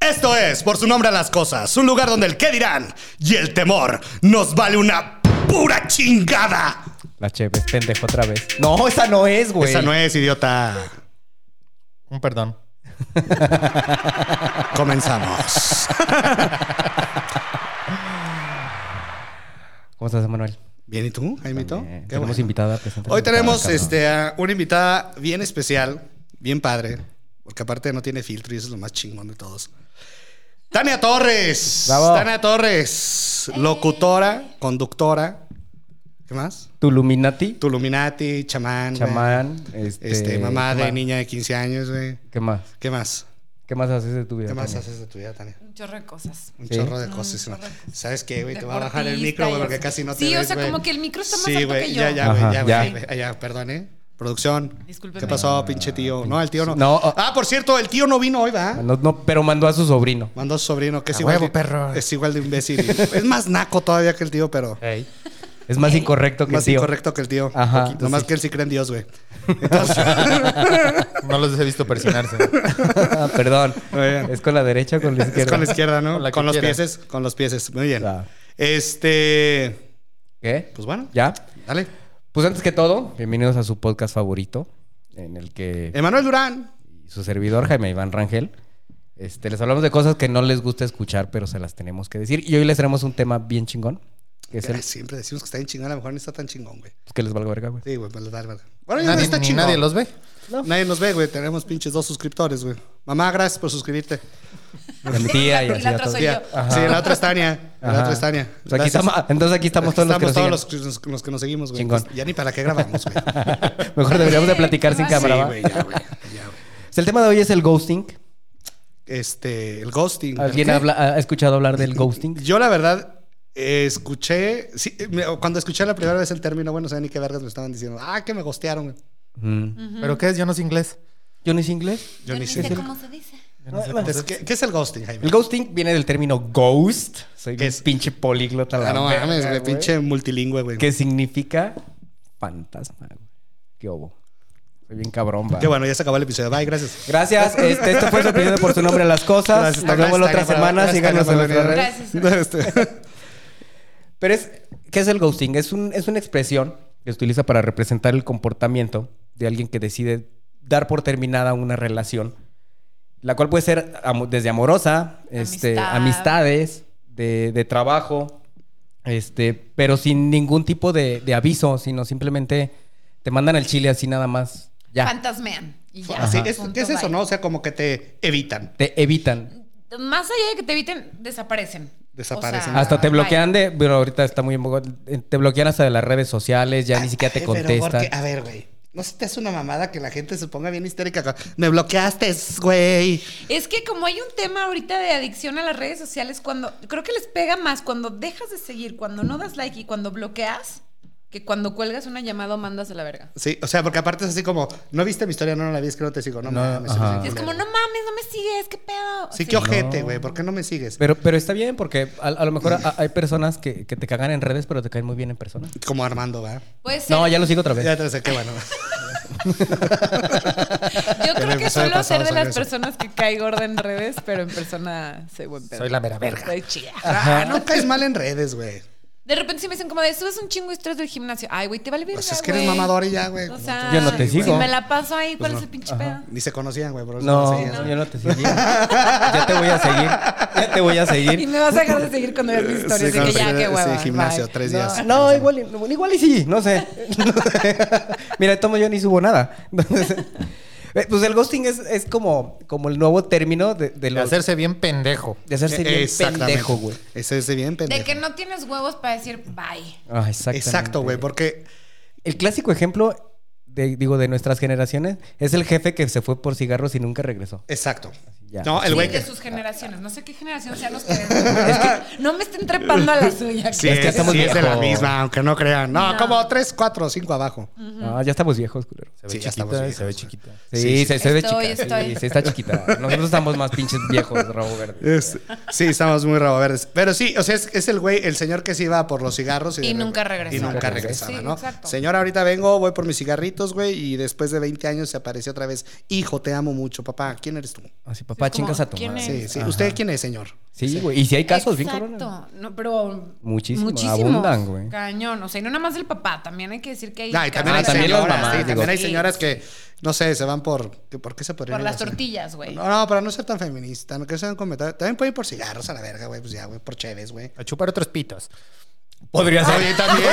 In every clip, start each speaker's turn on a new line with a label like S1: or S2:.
S1: Esto es, por su nombre a las cosas, un lugar donde el qué dirán y el temor nos vale una pura chingada.
S2: La Chepe, pendejo otra vez. No, esa no es, güey.
S1: Esa no es, idiota.
S3: Un perdón.
S1: Comenzamos.
S2: ¿Cómo estás, Manuel?
S1: Bien, ¿y tú, Jaimito? Qué
S2: tenemos
S1: bueno.
S2: invitada presente.
S1: Hoy tenemos este, a una invitada bien especial, bien padre, porque aparte no tiene filtro y eso es lo más chingón de todos. Tania Torres.
S2: Bravo.
S1: Tania Torres, locutora, conductora. ¿Qué más?
S2: Tuluminati,
S1: Tuluminati, chamán. güey.
S2: chamán, este,
S1: Este, mamá
S2: ¿qué
S1: de
S2: más?
S1: niña de 15 años, güey.
S2: ¿Qué más?
S1: ¿Qué más?
S2: ¿Qué más haces de tu vida?
S1: ¿Qué más
S2: Tania?
S1: haces de tu vida, Tania?
S4: Un chorro de cosas.
S1: Un
S2: Sí.
S1: chorro de
S4: Mm,
S1: cosas.
S4: un
S1: ¿no?
S4: chorro de cosas.
S1: ¿Sabes qué, güey? Te voy a bajar el
S4: Deportista
S1: micro, güey,
S4: y
S1: porque
S4: así.
S1: casi no te
S4: Sí, o
S1: ves,
S4: sea,
S1: güey.
S4: como que el micro está más
S1: Sí,
S4: alto
S1: güey,
S4: que yo.
S1: ya, ya,
S2: Ajá,
S1: güey, ya,
S2: ya.
S1: güey. Ya, ya, perdón, ¿eh? Producción.
S4: Discúlpeme.
S1: ¿Qué pasó, pinche tío? No, el tío no.
S2: No, ah.
S1: Ah, por cierto, el tío no vino hoy, ¿va?
S2: No, no, pero mandó a su sobrino.
S1: Mandó a su sobrino, que es
S3: A
S1: igual.
S3: huevo,
S1: de-
S3: perro.
S1: Es igual de imbécil. es más naco todavía que el tío, pero.
S2: Es más incorrecto que
S1: Eh, Más
S2: tío.
S1: incorrecto que el tío.
S2: Ajá,
S1: Poquito, Nomás
S2: sí.
S1: que él sí cree en Dios, güey. Entonces.
S3: No los he visto persinarse.
S2: Ah, Perdón.
S1: Muy bien.
S2: ¿Es con la derecha o con la
S1: es
S2: izquierda?
S1: con la izquierda, ¿no?
S3: Con
S1: Con,
S3: la que
S1: los
S3: quieras.
S1: pieses, con los pieses. Muy bien.
S2: Ah.
S1: Este.
S2: ¿Qué?
S1: Pues bueno.
S2: ¿Ya?
S1: Dale.
S2: Pues antes que todo, bienvenidos a su podcast favorito, en el que
S1: Emanuel Durán.
S2: su servidor Jaime Iván Rangel. Este, les hablamos de cosas que no les gusta escuchar, pero se las tenemos que decir. Y hoy les traemos un tema bien chingón, que es el
S1: Siempre decimos que está bien chingón, a lo mejor no está tan chingón, güey.
S2: que les valga verga, güey.
S1: Sí, güey, pues dale, vale. Bueno, ya no
S3: nadie,
S1: está
S3: ni
S1: chingón.
S3: nadie los ve.
S1: Nadie nos ve, güey. Tenemos pinches dos suscriptores, güey. Mamá, gracias por suscribirte.
S2: A mi tía y
S4: Y
S2: así
S4: la
S2: a
S4: otra
S2: todos.
S4: soy yo.
S1: Tía. Sí, la otra es Tania. La
S2: Ajá.
S1: otra es Tania.
S2: Pues aquí
S1: Gracias.
S2: estamos, entonces aquí estamos todos
S1: Estamos
S2: los que nos
S1: todos los, que nos- los que nos seguimos, güey.
S2: Chingón.
S1: Pues ya ni para qué grabamos, güey.
S2: siguen. Mejor deberíamos de platicar sin
S4: Sí,
S2: cámara,
S1: sí,
S2: ¿va?
S1: güey, ya, güey. ya, güey.
S2: Pues El tema de hoy es el ghosting.
S1: Este, el ghosting.
S2: ¿Alguien
S1: ¿Qué?
S2: habla- ha escuchado hablar del ghosting?
S1: Yo, la verdad, eh, escuché. sí, eh, me- cuando escuché la primera vez el término, bueno, no sabía ni qué vergas me estaban diciendo. Ah, que me gostearon, güey.
S2: Mm.
S3: ¿Pero qué es? Yo no sé inglés.
S2: ¿Yo no es inglés?
S1: Yo ni sé.
S4: sé cómo se dice.
S3: Yo no sé cómo
S1: Entonces,
S3: se-
S1: ¿qué, qué es el ghosting, Jaime?
S2: El ghosting viene del término ghost. Soy
S1: ¿Qué
S2: un
S1: es?
S2: pinche políglota. la
S1: Ah, no
S2: verga,
S1: mames, güey.
S2: güey.
S1: Pinche multilingüe, güey.
S2: Que significa fantasma, güey. Qué obo. Soy bien cabrón, va.
S1: Qué bueno, ya se acabó el episodio. Bye, gracias.
S2: Gracias. Este, esto fue su episodio por su nombre a las cosas.
S1: Gracias,
S2: Nos
S1: gracias,
S2: vemos la otra
S1: Tania, por-
S2: semana.
S1: gracias,
S2: Síganos en
S1: Tania, por
S2: nuestras redes.
S1: venir. Este,
S2: Pero es, ¿qué es el ghosting? Es, un, es una expresión que se utiliza para representar el comportamiento de alguien que decide dar por terminada una relación, la cual puede ser amo- desde amorosa, este,
S4: Amistad.
S2: amistades, de, de trabajo, este, pero sin ningún tipo de, de aviso, sino simplemente te mandan al chile así nada más. Ya.
S4: Fantasmean. Y ya.
S1: así, es-
S4: Punto,
S1: ¿Qué es eso,
S4: bye.
S1: no? O sea, como que te evitan.
S2: te evitan.
S4: Más allá de que te eviten, desaparecen.
S1: Desaparecen. Ah,
S2: Hasta te
S4: bye.
S2: bloquean de. Pero ahorita está muy. en boga- Te bloquean hasta de las redes sociales, ya ni siquiera te
S1: Ay,
S2: contestan.
S1: Pero porque, a ver, güey. No se te hace una mamada que la gente se ponga bien histérica. con, Me bloqueaste, güey.
S4: Es que como hay un tema ahorita de adicción a las redes sociales, cuando creo que les pega más cuando dejas de seguir, cuando no das like y cuando bloqueas, que cuando cuelgas una llamada o mandas a la verga.
S1: Sí, o sea, porque aparte es así como, no viste mi historia, no, no la vi, es que no te sigo. No,
S2: No,
S1: mames,
S2: ajá.
S1: eres
S4: Y
S1: bien
S4: es como,
S1: culero.
S4: no mames, no me sigues, qué pedo.
S1: Ah, Sí,
S4: Así.
S1: qué ojete, güey. ¿Por qué no me sigues?
S2: Pero, pero está bien, porque a, a lo mejor a- hay personas que, que te cagan en redes, pero te caen muy bien en persona.
S1: Como Armando, ¿va?
S4: Puede ser.
S2: No, ya lo sigo otra
S1: Ya
S2: vez.
S1: te lo sé, qué bueno.
S4: Yo
S1: El
S4: creo que
S1: episodio
S4: suelo
S1: pasado
S4: ser de
S1: salió
S4: las
S1: eso.
S4: personas que cae gorda en redes, pero en persona soy buen pedo.
S3: Soy la mera verga.
S4: Soy chida.
S1: Ah, no caes mal en redes, güey.
S4: De repente sí me dicen como de subes un chingo de historias del gimnasio. Ay, güey, te vale verga,
S1: Pues es que eres
S4: güey.
S1: mamador y ya, güey.
S4: O
S1: Como
S4: sea,
S1: tú.
S2: Yo no te
S4: si
S2: sigo.
S4: me la paso ahí,
S1: Pues
S4: ¿cuál
S1: no.
S4: es el pinche pedo?
S1: Ni se conocían, güey. por eso
S2: No,
S1: se conocían,
S2: yo no te seguí. Ya te voy a seguir. Ya te voy a
S4: Y
S2: seguir.
S4: me vas a dejar de seguir cuando veas mis historias.
S1: Sí,
S4: de
S1: cuando
S4: que ya,
S1: te-
S4: qué
S1: sí,
S4: hueva.
S1: gimnasio,
S4: bye.
S1: tres
S2: No,
S1: días.
S2: no, igual, y- igual y sí, no sé. Mira, tomo yo ni subo nada. Entonces, eh, pues el ghosting es, es como, como el nuevo término de, de
S3: De
S2: los-
S3: hacerse bien pendejo.
S2: de hacerse bien
S1: eh, Exactamente.
S2: pendejo, güey.
S1: Ese es bien pendejo.
S4: De que no tienes huevos para decir bye.
S2: Ah, exactamente.
S1: Exacto, güey, porque
S2: El clásico ejemplo, de, digo, de nuestras generaciones, es el jefe que se fue por cigarros y nunca regresó.
S1: exacto.
S2: Ya.
S1: No, el
S4: Sí,
S1: güey
S4: de
S1: que
S4: sus generaciones. No sé qué generación sean ustedes. No me estén trepando a la suya.
S1: Sí,
S2: Es que
S1: es,
S2: estamos
S1: sí es de la
S2: viejos.
S1: misma, aunque no crean. No,
S4: No.
S1: como tres, cuatro, cinco abajo.
S2: No, Ah, ya estamos viejos, culero.
S3: Se ve
S1: Sí, ya
S3: chiquita,
S1: estamos viejos,
S3: se ve
S1: güey.
S3: chiquita.
S2: Sí,
S1: Sí, sí.
S2: Se, se ve
S4: Estoy,
S2: chica. sí,
S4: estoy.
S2: Sí, está chiquita. Nosotros estamos más pinches viejos, Robert.
S1: Es- sí, estamos muy rabo verdes. Pero sí, o sea, es, es el güey, el señor que se iba por los cigarros y, de
S4: Y
S1: repente-
S4: nunca regresó.
S1: Y nunca
S2: Nunca
S1: regresaba,
S4: regresó.
S1: ¿no?
S4: Sí, exacto.
S1: Señor, ahorita vengo, voy por mis cigarritos, güey, y después de 20 años se apareció otra vez. Hijo, te amo mucho, papá. ¿Quién eres tú?
S2: Así, Ah, papá,
S4: Es como,
S2: chingas a tu
S4: ¿quién
S2: madre.
S4: es?
S1: Sí, sí.
S2: Ajá.
S1: ¿Usted quién es, señor?
S2: Sí, güey. Y si hay casos, bien cabrones.
S4: Exacto. No, pero
S2: Muchísimo,
S4: muchísimos.
S2: abundan, güey.
S4: Cañón. O sea, y no nada más el papá, también hay que decir que hay.
S1: Ah, y también
S2: Ah,
S1: hay
S2: también las
S1: señoras,
S2: mamás,
S1: sí,
S2: digo.
S1: también hay
S4: Sí,
S1: señoras
S4: sí.
S1: que, no sé, se van por... que ¿Por qué se podrían
S4: Por
S1: ir
S4: las
S1: así?
S4: tortillas, güey.
S1: No, no, para no ser tan feminista, no que sean como... También pueden ir por cigarros a la verga, güey, pues ya, güey, por cheves, güey.
S3: A chupar otros pitos.
S2: Podría ser.
S1: Oye, también.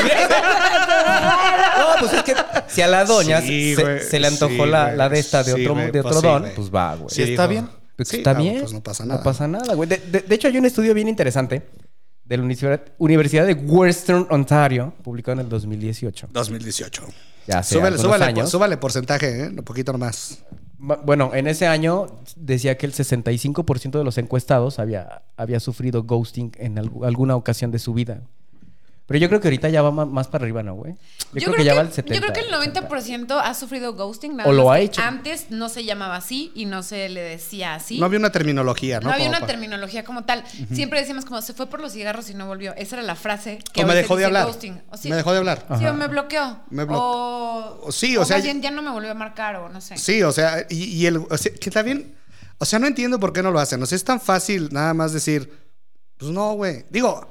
S2: No, pues es que si a la doña
S1: Sí,
S2: se,
S1: güey,
S2: se le antojó
S1: sí,
S2: la,
S1: güey,
S2: la de esta de
S1: sí,
S2: otro,
S1: güey,
S2: de
S1: pues
S2: otro
S1: sí,
S2: don,
S1: güey.
S2: pues va, güey.
S3: Sí,
S1: digo,
S3: está bien.
S2: Pues
S1: sí,
S2: está
S1: no,
S2: bien.
S1: pues no pasa nada.
S2: No pasa nada, güey. De, de- de hecho, hay un estudio bien interesante de la Universidad, Universidad de Western Ontario, publicado en el 2018.
S1: 2018.
S2: Ya hace
S1: Súbale,
S2: algunos
S1: súbale,
S2: años.
S1: súbale porcentaje, ¿eh? un poquito nomás.
S2: Ma- Bueno, en ese año decía que el 65% de los encuestados había, había sufrido ghosting en al- alguna ocasión de su vida. Pero yo creo que ahorita ya va ma- más para arriba, ¿no, güey? Yo, creo, que ya va al 70.
S4: Yo creo que el 90% ha sufrido ghosting. nada
S2: O lo
S4: más
S2: ha
S4: que
S2: hecho.
S4: Antes no se llamaba así y no se le decía así.
S1: No había una terminología, ¿no?
S4: No había
S1: Como
S4: una
S1: pa-
S4: terminología como tal. Siempre decíamos como se fue por los cigarros y no volvió. Esa era la frase que
S1: O me
S4: hoy se
S1: dejó de
S4: dice
S1: hablar.
S4: ghosting. O sí,
S1: Me dejó de
S3: Ah,
S1: hablar.
S4: sí, o me bloqueó.
S1: Me bloqueó.
S4: O,
S1: O sí, o sea,
S4: más bien ya no me volvió a marcar o no sé.
S1: Sí, o sea, y, y el, o sea, que también, o sea, no entiendo por qué no lo hacen. O sea, es tan fácil nada más decir, pues no, güey. Digo,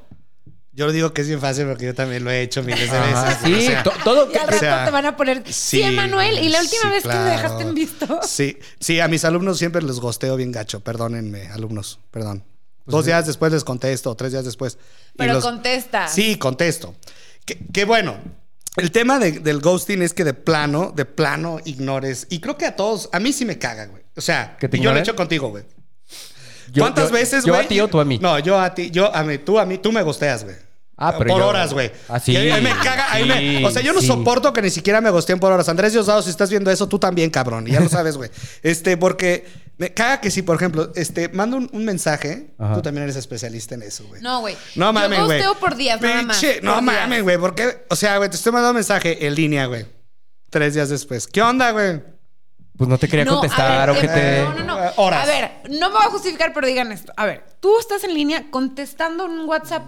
S1: yo digo que es bien fácil porque yo también lo he hecho miles de
S2: Ajá,
S1: veces.
S2: Ah, sí,
S1: o sea,
S2: to- todo.
S4: Y al rato
S1: O sea,
S4: te van a poner, sí, Emanuel, y la última
S1: sí,
S4: vez que me
S1: claro.
S4: dejaste en visto.
S1: Sí, sí, a mis alumnos siempre les gosteo bien gacho. Perdónenme, alumnos, perdón.
S2: Pues
S1: Dos días después les contesto, tres días después. Y
S4: Pero
S1: los-
S4: contesta.
S1: Sí, contesto. Que, que bueno, el tema de- del ghosting es que de plano, de plano ignores. Y creo que a todos, a mí sí me caga, güey. O sea,
S2: ¿Que te
S1: y yo lo he
S2: ignoren?
S1: hecho contigo, güey.
S2: Yo-
S1: ¿Cuántas
S2: yo-
S1: veces,
S2: yo
S1: güey?
S2: a ti o tú a mí?
S1: No, yo a ti, yo a mí, tú a mí, tú me gosteas, güey.
S2: Ah, pero
S1: por
S2: yo-
S1: horas, güey.
S2: Ah, sí,
S1: Y a mí me caga. a mí me-
S2: sí,
S1: o sea, yo no
S2: sí.
S1: soporto que ni siquiera me gosteen por horas. Andrés Diosdado, si estás viendo eso, tú también, cabrón. Y Ya lo sabes, güey. Este, porque me caga que si, por ejemplo, este, mando un, un mensaje.
S2: Ajá.
S1: Tú también eres especialista en eso, güey.
S4: No, güey.
S1: No mames, güey.
S4: Yo gosteo por días, nada más.
S1: Pinche- No
S4: Por días.
S1: mames, güey. ¿Por qué? O sea, güey, te estoy mandando un mensaje en línea, güey. Tres días después. ¿Qué onda, güey?
S2: Pues no te quería
S4: No, a
S2: contestar
S4: ver,
S2: o que
S4: de-
S2: te.
S4: No, no, no.
S1: Eh, horas.
S4: A ver, no me voy a justificar, pero digan esto. A ver, tú estás en línea contestando un WhatsApp.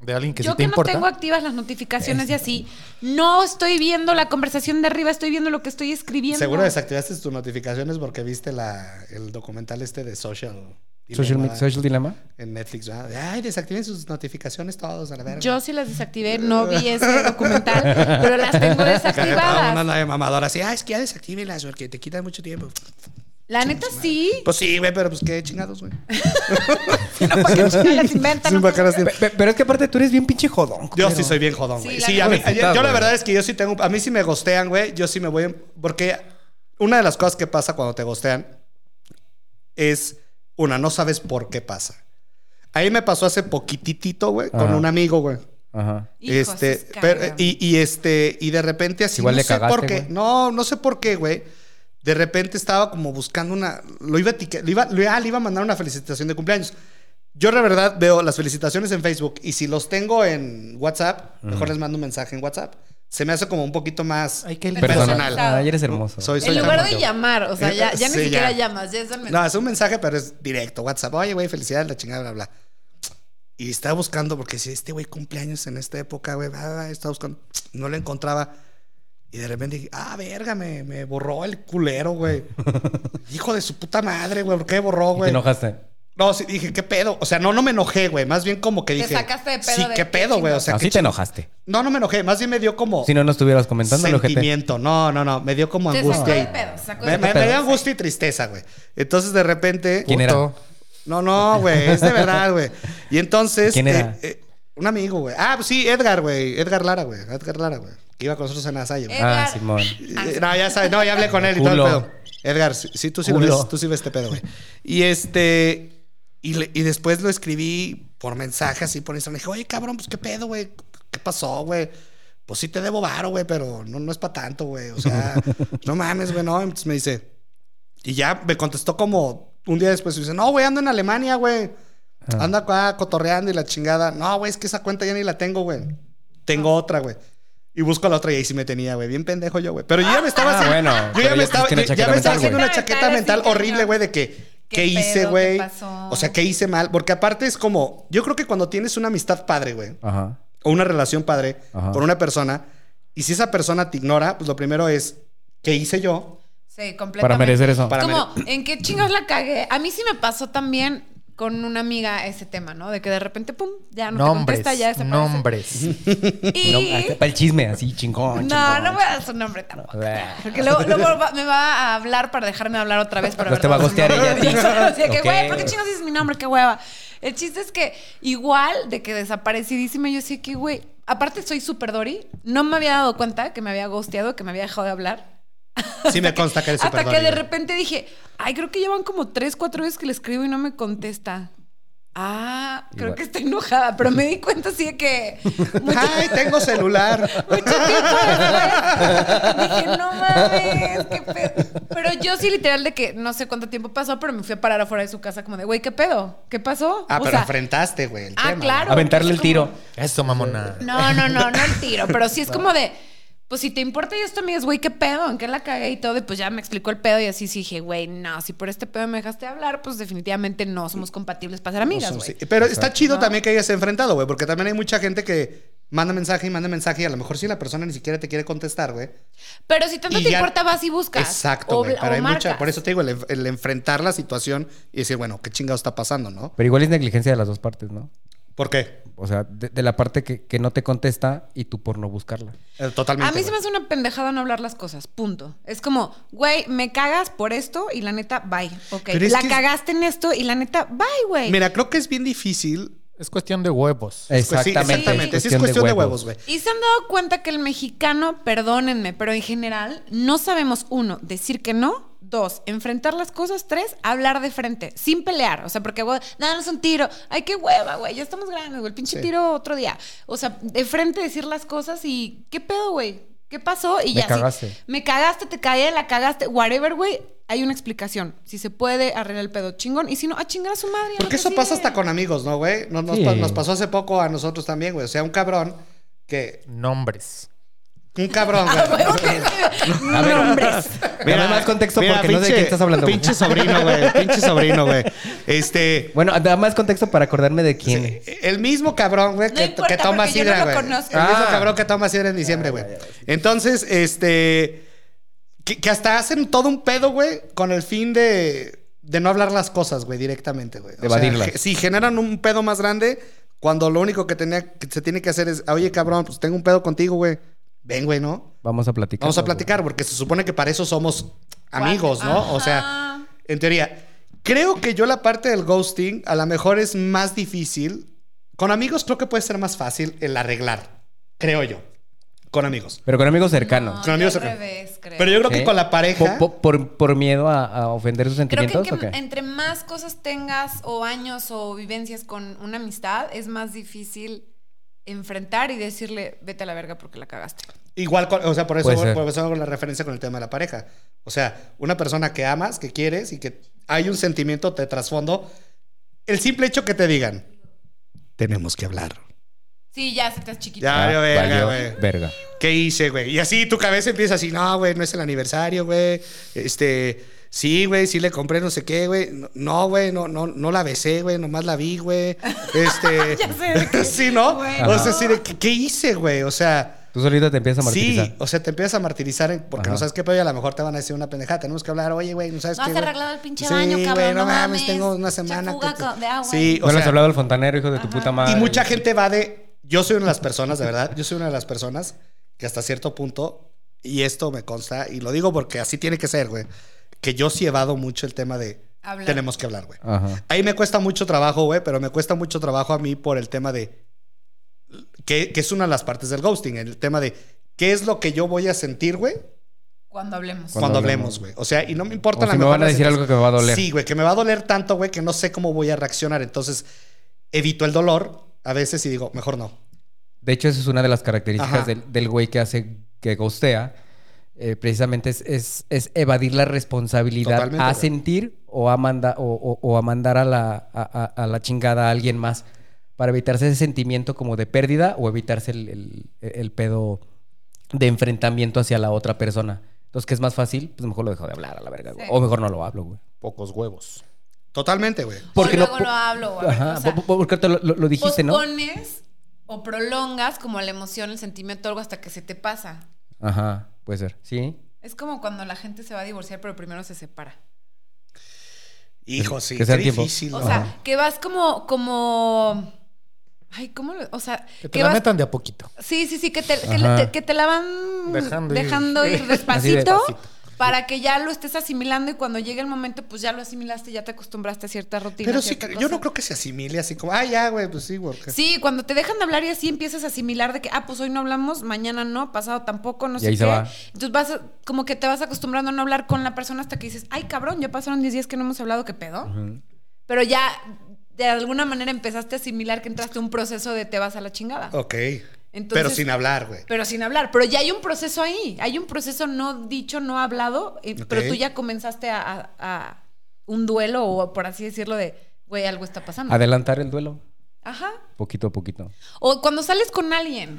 S3: De alguien que
S4: Yo
S3: sí te
S4: que
S3: importa.
S4: no tengo activas las notificaciones y así, no estoy viendo la conversación de arriba, estoy viendo lo que estoy escribiendo.
S1: Seguro desactivaste tus notificaciones porque viste la, el documental este de Social.
S2: Social,
S1: Dilemma
S2: social Dilemma.
S1: En Netflix, ¿verdad? Ay, desactiven sus notificaciones todos, a la verga.
S4: Yo sí las desactivé, no vi ese documental, pero las tengo
S1: Una
S4: desactivadas.
S1: de mamadora así, ah, es que ya desactívelas porque te quitan mucho tiempo.
S4: La neta sí.
S1: Pues sí, güey, pero pues qué chingados, güey.
S4: No, porque no las inventan. no sé.
S2: Pe- pe- pero es que aparte tú eres bien pinche jodón.
S1: Yo
S2: culero.
S1: sí soy bien jodón,
S4: Sí,
S1: güey.
S4: la
S1: Sí, a mí-
S2: neta.
S1: yo- yo la
S2: Güey.
S1: verdad es que yo sí tengo. A mí sí me gostean, güey. Yo sí me voy. en- Porque una de las cosas que pasa cuando te gostean es. Una, no sabes por qué pasa. A mí me pasó hace poquititito, güey, con
S2: Ajá.
S1: un amigo, güey.
S2: Ajá.
S4: Hijo,
S1: este,
S4: sí es
S1: pero-
S4: cabrón.
S1: y, y este, y de repente así no
S2: Igual le
S1: sé
S2: cagaste,
S1: por qué.
S2: güey.
S1: No, no sé por qué, güey. De repente estaba como buscando una. Lo iba a etiquetar, lo iba, lo- ah, le iba a mandar una felicitación de cumpleaños. Yo la verdad veo las felicitaciones en Facebook y si los tengo en WhatsApp, mejor les mando un mensaje en WhatsApp. Se me hace como un poquito más
S3: Ay, qué lindo.
S1: personal.
S4: Personalizado.
S2: Ah, eres hermoso.
S1: Soy-
S4: en lugar de
S1: tan-
S4: llamar, o sea, ya, ya ni
S1: Sí,
S4: siquiera
S1: ya.
S4: llamas, ya es el
S1: No, es un mensaje, pero es directo, WhatsApp. Oye, güey, felicidades, la chingada, bla, bla. Y estaba buscando, porque si este güey cumpleaños en esta época, güey, bla, bla, bla, estaba buscando, no lo encontraba. Y de repente dije, ah, verga, me, me borró el culero, güey. Hijo de su puta madre, güey, ¿por qué borró,
S2: Y Te
S1: güey?
S2: enojaste.
S1: No, sí, dije, ¿qué pedo? O sea, no, no me enojé, güey. Más bien como que
S4: Te
S1: dije.
S4: sacaste de pedo
S1: Sí,
S4: de
S1: ¿qué
S4: qué
S1: pedo, güey? O sea,
S2: Así
S1: ¿qué
S2: Ah, te
S1: chi-
S2: enojaste.
S1: No, no me enojé. Más bien me dio como
S2: Si no, no estuvieras comentando lo que
S1: sentimiento. No, no, no. Me dio como
S4: Te sacó
S1: angustia.
S4: de
S1: y-
S4: pedo, se sacó de
S1: me, me-
S4: pedo.
S1: me dio angustia y tristeza, güey. Entonces, de repente.
S2: ¿Quién era?
S3: Puto.
S1: No, no, güey, es de verdad, güey. Y entonces.
S2: ¿Quién era?
S1: eh, eh, un amigo, güey. Ah, pues sí, Edgar, güey. Edgar Lara, güey. Edgar Lara, güey. Que iba con nosotros en la salle, güey.
S4: Eh.
S2: Ah,
S4: Edgar.
S2: Simón.
S1: Eh, No, ya sabes, no, ya hablé con él y todo el
S2: Culo.
S1: pedo. Edgar, sí, sí, tú sí lo
S2: Culo.
S1: ves, tú sí ves este pedo, güey. Y este. Y, le- y después lo escribí por mensaje, así por Instagram. Le dije, oye, cabrón, pues qué pedo, güey. ¿Qué pasó, güey? Pues sí te debo varo, güey, pero no, no es para tanto, güey. O sea, no mames, güey, no. Entonces me dice. Y ya me contestó como un día después. Y dice, no, güey, ando en Alemania, güey.
S2: Ah.
S1: Ando acá cotorreando y la chingada. No, güey, es que esa cuenta ya ni la tengo, güey.
S4: Ah.
S1: Tengo otra, güey. Y busco la otra y ahí sí me tenía, güey. Bien pendejo yo, güey. Pero yo ya me estaba
S2: Ah,
S1: haciendo.
S2: bueno,
S1: yo ya
S2: pero
S1: me
S2: ya
S1: estaba,
S2: hiciste
S1: ya
S2: una chaqueta
S1: me estaba
S2: mental,
S1: haciendo
S2: güey.
S1: una chaqueta
S4: Mental,
S1: mental
S4: así,
S1: horrible,
S4: cañón.
S1: güey, de que.
S4: ¿Qué
S1: ¿Qué hice,
S4: pedo? ¿Qué
S1: güey?
S4: pasó?
S1: O sea, ¿qué hice mal? Porque aparte es como. Yo creo que cuando tienes una amistad padre, güey
S2: Ajá.
S1: o una relación padre
S2: Ajá.
S1: con una persona y si esa persona te ignora, pues lo primero es, ¿qué hice yo?
S4: Sí, completamente.
S2: para merecer eso.
S1: Para-
S4: como, ¿en qué chingados la cagué? A mí sí me pasó también con una amiga ese tema, ¿no? De que de repente, pum, ya no
S3: Nombres.
S4: te contesta, ya desaparece.
S3: Nombres.
S2: No, ah,
S4: Y...
S2: hasta para el chisme, así, chingón.
S4: No,
S2: chingón.
S4: no voy a dar su nombre tampoco.
S2: Bah.
S4: Porque luego, luego va- me va a hablar para dejarme hablar otra vez. Para
S2: No te va a gostear ella.
S4: o sea, que,
S2: Ok.
S4: güey, ¿por qué chingados dices mi nombre? Qué hueva. El chiste es que igual de que desaparecidísima, yo sí que, güey, aparte soy super Dory. No me había dado cuenta que me había gosteado, que me había dejado de hablar.
S1: Sí me consta que eres
S4: Hasta
S1: súper
S4: que de
S1: dolido.
S4: repente dije, ay, creo que llevan como tres, cuatro veces que le escribo y no me contesta. Ah, creo
S2: Igual.
S4: que está enojada, pero me di cuenta así de que mucho-
S1: Ay, tengo celular.
S4: mucho tiempo después. Dije, no mames, qué pedo. Pero yo sí, literal, de que no sé cuánto tiempo pasó, pero me fui a parar afuera de su casa, como de, güey, ¿qué pedo? ¿Qué pasó?
S1: Ah,
S4: O
S1: pero
S4: sea,
S1: enfrentaste, güey. el
S4: ah,
S1: tema,
S4: claro.
S2: Aventarle
S4: Es
S2: el tiro.
S4: como-
S3: Eso, mamona.
S4: No, no, no, no el tiro, pero sí es como de, pues si te importa y esto, amigas, güey, ¿qué pedo? ¿En qué la cagué y todo? Y pues ya me explicó el pedo y así sí dije, güey, no, si por este pedo me dejaste hablar, pues definitivamente no somos compatibles para ser
S1: güey.
S4: amigas,
S1: No,
S4: güey.
S1: sí. Pero está chido
S4: No.
S1: también que hayas enfrentado, güey, porque también hay mucha gente que manda mensaje y manda mensaje y a lo mejor si la persona ni siquiera te quiere contestar, güey.
S4: Pero si tanto
S1: Y
S4: te
S1: ya-
S4: importa, vas y buscas.
S1: Exacto,
S4: O
S1: güey.
S4: bla-
S1: Pero
S4: o
S1: hay
S4: marcas.
S1: mucha, por eso te digo, el, enf- el enfrentar la situación y decir, bueno, qué chingado está pasando, ¿no?
S2: Pero igual es negligencia de las dos partes, ¿no?
S1: ¿Por qué?
S2: O sea, de, de la parte que, que no te contesta y tú por no buscarla.
S1: Eh, Totalmente.
S4: A mí se me
S1: güey.
S4: hace una pendejada no hablar las cosas, punto. Es como, güey, me cagas por esto y la neta, bye. Ok,
S1: Pero es
S4: la
S1: que-
S4: cagaste en esto y la neta, bye, güey.
S1: Mira, creo que es bien difícil.
S3: Es cuestión de huevos.
S1: Pues sí, exactamente. Sí, es cuestión de huevos, güey.
S4: Y se han dado cuenta que el mexicano, perdónenme, pero en general no sabemos, uno, decir que no, dos, enfrentar las cosas, tres, hablar de frente, sin pelear. O sea, porque, güey, danos un tiro. Ay, qué hueva, güey, ya estamos grandes, güey, el pinche
S1: Sí.
S4: tiro otro día. O sea, de frente decir las cosas y, ¿qué pedo, güey? ¿Qué pasó? Y
S2: Me
S4: ya. sí,
S2: cagaste.
S4: me cagaste, te caí, la cagaste, whatever, güey. Hay una explicación. Si se puede arreglar el pedo, chingón. Y si no, a chingar a su madre. a lo
S1: Porque
S4: que
S1: eso pasa
S4: sigue.
S1: hasta con amigos, ¿no, güey? Nos, nos
S2: Sí.
S1: pa- nos pasó hace poco a nosotros también, güey. O sea, un cabrón que.
S3: Nombres.
S1: Un cabrón, güey.
S2: A ver,
S4: Nombres.
S2: Mira, más contexto
S1: mira,
S2: porque no sé de
S1: pinche-
S2: quién estás hablando. güey.
S1: Pinche sobrino, güey. Pinche sobrino, güey. Este.
S2: Bueno, da más contexto para acordarme de quién. es.
S1: El mismo cabrón, güey,
S4: No
S1: que,
S4: importa,
S1: que toma
S4: porque yo no
S1: sidra,
S4: lo
S1: güey.
S4: conozco.
S1: El mismo
S2: Ah.
S1: cabrón que toma sidra en diciembre, güey. Entonces, este. Que, que hasta hacen todo un pedo, güey, con el fin de, de no hablar las cosas, güey, directamente, güey.
S2: De evadirlas.
S1: ge- si generan un pedo más grande, cuando lo único que, tenía, que se tiene que hacer es, oye, cabrón, pues tengo un pedo contigo, güey. Ven, güey, ¿no?
S2: Vamos a platicar.
S1: Vamos a platicar, porque se supone que para eso somos amigos, ¿no? O sea,
S4: Ajá.
S1: en teoría, creo que yo la parte del ghosting a lo mejor es más difícil. Con amigos creo que puede ser más fácil el arreglar, creo yo. Con amigos.
S2: Pero con amigos cercanos.
S1: Son amigos
S4: yo al
S1: cercanos.
S4: revés, creo.
S1: Pero yo creo que
S2: Sí.
S1: con la pareja.
S2: Po- po- por, por miedo a, a ofender sus
S4: Creo que,
S2: sentimientos
S4: que
S2: o qué?
S4: entre más cosas tengas o años o vivencias con una amistad, es más difícil enfrentar y decirle, vete a la verga porque la cagaste.
S1: Igual, con- o sea, por eso,
S2: Puede ser.
S1: por eso hago la referencia con el tema de la pareja. O sea, una persona que amas, que quieres y que hay un sentimiento de trasfondo. El simple hecho que te digan, tenemos que hablar.
S4: Sí, ya se te has chiquito.
S1: Ya, valió verga,
S2: Ah, valió
S1: güey.
S2: verga.
S1: ¿Qué hice, güey? Y así tu cabeza empieza así, no, güey, no es el aniversario, güey. Este, sí, güey, sí le compré no sé qué, güey. No, No, güey, no, no, no la besé, güey, nomás la vi, güey. Este.
S4: Ya sé de qué.
S1: sí, ¿no?
S4: Güey,
S1: o sea,
S4: no.
S1: sí, de, ¿qué, qué hice, güey? O sea.
S2: Tú solito te empiezas a martirizar.
S1: Sí, o sea, te empiezas a martirizar en- porque
S2: Ajá.
S1: no sabes qué pedo y a lo mejor te van a decir una pendejada. Tenemos que hablar, oye, güey, no sabes
S4: No
S1: qué.
S4: has
S1: güey?
S4: arreglado el pinche
S1: Sí,
S4: baño,
S1: güey,
S4: cabrón,
S1: no
S4: no
S1: mames,
S4: mames.
S1: tengo una semana.
S4: Chafuga
S1: te-
S4: con- de agua.
S1: Sí,
S2: no
S1: o
S2: le has
S1: sea,
S2: hablado al fontanero, hijo de tu puta madre.
S1: y mucha gente va de. Yo soy una de las personas, de verdad. Yo soy una de las personas que hasta cierto punto, y esto me consta, y lo digo porque así tiene que ser, güey, que yo sí he evado mucho el tema de.
S4: Hablar.
S1: Tenemos que hablar, güey.
S2: Ajá.
S1: Ahí me cuesta mucho trabajo, güey, pero me cuesta mucho trabajo a mí por el tema de. Que, que es una de las partes del ghosting, el tema de qué es lo que yo voy a sentir, güey,
S4: Cuando hablemos.
S1: cuando,
S2: Cuando
S1: hablemos,
S2: hablemos.
S1: güey. O sea, y no me importa
S2: O
S1: la
S2: si me
S1: mejor
S2: van a
S1: las
S2: decir algo que me va a doler.
S1: Sí, güey, que me va a doler tanto, güey, que no sé cómo voy a reaccionar. Entonces, evito el dolor a veces y digo, mejor no.
S2: De hecho, esa es una de las
S1: Ajá.
S2: características del, del güey que hace que gostea. eh, precisamente es, es- es evadir la responsabilidad
S1: Totalmente,
S2: a
S1: güey.
S2: sentir o a, manda- o, o- o a mandar a la, a, a- a la chingada a alguien más para evitarse ese sentimiento como de pérdida o evitarse el, el- el pedo de enfrentamiento hacia la otra persona. Entonces, ¿qué es más fácil? Pues mejor lo dejo de hablar a la verga, güey.
S4: Sí.
S2: O mejor no lo hablo, güey.
S3: Pocos huevos.
S1: Totalmente, güey.
S4: Porque
S2: Porque
S4: o
S2: no-
S4: luego no,
S2: po-
S4: hablo. o a ver,
S2: Ajá,
S4: o sea,
S2: po- po- porque ahorita lo, lo- lo dijiste, ¿no?
S4: pospones o prolongas como la emoción, el sentimiento, algo hasta que se te pasa.
S2: Ajá, puede ser. Sí.
S4: Es como cuando la gente se va a divorciar, pero primero se separa.
S1: Hijo, sí,
S2: que sea
S1: qué
S2: el tiempo.
S1: difícil.
S4: O
S1: ¿no?
S4: sea, que vas como, como. Ay, ¿cómo lo.? O sea,
S3: Que
S4: que
S3: te la
S4: vas-
S3: metan de a poquito.
S4: Sí, sí, sí, que te, que
S2: Ajá.
S4: le- te- que te la van dejando,
S3: Dejando ir.
S4: ir
S3: Así
S4: despacito,
S3: despacito.
S4: para que ya lo estés asimilando y cuando llegue el momento, pues ya lo asimilaste, ya te acostumbraste a cierta rutina.
S1: Pero sí,
S4: cierta
S1: yo
S4: cosa.
S1: no creo que se asimile así como, ah, ya, güey, pues sí, worker.
S4: Sí, cuando te dejan de hablar y así empiezas a asimilar de que, ah, pues hoy no hablamos, mañana no, pasado tampoco, no
S2: Y
S4: sé
S2: ahí
S4: qué.
S2: se va.
S4: Entonces vas a- como que te vas acostumbrando a no hablar con la persona hasta que dices, ay, cabrón, ya pasaron 10 días que no hemos hablado, ¿qué pedo? Pero ya de alguna manera empezaste a asimilar que entraste a un proceso de te vas a la chingada.
S1: Ok.
S4: Entonces-
S1: Pero sin hablar, güey.
S4: Pero sin hablar. Pero ya hay un proceso ahí. Hay un proceso no dicho, no hablado. eh,
S1: Ok.
S4: Pero tú ya comenzaste a, a- a un duelo o por así decirlo de, güey, algo está pasando.
S2: Adelantar el duelo,
S4: Ajá.
S2: poquito a poquito.
S4: O cuando sales con alguien.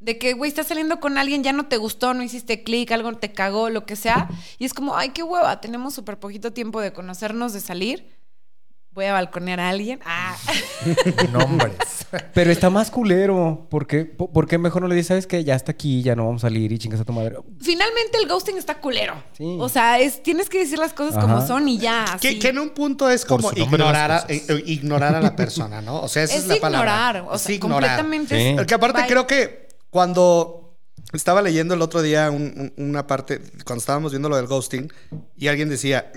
S4: De que, güey, estás saliendo con alguien, ya no te gustó, no hiciste clic, algo te cagó, lo que sea. Y es como, ay, qué hueva, tenemos súper poquito tiempo de conocernos, de salir. Voy a balconear a alguien. Ah.
S3: Nombres.
S2: Pero está más culero. ¿Por qué, Po- por qué mejor no le dices, sabes que ya está aquí, ya no vamos a salir y chingas a tu madre?
S4: Finalmente el ghosting está culero.
S2: Sí.
S4: O sea, es, tienes que decir las cosas como
S2: Ajá.
S4: son y ya.
S1: Que,
S4: así.
S1: que en un punto es
S3: Por
S1: como
S3: su nombre las
S1: ignorar a,
S3: cosas.
S1: eh, ignorar a la persona, ¿no? O sea, esa es,
S4: es,
S1: la palabra.
S4: ignorar, o
S1: Es
S4: sea,
S1: ignorar.
S4: completamente.
S2: Sí.
S4: es-
S1: Porque aparte
S4: Bye.
S1: creo que cuando estaba leyendo el otro día un- un- una parte, cuando estábamos viendo lo del ghosting, y alguien decía,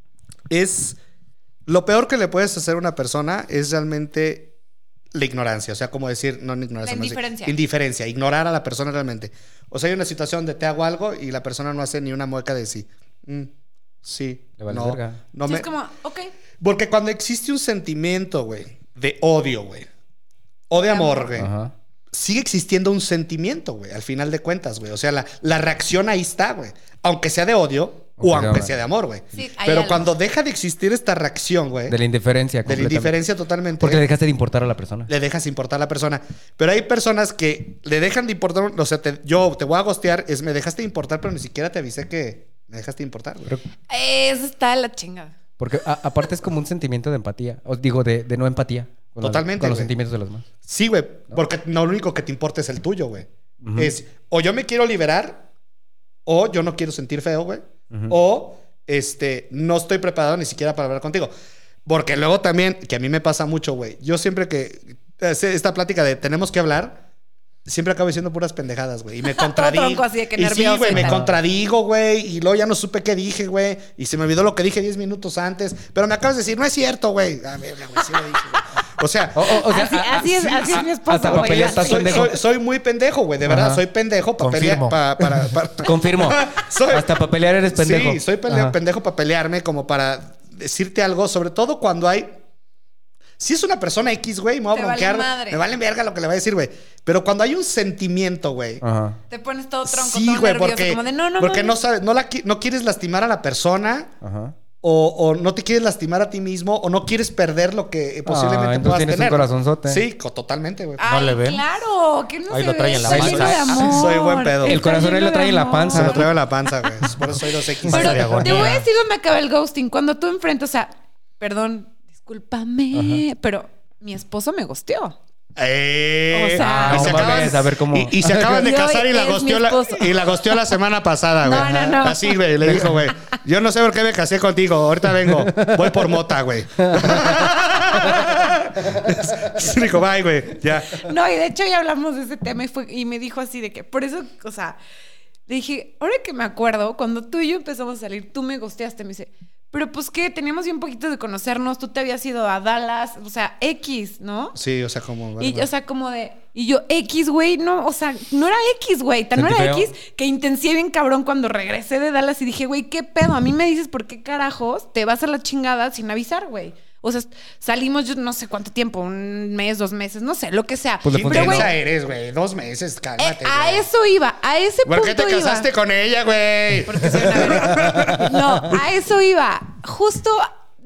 S1: es lo peor que le puedes hacer a una persona es realmente la ignorancia, o sea, como decir, no, no ignorancia,
S4: La
S1: más bien,
S4: indiferencia.
S1: indiferencia, ignorar a la persona realmente. O sea, hay una situación de te hago algo y la persona no hace ni una mueca de sí. Mm, sí.
S2: Le vale
S1: no,
S2: verga.
S1: no
S4: Sí,
S1: me,
S4: Es como, ok.
S1: Porque cuando existe un sentimiento, güey, de odio, güey, o de amor, güey,
S2: Ajá.
S1: sigue existiendo un sentimiento, güey, al final de cuentas, güey. O sea, la, la reacción ahí está, güey. Aunque sea de odio
S2: Aunque
S1: o
S2: sea
S1: aunque
S2: de-
S1: sea de amor, güey.
S4: Sí, hay
S1: Pero
S4: algo.
S1: cuando deja de existir esta reacción, güey,
S2: De la indiferencia.
S1: de la
S2: completamente.
S1: indiferencia totalmente,
S2: Porque le dejaste de importar a la persona.
S1: le dejas importar a la persona. Pero hay personas que le dejan de importar, o sea, te- yo te voy a gostear, es me dejaste de importar, pero ni siquiera te avisé que me dejaste de importar, güey.
S2: Pero-
S4: Eso está de la chingada.
S2: porque a- aparte es como un sentimiento de empatía. Os digo, de, de no empatía. con la-
S1: Totalmente,
S2: con los
S1: güey.
S2: sentimientos de los demás.
S1: Sí, güey, porque no lo único que te importa es el tuyo, güey.
S2: Ujú.
S1: Es o yo me quiero liberar, o yo no quiero sentir feo, güey, o este, no estoy preparado ni siquiera para hablar contigo. Porque luego también, que a mí me pasa mucho, güey, yo siempre que hace esta plática de tenemos que hablar, siempre acabo diciendo puras pendejadas, güey, y me contradigo.
S4: tronco así de que
S1: y sí,
S4: nervioso
S1: güey,
S4: y
S1: me
S4: tal.
S1: contradigo, güey, y luego ya no supe qué dije, güey, y se me olvidó lo que dije 10 minutos antes, pero me acabas de decir, no es cierto, güey. A ver, güey, sí lo dije, güey. O sea,
S2: O- o- o sea,
S4: así,
S2: a- a-
S4: así es,
S2: sí,
S4: así es
S2: a-
S4: mi esposo.
S2: hasta
S4: güey,
S2: papeleas
S4: así.
S2: estás
S1: soy,
S2: pendejo.
S1: soy- soy muy pendejo, güey, de verdad,
S2: Ajá.
S1: soy pendejo para pelear.
S3: Confirmo.
S1: pa- para, para-
S2: Confirmo.
S1: Soy-
S2: Hasta papelear eres pendejo.
S1: Sí, soy pele-
S2: Ajá.
S1: pendejo para pelearme, como para decirte algo, sobre todo cuando hay. Si es una persona X, güey, me voy a
S4: Te vale
S1: bronquear.
S4: madre.
S1: me vale verga lo que le va a decir, güey. Pero cuando hay un sentimiento, güey.
S2: Ajá.
S4: Te pones todo tronco,
S1: Sí,
S4: todo
S1: güey,
S4: nervioso,
S1: porque,
S4: como de no, no,
S1: porque no
S4: mames.
S1: sabes, no, la, qui- no quieres lastimar a la persona.
S2: Ajá.
S1: O, o no te quieres lastimar a ti mismo, o no quieres perder lo que eh, posiblemente
S2: Ah, entonces
S1: puedas
S2: tienes un
S1: tener.
S2: corazonzote.
S1: Sí, co- totalmente, güey.
S4: Ay,
S3: le ven.
S4: claro, que no
S3: Ahí
S4: se
S3: lo
S4: ve,
S3: trae en la
S4: está
S1: panza.
S4: lleno de amor,
S1: Soy buen pedo.
S2: El
S4: está
S2: corazón ahí
S4: lleno
S2: lo trae
S4: de
S2: en la
S4: amor.
S2: panza.
S1: Se lo traigo en la panza, güey. Por eso soy dos X.
S3: Panza de
S4: Pero te
S3: agonía.
S4: voy a decir dónde acaba el ghosting. Cuando tú enfrentas, o sea, perdón, discúlpame, pero mi esposo me gosteó.
S1: Eh,
S4: O sea,
S1: y
S4: no
S1: se acaban-
S2: mames, a ver cómo-
S1: Y, y se acaban de
S4: Y hoy
S1: casar y la,
S4: es mi
S1: gosteó la,
S4: esposo.
S1: y la gosteó la semana pasada, güey.
S4: No, no, no.
S1: Así, güey. Le dijo, güey, yo no sé por qué me casé contigo. Ahorita vengo. Voy por mota, güey. dijo, bye, güey. Ya.
S4: No, y de hecho ya hablamos de ese tema y, fue, y me dijo así de que, por eso, o sea, le dije, ahora que me acuerdo, cuando tú y yo empezamos a salir, tú me gosteaste, me dice, pero pues que teníamos bien poquito de conocernos, tú te habías ido a Dallas, o sea, X, ¿no?
S1: Sí, o sea, como...
S4: Y, o sea, como de, y yo, X, güey, no, o sea, no era X, güey, tan no
S2: Sentí
S4: era
S2: feo.
S4: X que intencié bien cabrón cuando regresé de Dallas y dije, güey, ¿qué pedo? A mí me dices, ¿por qué carajos te vas a la chingada sin avisar, güey? O sea, salimos yo no sé cuánto tiempo, un mes, dos meses, no sé, lo que sea.
S2: Pues le
S1: ¿Qué
S2: pero,
S1: intensa
S2: güey.
S1: eres, güey? Dos meses,
S4: Eh,
S1: cálmate.
S4: a
S1: güey.
S4: eso iba, a ese
S1: ¿Por qué
S4: punto
S1: te
S4: iba.
S1: casaste con ella, güey?
S4: Porque soy una verga. No, a eso iba. Justo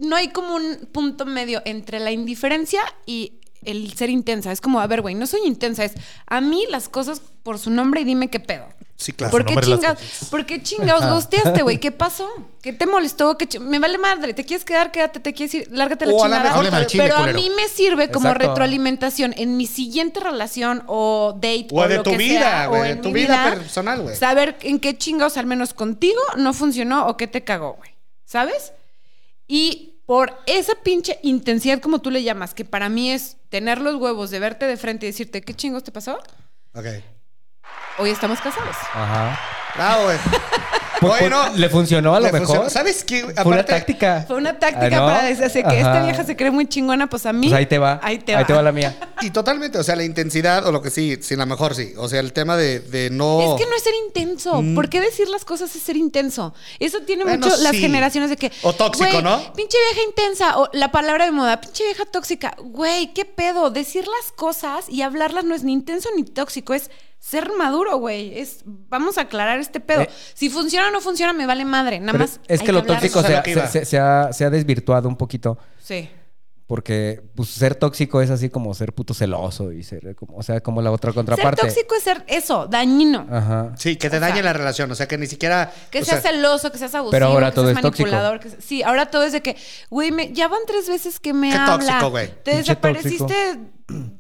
S4: no hay como un punto medio entre la indiferencia y el ser intensa. Es como, a ver, güey, no soy intensa. Es a mí las cosas por su nombre y dime qué pedo.
S1: Sí, claro.
S4: ¿Por
S3: Por
S4: qué,
S3: su nombre las
S4: chingados, ¿Por qué chingados gosteaste, güey? ¿Qué pasó? ¿Qué te molestó? ¿Qué chi- me vale madre. ¿Te quieres quedar? Quédate. ¿Te quieres ir? Lárgate a la
S1: O a la
S4: chingada.
S1: mejor-
S3: Hábleme al chile,
S4: Pero a
S3: culero.
S4: mí me sirve como
S2: Exacto.
S4: retroalimentación en mi siguiente relación o date
S1: O
S4: o
S1: de
S4: lo
S1: tu
S4: que
S1: vida,
S4: sea,
S1: güey,
S4: o
S1: de
S4: en
S1: tu
S4: mi
S1: vida personal, güey.
S2: Pues.
S4: Saber en qué chingados, al menos contigo, no funcionó o qué te cagó, güey. ¿Sabes? Y por esa pinche intensidad, como tú le llamas, que para mí es tener los huevos de verte de frente y decirte, ¿qué chingos te pasó?
S1: Ok.
S4: Hoy estamos casados.
S2: Ajá.
S1: Bravo, güey.
S2: Pues,
S1: Oye,
S2: pues,
S1: no.
S2: ¿Le funcionó a lo
S1: Le
S2: mejor?
S1: funcionó. ¿Sabes qué?
S2: Fue una
S1: Aparte-
S2: táctica.
S4: Fue una táctica
S2: Ah, ¿no?
S4: para decirse que
S2: Ajá.
S4: esta vieja se cree muy chingona, pues a mí.
S2: Pues ahí te va.
S4: Ahí te va.
S2: la mía.
S1: Y totalmente, o sea, la intensidad o lo que sí, sí, la mejor sí. O sea, el tema de, de no.
S2: Oh.
S4: Es que no es ser intenso.
S2: Mm.
S4: ¿Por qué decir las cosas es ser intenso? Eso tiene
S1: Bueno,
S4: mucho las
S1: sí.
S4: generaciones de que.
S1: O tóxico,
S4: "Güey,
S1: ¿no?
S4: Pinche vieja intensa. O la palabra de moda, pinche vieja tóxica. Güey, qué pedo. Decir las cosas y hablarlas no es ni intenso ni tóxico. Es ser maduro, güey. Es, vamos a aclarar este pedo.
S2: Eh.
S4: si funciona o no funciona, me vale madre. Nada
S2: Pero
S4: más.
S2: es
S4: hay
S2: que lo
S4: hablarlo.
S1: Eso
S2: tóxico
S1: es
S2: se
S1: a
S2: ha,
S1: lo que iba.
S2: se- se- se ha- se ha desvirtuado un poquito.
S4: Sí.
S2: Porque pues, ser tóxico es así como ser puto celoso y ser como, o sea, como la otra contraparte.
S4: Ser tóxico es ser eso, dañino.
S2: Ajá.
S1: Sí, que te
S4: O sea-
S1: dañe la relación. O sea, que ni siquiera.
S4: Que
S1: o
S4: seas
S1: sea,
S4: celoso, que seas abusivo,
S2: Pero ahora
S4: que
S2: todo
S4: seas
S2: es tóxico.
S4: manipulador. que se- sí, ahora todo es de que, güey, me- ya van tres veces que me
S1: Qué
S4: habla.
S1: tóxico, güey.
S4: Te
S2: Pinche
S4: desapareciste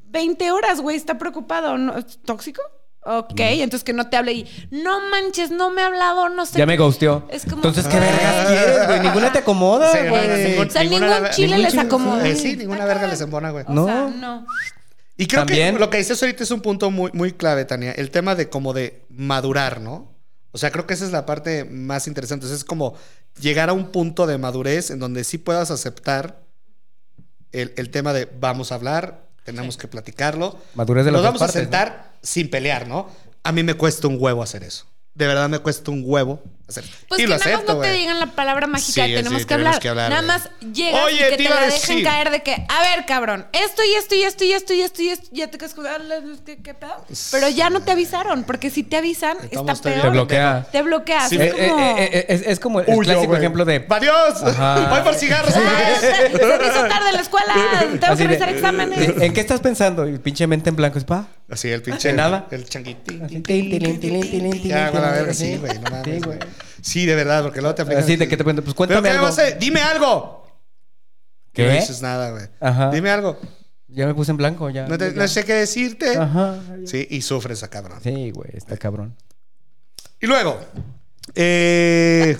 S4: 20 horas, güey, está preocupado. ¿no? ¿Tóxico? Ok, entonces que no te hable y no manches, no me ha hablado, no sé.
S2: Ya
S4: qué".
S2: me gusteó.
S4: Es como-
S2: Entonces, ¿qué
S4: Ah.
S2: vergas quieres, güey? Ninguna te acomoda,
S1: Sí,
S2: güey.
S1: no, no, ningún-
S4: O sea, ningún
S1: ninguna-
S4: chile
S2: ningún
S4: les
S2: chile-
S4: acomoda.
S1: eh, sí, ninguna verga les embona, güey.
S4: O
S2: No.
S4: sea, no.
S1: Y creo
S2: También-
S1: que lo que dices ahorita es un punto muy, muy clave, Tania. El tema de como de madurar, ¿no? O sea, creo que esa es la parte más interesante. O sea, es como llegar a un punto de madurez en donde sí puedas aceptar el, el tema de vamos a hablar, tenemos que platicarlo.
S2: Madurez de las
S1: Nos
S2: dos
S1: vamos a
S2: partes,
S1: sentar sin pelear, ¿no? A mí me cuesta un huevo hacer eso. De verdad me cuesta un huevo hacer.
S4: Pues
S1: y
S4: que
S1: lo
S4: nada más
S1: acepto,
S4: no
S1: güey.
S4: te digan la palabra mágica,
S1: Sí,
S4: tenemos,
S1: sí,
S4: que,
S1: tenemos
S4: hablar.
S1: que hablar,
S4: Nada
S1: güey.
S4: más llegas
S1: Oye,
S4: y que
S1: te
S4: te,
S1: iba
S4: la
S1: a
S4: dejen
S1: decir.
S4: caer de que, a ver, cabrón, esto y esto y esto y esto y esto y esto, ya te quedas con, ah, la- ¿qué, qué pedo? Pero ya no te avisaron, porque si te avisan,
S1: Estamos
S4: está
S1: todavía-
S4: peor.
S2: Te bloquea.
S4: Te bloqueas.
S1: Sí,
S2: Eh,
S4: es
S2: eh,
S4: como...
S2: eh, eh, es, es como el
S1: Huyo,
S2: clásico
S1: güey.
S2: ejemplo de.
S1: ¡Adiós!
S2: Ajá.
S1: ¡Voy por cigarros!
S4: "Ah, se se me hizo tarde en la escuela, tengo
S2: eh". así de-
S4: que revisar exámenes.
S2: ¿En qué estás pensando? Y pinche mente en blanco es pa.
S1: Así el pinche.
S2: De nada.
S1: El changuitín.
S2: Así tilín, tilín, tilín, tilín,
S1: Ya, güey, a
S2: tilín,
S1: ver, sí,
S2: tilín.
S1: güey, no mames,
S2: Sí,
S1: güey. Sí, de verdad, porque luego te aplicas.
S2: Así de que te preguntan, pues, cuéntame
S1: ¿Pero qué me
S2: algo.
S1: vas a decir? ¡Dime algo!
S2: ¿Qué?
S1: No dices nada, güey.
S2: Ajá.
S1: Dime algo.
S2: Ya me puse en blanco, ya.
S1: No, te-
S2: ya.
S1: no sé qué decirte.
S2: Ajá.
S1: Sí, y sufres a cabrón.
S2: Sí, güey, está cabrón.
S1: Y luego, eh,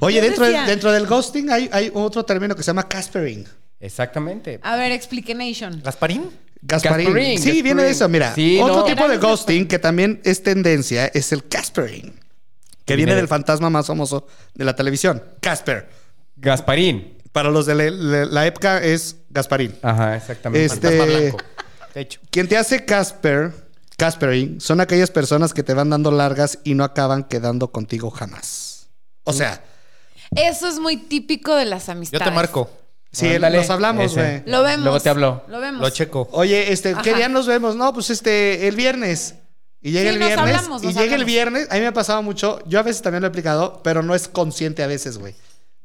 S1: oye,
S4: Yo
S1: dentro,
S4: decía-
S1: del- dentro del ghosting hay, hay otro término que se llama caspering.
S2: Exactamente.
S4: A ver, explanation.
S3: ¿Gasparín?
S1: Gasparín.
S2: Gasparín,
S1: sí, viene de eso,
S2: Gasparín.
S1: mira.
S2: Sí,
S1: otro
S2: no.
S1: tipo de ghosting que también es tendencia es el caspering, que viene
S2: Viene de-
S1: del fantasma más famoso de la televisión, Casper.
S2: Gasparín.
S1: Para los de la, la- la época es Gasparín.
S2: Ajá, exactamente.
S1: Este-
S3: Fantasma blanco. De hecho.
S1: Quien te hace Casper, Caspering, son aquellas personas que te van dando largas y no acaban quedando contigo jamás. O sea,
S4: Eso es muy típico de las
S3: Yo
S4: amistades.
S3: te marco.
S1: si
S2: Ándale,
S1: nos hablamos,
S2: ese.
S1: güey.
S4: Lo vemos.
S2: Luego te habló.
S4: Lo vemos.
S3: Lo checo.
S1: Oye, este, ¿qué
S4: Ajá.
S1: día nos vemos? No, pues este, el viernes. Y llega
S4: Sí,
S1: el
S4: nos
S1: viernes.
S4: hablamos,
S1: y
S4: nos
S1: llega el
S4: hablamos.
S1: viernes. A mí me ha pasado mucho. Yo a veces también lo he aplicado, pero no es consciente a veces, güey.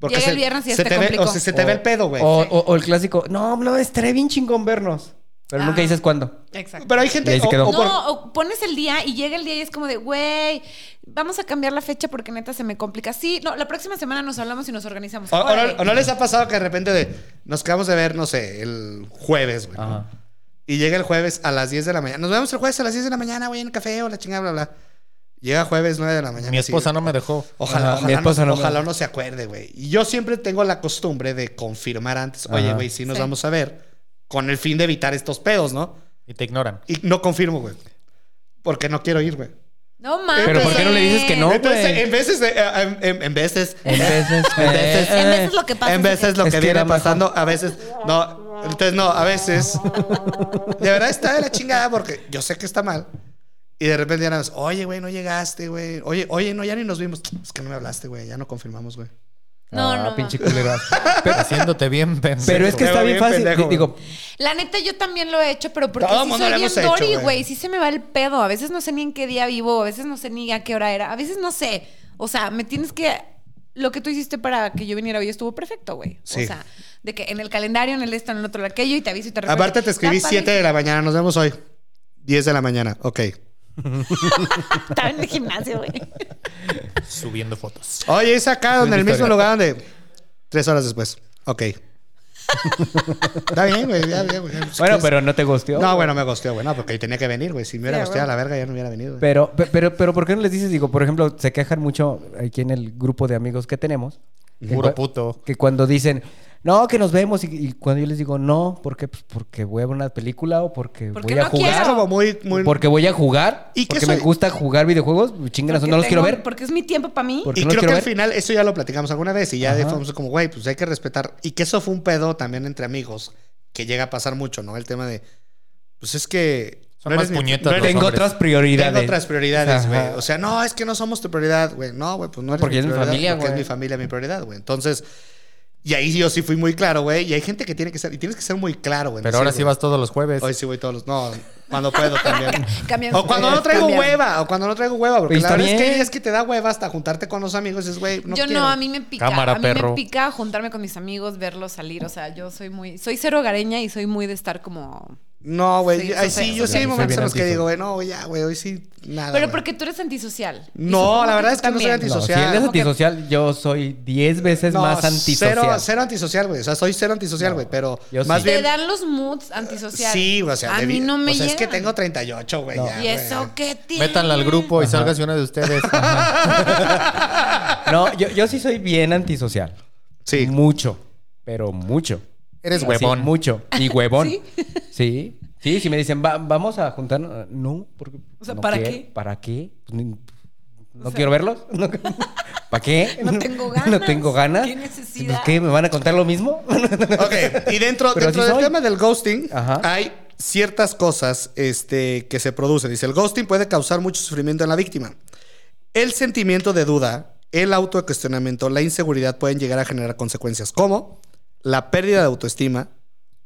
S4: Llega el viernes y ya
S1: se
S4: te
S1: te ve,
S4: complicó.
S1: O sea, se te ve el pedo, güey.
S2: O, o- o el clásico, no, no, estaré bien chingón vernos. Pero nunca
S1: Ah.
S4: Ajá.
S2: dices cuándo.
S4: Exacto.
S1: Pero hay
S2: Y
S1: gente.
S2: ahí se
S1: o-
S2: quedó.
S1: o por-
S4: No, o pones el día y llega el día y es como de, güey, vamos a cambiar la fecha porque neta se me complica. Sí, no, la próxima semana nos hablamos y nos organizamos.
S1: o- o
S4: Órale.
S1: no, o no les ha pasado que de repente de, nos quedamos de ver, no sé, el jueves, güey. ¿no?
S2: Ajá.
S1: Y llega el jueves a las 10 de la mañana. Nos vemos el jueves a las 10 de la mañana, güey, en el café o la chingada, bla, bla. Llega jueves 9 de la mañana.
S3: Mi esposa
S1: sí.
S3: no me dejó.
S1: Ojalá,
S2: Ajá,
S1: ojalá,
S2: mi esposa
S1: no,
S2: no me-
S1: ojalá no se acuerde, güey. Y yo siempre tengo la costumbre de confirmar antes. Oye,
S2: Ajá.
S1: güey, sí nos
S4: Sí.
S1: vamos a ver. Con el fin de evitar estos pedos, ¿no?
S3: Y te ignoran.
S1: Y no confirmo, güey. Porque no quiero ir, güey.
S4: No mames.
S2: Pero ¿por qué no le dices que no?
S1: Entonces,
S2: güey.
S1: en veces, de- eh, en, en- en veces,
S2: En veces, Ah,
S1: En veces-
S4: En veces lo que pasa.
S1: en
S4: es que-
S1: veces lo
S2: Es
S1: que
S2: que
S1: viene
S2: era mejor.
S1: pasando, a veces, no, entonces no, a veces. De verdad está de la chingada porque yo sé que está mal. Y de repente ya nada más, oye, güey, no llegaste, güey. Oye, oye, no, ya ni nos vimos. Es que no me hablaste, güey, ya no confirmamos, güey.
S4: No,
S2: Ah,
S4: no.
S2: pinche culera.
S3: Haciéndote bien, pendejo.
S2: Pero es que
S1: Pero
S2: está bien
S1: bien
S2: fácil.
S1: pendejo,
S2: Di- Digo,
S4: La neta, yo también lo he hecho, pero porque
S1: Todo
S4: sí
S1: mundo
S4: soy
S1: lo
S4: bien
S1: hemos hecho,
S4: Dory,
S1: güey.
S4: güey. Sí se me va el pedo. A veces no sé ni en qué día vivo, a veces no sé ni a qué hora era, a veces no sé. O sea, me tienes que lo que tú hiciste para que yo viniera hoy estuvo perfecto, güey.
S1: Sí.
S4: O sea, de que en el calendario, en el esto, en el otro, en aquello, y te aviso y te recuerdo.
S1: Aparte te escribí
S4: Está
S1: 7 de la mañana, nos vemos hoy. 10 de la mañana, ok.
S4: padrísimo. Estaba en el gimnasio, güey.
S3: Subiendo fotos.
S1: Oye, es acá, donde en el mismo
S3: historia.
S1: lugar donde... Tres horas después, ok. Está bien, güey, ya, ya, güey.
S2: Bueno, pero no te gusteó.
S1: No, bueno, me gosteó, güey. No, porque yo tenía que venir, güey. Si me hubiera
S4: Sí,
S1: gosteado a la
S4: güey.
S1: verga, ya no hubiera venido, güey.
S2: Pero, pe- pero, pero, ¿por qué no les dices? Digo, por ejemplo, se quejan mucho aquí en el grupo de amigos que tenemos. que
S3: Puro
S2: cua-
S3: puto.
S2: Que cuando dicen, no, que nos vemos, y, y cuando yo les digo, no, ¿por qué? Pues porque voy a ver una película o porque,
S4: Porque
S2: voy a
S4: no
S2: jugar.
S1: Es
S4: quiero.
S1: como muy, muy...
S2: Porque voy a jugar.
S1: ¿Y qué
S2: porque me
S1: soy?
S2: gusta jugar videojuegos. pues, Chingas, no los
S4: Porque
S2: quiero
S4: tengo-
S2: ver.
S4: Porque es mi tiempo para mí.
S2: Por- qué
S1: Y
S2: no
S1: creo que
S2: quiero
S1: al
S2: ver?
S1: final, eso ya lo platicamos alguna vez y ya
S2: Ajá.
S1: fuimos como, güey, pues hay que respetar. Y que eso fue un pedo también entre amigos, que llega a pasar mucho, ¿no? El tema de, pues es que...
S3: Son
S1: no
S3: más
S1: eres mi-
S3: puñetas
S1: no eres-
S3: los
S2: Tengo
S3: hombres.
S2: otras prioridades.
S1: Tengo otras prioridades,
S2: Ajá.
S1: güey. O sea, no, es que no somos tu prioridad, güey. No, güey, pues no eres
S2: Porque es mi
S1: prioridad,
S2: familia,
S1: porque es
S2: güey.
S1: mi familia mi prioridad, güey. Entonces, y ahí yo sí fui muy claro, güey. Y hay gente que tiene que ser, y tienes que ser muy claro, güey.
S3: Pero ahora sí
S1: vas
S3: vas todos los jueves.
S1: Hoy sí voy todos los. No, cuando puedo también.
S4: Cambiamos
S1: o cuando no
S4: ideas,
S1: traigo
S4: cambiamos.
S1: hueva, o cuando no traigo hueva, porque
S2: Y
S1: la
S2: está
S1: verdad es que
S2: bien.
S1: hay días que te da hueva hasta juntarte con los amigos y es, güey, no
S4: yo
S1: quiero.
S4: no, a mí me pica.
S3: Cámara,
S4: a mí
S3: perro.
S4: me pica juntarme con mis amigos, verlos salir. O sea, yo soy muy. Soy cero hogareña y soy muy de estar como.
S2: Ah,
S1: No, güey.
S4: Sí,
S1: yo- ay,
S4: eso
S1: sí,
S4: sí.
S1: yo sí hay
S3: Soy
S1: momentos
S3: bien
S1: en los que
S3: antisocial.
S1: digo, güey, no, güey, ya, güey, hoy sí, nada.
S4: Pero
S1: güey.
S4: porque tú eres antisocial. Y
S1: No,
S4: supongo
S1: la verdad
S4: tú
S1: es que no soy
S4: también.
S2: No, si
S1: antisocial.
S2: él es antisocial, yo soy 10 veces
S1: No,
S2: más antisocial.
S1: Cero, cero antisocial, güey. O sea, soy cero antisocial, güey, pero
S2: yo
S1: más
S2: sí.
S4: Te
S1: bien.
S4: dan los moods antisociales.
S1: Sí, güey, o sea,
S4: a
S1: de
S4: mí
S1: vida.
S4: no me
S1: O sea, es que
S4: llegan.
S1: tengo Ah, 38, güey, ya.
S4: ¿Y
S1: güey.
S4: eso qué tiene?
S3: Métanla al grupo y salgas una de ustedes. Ajá.
S2: No, yo, yo sí soy bien antisocial.
S1: Sí.
S2: Mucho, pero mucho.
S3: Eres
S2: Así,
S3: huevón.
S2: mucho. Y huevón.
S4: ¿Sí?
S2: ¿Sí? sí. si me dicen, "Va- vamos a juntarnos. No, porque.
S4: O sea,
S2: no
S4: ¿para
S2: quiero.
S4: qué?
S2: ¿Para qué? Pues ni- No
S4: sea-
S2: quiero verlos. No- ¿Para qué?
S4: No tengo
S2: No
S4: ganas.
S2: tengo ganas.
S4: ¿Qué necesidad?
S2: Pues, ¿Qué? ¿Me van a contar lo mismo?
S1: Ok, y dentro,
S2: Pero
S1: dentro
S2: sí
S1: del
S2: soy.
S1: tema del ghosting,
S2: Ajá.
S1: hay ciertas cosas este, que se producen. Dice, el ghosting puede causar mucho sufrimiento en la víctima. El sentimiento de duda, el autocuestionamiento, la inseguridad pueden llegar a generar consecuencias como la pérdida de autoestima,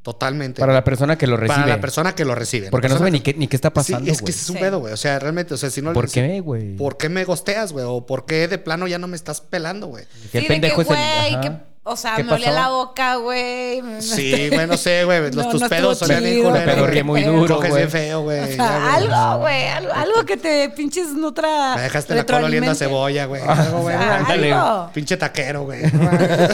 S1: totalmente.
S2: Para la persona que lo
S1: Para
S2: recibe.
S1: la persona que lo recibe.
S2: Porque
S1: La
S2: no sabe
S1: persona-
S2: ni qué, ni qué está pasando.
S1: Sí, es que
S2: güey.
S1: ese es un
S4: Sí.
S1: pedo, güey. O sea, realmente, o sea, si no...
S2: ¿Por
S1: si-
S2: qué, güey?
S1: ¿Por qué me gosteas, güey? ¿O por qué de plano ya no me estás pelando, güey?
S2: ¿Qué
S4: Sí, de
S2: pendejo
S4: que,
S2: es el-
S4: güey,
S2: ajá.
S4: que- o sea,
S2: ¿Qué
S4: me olía
S2: pasó?
S4: la boca, güey. me-
S1: Sí, güey, no sé, güey. Los
S4: No,
S1: tus
S4: no estuvo
S1: pedos olían bien
S4: chido.
S1: culero,
S2: Pero
S1: güey.
S2: ríe muy
S4: Qué feo.
S2: duro,
S1: Coges
S2: güey.
S1: bien feo, güey.
S4: O sea,
S1: ya, güey.
S4: algo, güey, algo, algo que te pinches nutra.
S1: Me dejaste la cola oliendo a cebolla, güey.
S2: Ah,
S1: Algo, güey.
S4: sea,
S1: Ándale,
S4: algo.
S1: Pinche taquero, güey.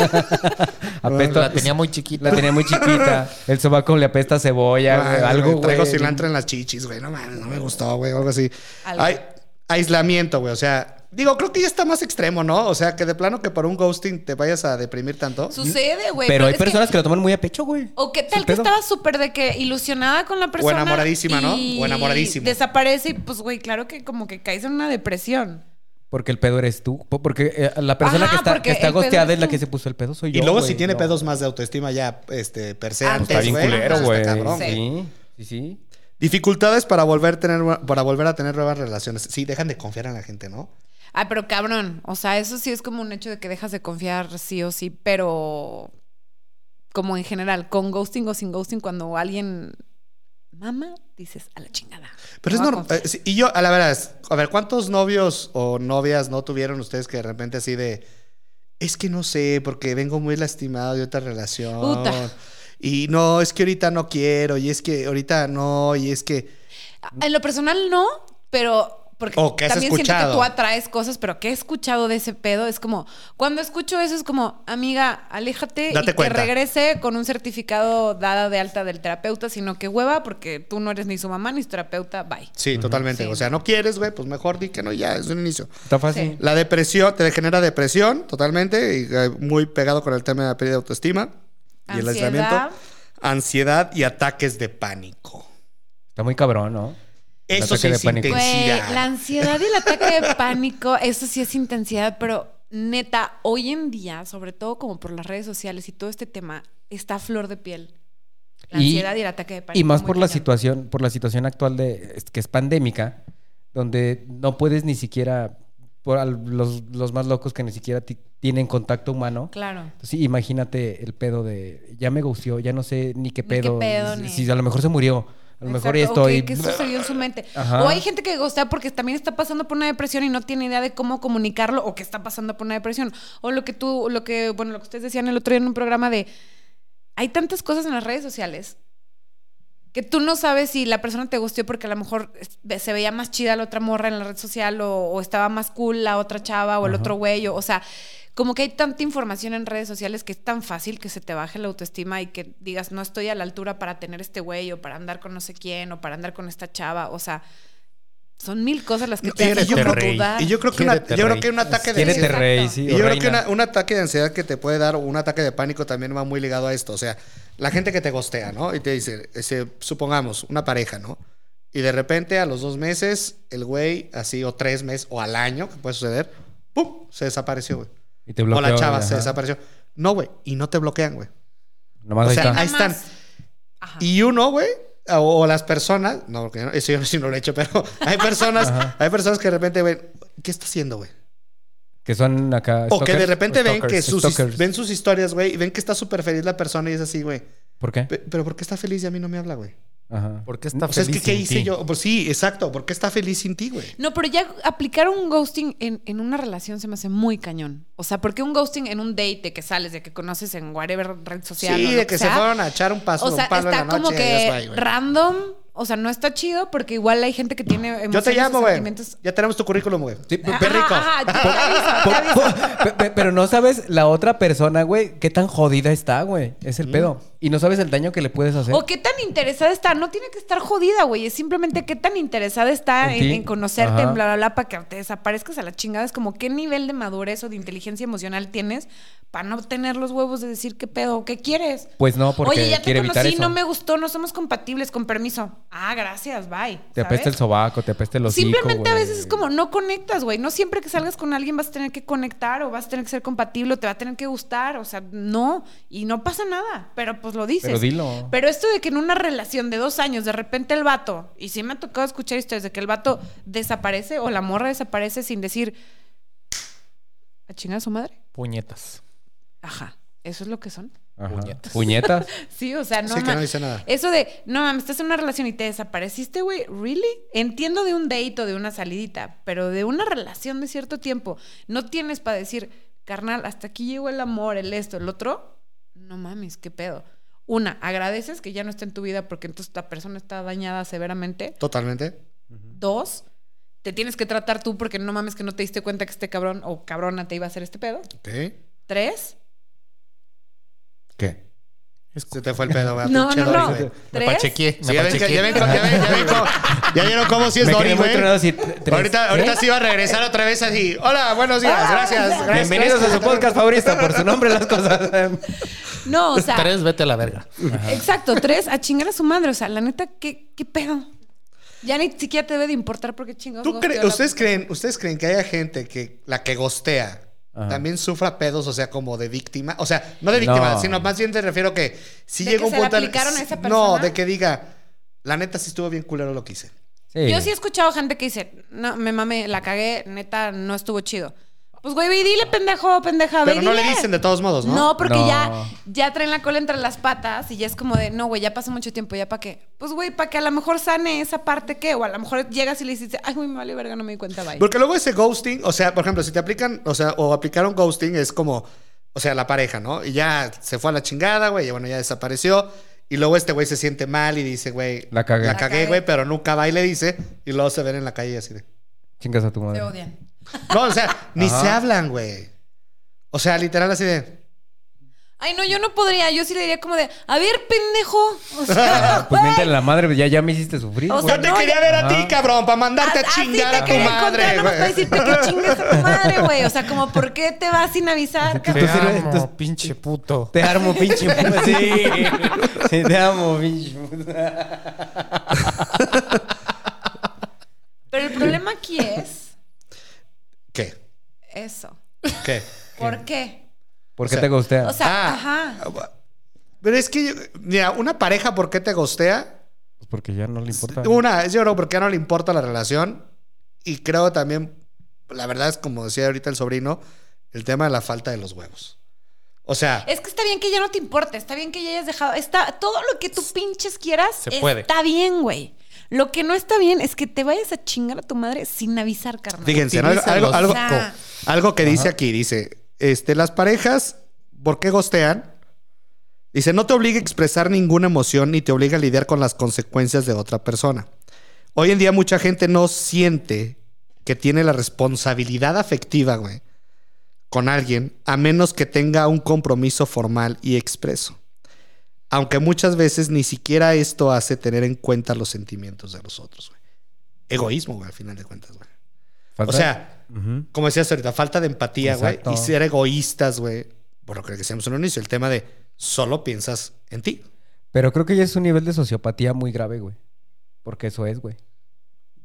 S2: Apesta-
S3: La tenía muy chiquita.
S2: La tenía muy chiquita. El sobaco le apesta a cebolla, güey, algo, güey.
S1: Traigo Ah, cilantro en las chichis, güey. No mames, no me gustó, güey. Algo así.
S4: Algo.
S1: Ay, aislamiento, güey. O sea, digo, creo que ya está más extremo, ¿no? O sea, que de plano que por un ghosting te vayas a deprimir tanto.
S4: Sucede, güey.
S2: Pero hay
S4: es que-
S2: personas que... lo toman muy a pecho, güey.
S4: O qué
S2: Sin
S4: tal que
S2: pedo.
S4: estaba súper de que ilusionada con la persona.
S1: enamoradísima, ¿no?
S4: y
S1: O enamoradísimo.
S4: Desaparece y pues, güey, claro que como que caes en una depresión.
S2: Porque el pedo eres tú. Po- Porque eh, la persona
S4: Ajá,
S2: que está,
S4: porque
S2: que está
S4: el pedo
S2: gosteada
S4: eres
S2: es la
S4: tú.
S2: que se puso el pedo, soy
S1: Y
S2: yo.
S1: luego
S2: güey,
S1: si tiene
S2: no.
S1: pedos más de autoestima ya, este, per se
S4: Ah,
S1: antes,
S2: Está bien
S1: güey,
S2: culero,
S1: pues,
S2: güey.
S1: está cabrón, güey.
S2: Sí, sí, sí.
S1: Dificultades para volver, a tener, para volver a tener nuevas relaciones. Sí, dejan de confiar en la gente, ¿no?
S4: Ah, pero cabrón. O sea, eso sí es como un hecho de que dejas de confiar sí o sí, pero como en general, con ghosting o sin ghosting, cuando alguien mama, dices a la chingada.
S1: Pero es eh,
S4: No pues. va a
S1: normal.
S4: confiar.
S1: y yo, a la verdad, es- a ver, ¿cuántos novios o novias no tuvieron ustedes que de repente así de. Es que no sé, porque vengo muy lastimado de otra relación.
S4: Puta.
S1: Y no, es que ahorita no quiero, y es que ahorita no, y es que.
S4: En lo personal no, pero porque
S1: O que has
S4: también siento
S1: escuchado.
S4: que tú atraes cosas, pero que he escuchado de ese pedo es como cuando escucho eso es como, amiga, aléjate
S1: Date
S4: y
S1: cuenta.
S4: que regrese con un certificado dada de alta del terapeuta, sino que hueva porque tú no eres ni su mamá ni su terapeuta, bye.
S1: Sí, totalmente.
S4: Sí.
S1: O sea, no quieres, güey, pues mejor di que no, y ya, es un inicio.
S2: Está fácil.
S1: La depresión te genera depresión totalmente, y eh, muy pegado con el tema de la pérdida de autoestima y el
S4: Ansiedad.
S1: aislamiento. Ansiedad y ataques de pánico.
S2: Está muy cabrón, ¿no? El
S1: Eso sí
S2: ataque de
S1: es
S2: pánico.
S4: Güey,
S1: intensidad.
S4: la ansiedad y el ataque de pánico, eso sí es intensidad, pero neta, hoy en día, sobre todo como por las redes sociales y todo este tema, está a flor de piel. La
S2: Y-
S4: ansiedad y, el ataque de pánico.
S2: Y más
S4: muy
S2: por la
S4: cañón.
S2: situación, por la situación actual de es- que es pandémica, donde no puedes ni siquiera por al- los, los más locos que ni siquiera ti- tienen contacto humano.
S4: Claro.
S2: Entonces, imagínate el pedo de ya me gustió, ya no sé ni qué
S4: Ni qué
S2: pedo.
S4: pedo,
S2: si
S4: ni-
S2: si a lo mejor se murió. A lo mejor ya
S4: Exacto, o
S2: estoy.
S4: ¿Qué, qué sucedió en su mente?
S2: Ajá.
S4: O hay gente que ghostea porque también está pasando por una depresión y no tiene idea de cómo comunicarlo o que está pasando por una depresión. O lo que tú, lo que, bueno, lo que ustedes decían el otro día en un programa de. Hay tantas cosas en las redes sociales que tú no sabes si la persona te gustó porque a lo mejor es- se veía más chida la otra morra en la red social o, o estaba más cool la otra chava o el
S2: Ajá.
S4: otro güey. O, o sea, como que hay tanta información en redes sociales que es tan fácil que se te baje la autoestima y que digas, no estoy a la altura para tener este güey o para andar con no sé quién o para andar con esta chava. O sea, son mil cosas las que
S1: No,
S4: te
S1: y
S4: hacen
S1: yo creo-
S4: dudar.
S1: Y yo creo que, una-
S3: Quiérete,
S1: yo creo
S3: rey.
S1: que un ataque de
S4: Quiérete,
S1: ansiedad-
S2: Tienes
S4: Exacto.
S2: este rey, sí.
S1: Y
S2: o
S1: yo creo que
S2: reina.
S1: una- un ataque de ansiedad que te puede dar o un ataque de pánico también va muy ligado a esto. O sea, la gente que te gostea, ¿no? Y te dice, ese, supongamos, una pareja, ¿no? Y de repente a los dos meses, el güey, así, o tres meses, o al año, que puede suceder, ¡pum! Se desapareció, güey.
S2: Y te
S1: O
S2: bloqueo,
S1: la chava
S2: ajá.
S1: se desapareció. No, güey. Y no te bloquean, güey.
S2: Nomás
S1: o
S2: ahí
S1: sea,
S2: está.
S1: ahí
S4: Nada
S1: están.
S4: más. Ajá.
S1: Y uno, güey, o, o las personas, no, porque no- eso yo sí no lo he hecho, pero hay personas, hay personas que de repente ven, ¿qué está haciendo, güey?
S2: Que son acá.
S1: O que de
S2: stalkers.
S1: repente ven
S3: Stalkers,
S1: que sus,
S2: stalkers.
S1: ven sus historias, güey, y ven que está súper feliz la persona y es así, güey.
S2: ¿Por qué?
S1: "Pe- Pero ¿por qué está feliz y a mí no me habla, güey?
S2: Ajá.
S3: ¿Por qué está
S1: O sea, es
S3: feliz
S1: que ¿qué
S3: sin
S1: hice
S3: ti?
S1: yo? Pues sí, exacto. ¿Por qué está feliz sin ti, güey?
S4: No, pero ya aplicar un ghosting en, en una relación se me hace muy cañón. O sea, porque un ghosting en un date que sales, de que conoces en whatever red social. o
S1: sí,
S4: lo
S1: de que se
S4: sea,
S1: fueron a echar un paso,
S4: O sea,
S1: un palo en
S4: está
S1: la noche
S4: como
S1: y adiós,
S4: que
S1: bye, güey.
S4: random. O sea, no está chido porque igual hay gente que tiene emociones
S1: Yo te llamo,
S4: o
S1: güey.
S4: sentimientos. Ah,
S1: Ya tenemos tu currículum, güey.
S2: Sí, pe-
S4: Ajá,
S2: pe-
S4: ajá, ajá, yo te aviso,
S2: Por-
S4: te aviso.
S2: por- pe- pe- pero no sabes la otra persona, güey, qué tan jodida está, güey. Es el
S1: Mm.
S2: pedo. Y no sabes el daño que le puedes hacer.
S4: O qué tan interesada está. No tiene que estar jodida, güey. Es simplemente qué tan interesada está
S2: En
S4: en,
S2: ti.
S4: en conocerte, en
S2: Ajá.
S4: bla, bla, bla, para que te desaparezcas a la chingada. Es como qué nivel de madurez o de inteligencia emocional tienes para no tener los huevos de decir qué pedo, qué quieres.
S2: Pues no, porque
S4: Oye, ya te
S2: quiere evitar
S4: conocí,
S2: eso.
S4: no me gustó, no somos compatibles, con permiso. Ah, gracias, bye.
S2: Te
S4: ¿sabes?
S2: apesta el sobaco, te apesta el hocico,
S4: Simplemente a
S2: güey.
S4: veces es como no conectas, güey. No siempre que salgas con alguien vas a tener que conectar o vas a tener que ser compatible o te va a tener que gustar. O sea, no. Y no pasa nada. Pero pues lo dices.
S2: Pero dilo.
S4: Pero esto de que en una relación de dos años de repente el vato, y sí me ha tocado escuchar historias de que el vato desaparece o la morra desaparece sin decir a chingar a su madre.
S3: Puñetas.
S4: Ajá. Eso es lo que son.
S2: Ajá.
S3: Puñetas.
S2: Puñetas.
S4: Sí, o sea, no.
S1: Sí, que
S4: ma- Eh,
S1: no dice nada.
S4: Eso de, no mames, estás en una relación y te desapareciste, güey, ¿really? Entiendo de un date o de una salidita, pero de una relación de cierto tiempo, no tienes para decir, carnal, hasta aquí llegó el amor, el esto, el otro. No mames, qué pedo. Una, agradeces que ya no está en tu vida porque entonces la persona está dañada severamente.
S1: Totalmente.
S4: Dos, te tienes que tratar tú porque no mames que no te diste cuenta que este cabrón o cabrona te iba a hacer este pedo.
S1: Ok.
S4: Tres,
S1: ¿Qué? Se te fue el pedo, güey.
S4: no,
S1: Pinche
S4: no,
S1: Dory,
S4: no.
S1: güey.
S3: Me
S4: Tres,
S3: pachequeé.
S1: Sí,
S3: Me
S1: ya ven, que-
S3: pachequeé.
S1: ya ven, ya ven, ya ven cómo- ya vieron cómo sí es
S2: Me
S1: Dory,
S2: quedé muy
S1: güey.
S2: tronado así, t- tres.
S1: Ahorita, ahorita
S2: ¿Eh?
S1: sí va a regresar otra vez así. Hola, buenos días, gracias. gracias,
S2: Bienvenidos
S1: gracias.
S2: a su podcast favorito, por su nombre las cosas.
S4: no, o sea.
S3: Tres, vete a la verga.
S4: Exacto, tres, a chingar a su madre. O sea, la neta, ¿qué, qué pedo? Ya ni siquiera te debe de importar porque chingados.
S1: ¿Tú
S4: gosteó
S1: cre-
S4: la-
S1: ¿Ustedes creen, ustedes creen que haya gente que la que gostea
S2: Ajá.
S1: también sufra pedos, o sea, como de víctima, o sea, no de víctima,
S2: No.
S1: sino más bien te refiero que si
S4: ¿De
S1: llega
S4: que
S1: un
S4: se la
S1: punto al-
S4: aplicaron a esa
S1: no,
S4: persona?
S1: de que diga, la neta sí estuvo bien culero lo que hice.
S4: Yo sí he escuchado gente que dice, no, me mame, la cagué, neta, no estuvo chido. Pues güey, ve y dile, pendejo, pendeja, ve
S1: Pero
S4: y
S1: no le
S4: dile.
S1: dicen de todos modos, ¿no?
S4: ¿no? porque
S2: No.
S4: ya ya traen la cola entre las patas y ya es como de, no, güey, ya pasó mucho tiempo, ¿ya para qué? Pues, güey, para que a lo mejor sane esa parte que, o a lo mejor llegas y le dices, ay, güey, me vale verga, no me di cuenta, bye.
S1: Porque luego ese ghosting, o sea, por ejemplo, si te aplican, o sea, o aplicaron ghosting, es como, o sea, la pareja, ¿no? Y ya se fue a la chingada, güey, y bueno, ya desapareció. Y luego este güey se siente mal y dice, güey,
S2: La cagué.
S1: La
S2: La
S1: cagué,
S4: cagué.
S1: güey, pero nunca va y le dice. Y luego se ven en la calle así de.
S2: Chingas a tu madre.
S4: Se odian.
S1: No, o sea, ni
S2: Ajá.
S1: se hablan, güey. O sea, literal así de.
S4: Ay, no, yo no podría, yo sí le diría como de, a ver, pendejo. O sea,
S2: Pues miéntale la madre, ya, ya me hiciste sufrir.
S4: O
S2: güey.
S4: sea,
S1: yo te
S4: no,
S1: quería
S4: ya-
S1: ver a
S2: Ajá.
S1: ti, cabrón, para mandarte a,
S4: Así
S1: chingar
S4: Ah, te
S1: a tu
S4: quería encontrar,
S1: madre,
S4: nomás para
S1: güey.
S4: decirte que chingas a tu madre, güey. O sea, como, ¿por qué te vas sin avisar?
S2: Te
S3: Te
S4: cabrón?
S2: amo,
S3: amo, pinche puto.
S2: Te armo, pinche. puta. Sí. Sí, te amo, pinche. puta.
S4: Pero el problema aquí es
S1: ¿Qué?
S4: eso.
S1: ¿Qué?
S4: ¿Por qué?
S2: ¿Por
S1: O
S2: qué
S1: sea,
S2: te gostea?
S4: O sea,
S1: Ah.
S4: ajá.
S1: Pero es que, yo- mira, una pareja, ¿por qué te gostea?
S2: Pues porque ya no le importa.
S1: Una, es yo creo porque ya no le importa la relación. Y creo también, la verdad es como decía ahorita el sobrino, el tema de la falta de los huevos. O sea,
S4: Es que está bien que ya no te importe, está bien que ya hayas dejado. Está todo lo que tú pinches quieras.
S3: Se puede.
S4: Está bien, güey. Lo que no está bien es que te vayas a chingar a tu madre sin avisar, carnal.
S1: fíjense, ¿no? algo,
S3: utiliza
S1: algo,
S3: los-
S1: algo-
S4: O sea,
S1: algo que dice aquí, dice, este, las parejas, ¿por qué gostean? Dice, no te obliga a expresar ninguna emoción ni te obliga a lidiar con las consecuencias de otra persona. Hoy en día mucha gente no siente que tiene la responsabilidad afectiva, güey, con alguien, a menos que tenga un compromiso formal y expreso. Aunque muchas veces ni siquiera esto hace tener en cuenta los sentimientos de los otros, güey. Egoísmo, güey, al final de cuentas, güey. O
S2: Falta-
S1: sea,
S2: Ujú.
S1: como decías ahorita, falta de empatía, güey.
S2: Exacto.
S1: Y ser egoístas, güey. Por lo que decíamos en un inicio, el tema de solo piensas en ti.
S2: Pero creo que ya es un nivel de sociopatía muy grave, güey. Porque eso es, güey.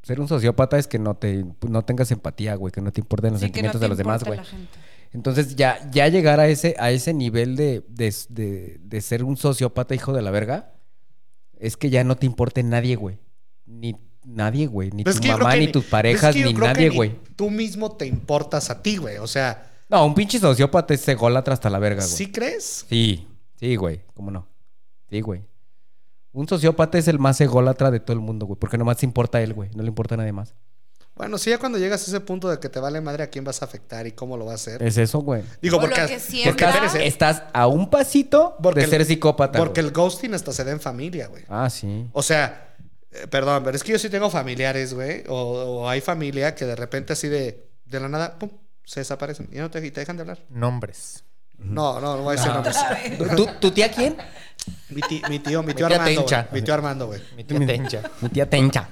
S2: Ser un sociópata es que no te no tengas empatía, güey, que no te importen los
S4: sí que no
S2: sentimientos
S4: te
S2: de los demás,
S4: importa
S2: güey.
S4: la gente.
S2: Entonces, ya, ya llegar a ese, a ese nivel de, de- de- de ser un sociópata hijo de la verga, es que ya no te importe nadie, güey. Ni nadie, güey.
S1: Pero
S2: Ni
S1: Pues es
S2: tu
S1: que yo creo
S2: mamá,
S1: que
S2: ni
S1: ni-
S2: tus
S1: Pero es
S2: parejas,
S1: que yo
S2: ni
S1: creo que
S2: nadie, güey.
S1: Tú mismo te importas a ti, güey. O sea,
S2: No, un pinche sociópata es ególatra hasta la verga, güey.
S1: ¿sí crees?
S2: Sí, sí, güey. ¿Cómo no? Sí, güey. Un sociópata es el más ególatra de todo el mundo, güey. Porque nomás se importa a él, güey. No le importa a nadie más.
S1: Bueno, sí, ya cuando llegas a ese punto de que te vale madre a quién vas a afectar y cómo lo vas a hacer.
S2: Es eso, güey.
S1: Digo,
S4: O lo
S1: porque,
S4: que siembra.
S1: porque,
S2: Porque estás,
S1: espérese,
S2: estás a un pasito
S1: Porque
S2: de
S1: el-
S2: ser psicópata.
S1: porque
S2: güey.
S1: el ghosting hasta se da en familia, güey.
S2: Ah, sí.
S1: O sea, eh, perdón, pero es que yo sí tengo familiares, güey. O, o hay familia que de repente así de, de la nada, pum, se desaparecen y, no te, y te dejan de hablar.
S3: Nombres.
S1: No, no, no voy a decir nombres.
S2: ¿Tú, ¿Tu tía quién?
S1: Mi ti- mi tío, mi
S3: Mi
S1: tío
S3: tía
S1: Armando.
S3: Tencha.
S1: güey. Mi tío Armando, güey.
S3: Mi tía Tencha.
S2: Mi tía Tencha.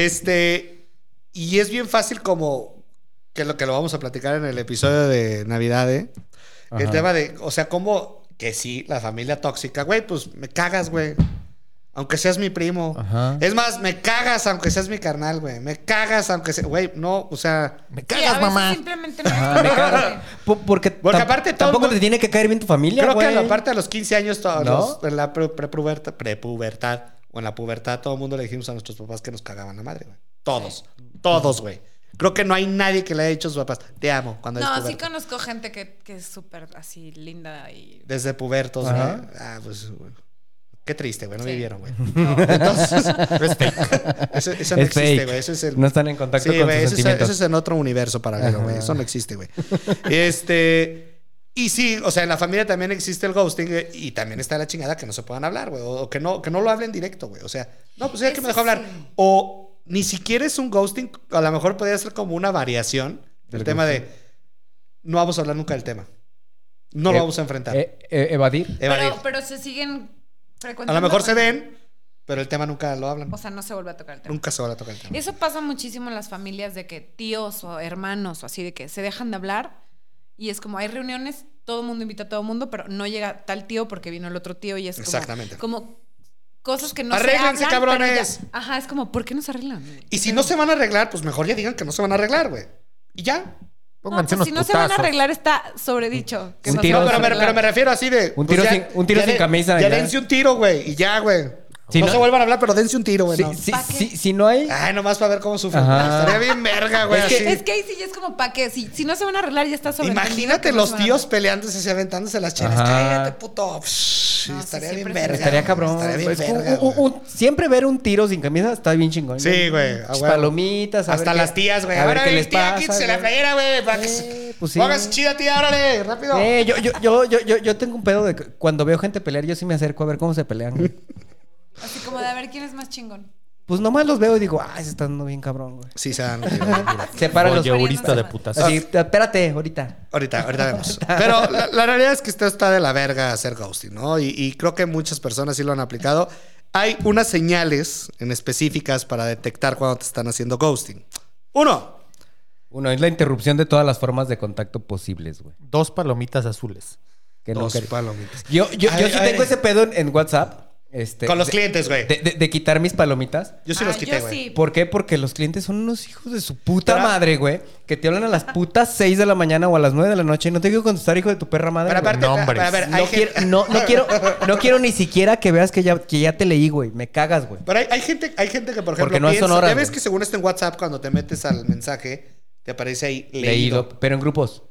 S1: Este, y es bien fácil como, que es lo que lo vamos a platicar en el episodio de Navidad, ¿eh? El
S2: Ajá.
S1: tema de, o sea, como que sí, la familia tóxica, güey, pues me cagas, güey. Aunque seas mi primo.
S2: Ajá.
S1: Es más, me cagas aunque seas mi carnal, güey. Me cagas aunque seas, güey, no, o sea...
S3: Me
S4: Sí, a
S3: cagas,
S4: veces
S3: mamá.
S4: Simplemente no
S2: Ah, me cago. Po- Porque,
S1: Porque
S2: tam-
S1: aparte todo el
S2: tampoco
S1: mundo-
S2: te tiene que caer bien tu familia,
S1: Creo
S2: güey.
S1: que en la parte de los 15 años, todos
S2: ¿No?
S1: los- en la pre- prepuberta- prepubertad o en la pubertad, todo el mundo le dijimos a nuestros papás que nos cagaban la madre, güey. Todos, todos, güey. Creo que no hay nadie que le haya dicho a sus papás, te amo cuando eres
S4: No, sí
S1: puberto".
S4: conozco gente que, que es súper así linda y.
S1: Desde pubertos, güey.
S2: Ajá.
S1: Ah, pues, güey. Qué triste, güey. No
S4: Sí.
S1: vivieron, güey.
S4: No.
S1: Entonces,
S4: pues
S1: eso, eso no
S2: Es
S1: existe,
S2: fake.
S1: güey. Eso es el.
S2: No están en contacto
S1: Sí,
S2: con
S1: güey, eso,
S2: sus
S1: es,
S2: sentimientos.
S1: eso es en otro universo paralelo, güey.
S2: Ajá.
S1: Eso no existe, güey. Este. Y sí, o sea, en la familia también existe el ghosting güey, y también está la chingada que no se puedan hablar, güey. O, o que, no, que no lo hablen directo, güey. O sea, no, pues ya que
S4: Eso
S1: me dejó hablar.
S4: sí.
S1: O ni siquiera es un ghosting, a lo mejor podría ser como una variación del
S2: Del
S1: tema
S2: ghosting.
S1: de no vamos a hablar nunca del tema. No lo
S2: Eh,
S1: vamos a enfrentar.
S2: Eh, eh, evadir.
S1: Evadir.
S4: Pero, pero se siguen
S1: a
S4: frecuentando.
S1: lo mejor se ven, pero el tema nunca lo hablan.
S4: O sea, no se vuelve a tocar el tema.
S1: Nunca se va a tocar el tema.
S4: Eso pasa muchísimo en las familias de que tíos o hermanos o así de que se dejan de hablar y es como hay reuniones, todo el mundo invita a todo el mundo, pero no llega tal tío porque vino el otro tío y es como
S1: Exactamente.
S4: como cosas que no
S1: ¡Arréglense,
S4: se hablan, pero
S1: cabrones!
S4: ya- ajá, es como ¿por qué no pues se arreglan?
S1: Y si no se van a arreglar, pues mejor ya digan que no se van a arreglar, güey. Y ya.
S3: Pónganse
S4: No, pues,
S3: unos
S4: si no se van a
S3: putazos.
S4: arreglar está sobredicho. que
S2: Un
S4: no se
S2: tiro
S4: van
S1: No,
S4: a
S1: pero me,
S4: arreglar.
S1: pero me refiero así de. pues
S2: Un tiro sin- un tiro
S1: ya
S2: sin camisa,
S1: Ya
S2: ya.
S1: dense un tiro, güey. Y ya, güey.
S2: Sí,
S1: no,
S2: no-
S1: se vuelvan a hablar, pero dense un tiro, güey.
S2: Si,
S1: no.
S2: si-
S4: ¿Pa' qué?
S2: si- si no hay.
S1: Ay, nomás para ver cómo sufren.
S2: Ajá.
S1: güey. Estaría bien verga, güey.
S2: Es que-
S1: así.
S4: Es que ahí sí ya es como pa' que si, si no se van a arreglar ya está sobredicho.
S1: Imagínate los tíos peleándose así, aventándose las chelas.
S2: Ajá.
S1: Cállate, puto. Psh,
S4: No, sí,
S1: estaría
S4: siempre
S1: bien
S4: sí.
S1: verga.
S2: Estaría
S1: güey.
S2: cabrón.
S1: Estaría bien
S2: Es que
S1: verga,
S2: un- un-
S1: güey.
S2: un- siempre ver un tiro sin camisa está bien chingón.
S1: Sí, güey, a
S2: Ch-
S1: huevo.
S2: Palomitas. a
S1: Hasta
S2: ver qué-
S1: las tías, güey.
S2: A ver
S1: Ahora
S2: qué
S1: el
S2: les
S1: tía,
S2: pasa.
S1: quítese la
S2: güey.
S1: playera, güey. Para que
S2: Eh,
S1: se-
S2: pues sí.
S1: Póngase chida, tía, órale. Rápido.
S2: Eh, yo, yo, yo, yo, yo, yo tengo un pedo de que cuando veo gente pelear, yo sí me acerco a ver cómo se pelean. güey.
S4: Así como de a ver quién es más chingón.
S2: Pues nomás los veo y digo, ay, se están dando bien cabrón, güey.
S1: Sí, se dan. un tiro.
S2: Se paran los.
S4: Voyeurista
S3: de
S4: de
S3: putas.
S2: Así, espérate, ahorita.
S1: Ahorita, ahorita vemos. Pero la, la realidad es que esto está de la verga hacer ghosting, ¿no? Y, y creo que muchas personas sí lo han aplicado. Hay unas señales en específicas para detectar cuando te están haciendo ghosting. Uno,
S2: Uno, es la interrupción de todas las formas de contacto posibles, güey.
S3: Dos palomitas azules.
S2: Que no
S1: dos
S2: quer-
S1: palomitas.
S2: Yo, yo,
S1: Ay,
S2: yo sí
S1: ay.
S2: tengo ese pedo en, en WhatsApp. Este,
S1: Con los
S2: de-
S1: clientes, güey.
S2: de- de- de quitar mis palomitas.
S1: Yo sí
S4: Ah,
S1: los quité,
S4: yo
S1: güey.
S4: sí.
S2: ¿Por qué? Porque los clientes son unos hijos de su puta
S1: Pero-
S2: madre, güey. Que te hablan a las putas 6 de la mañana o a las 9 de la noche y no te quiero contestar, hijo de tu perra madre.
S1: Pero
S2: güey.
S1: aparte,
S3: nombres.
S1: a ver,
S2: no,
S1: hay
S2: quiero,
S1: gente-
S2: no, no quiero, no quiero ni siquiera que veas que ya, que ya te leí, güey. Me cagas, güey.
S1: Pero hay, hay gente, hay gente que, por
S2: Porque
S1: ejemplo,
S2: no
S1: piensa-
S2: son horas,
S1: ya ves
S2: güey.
S1: que según está en WhatsApp, cuando te metes al mensaje, te aparece ahí leído.
S2: Leído, pero en grupos.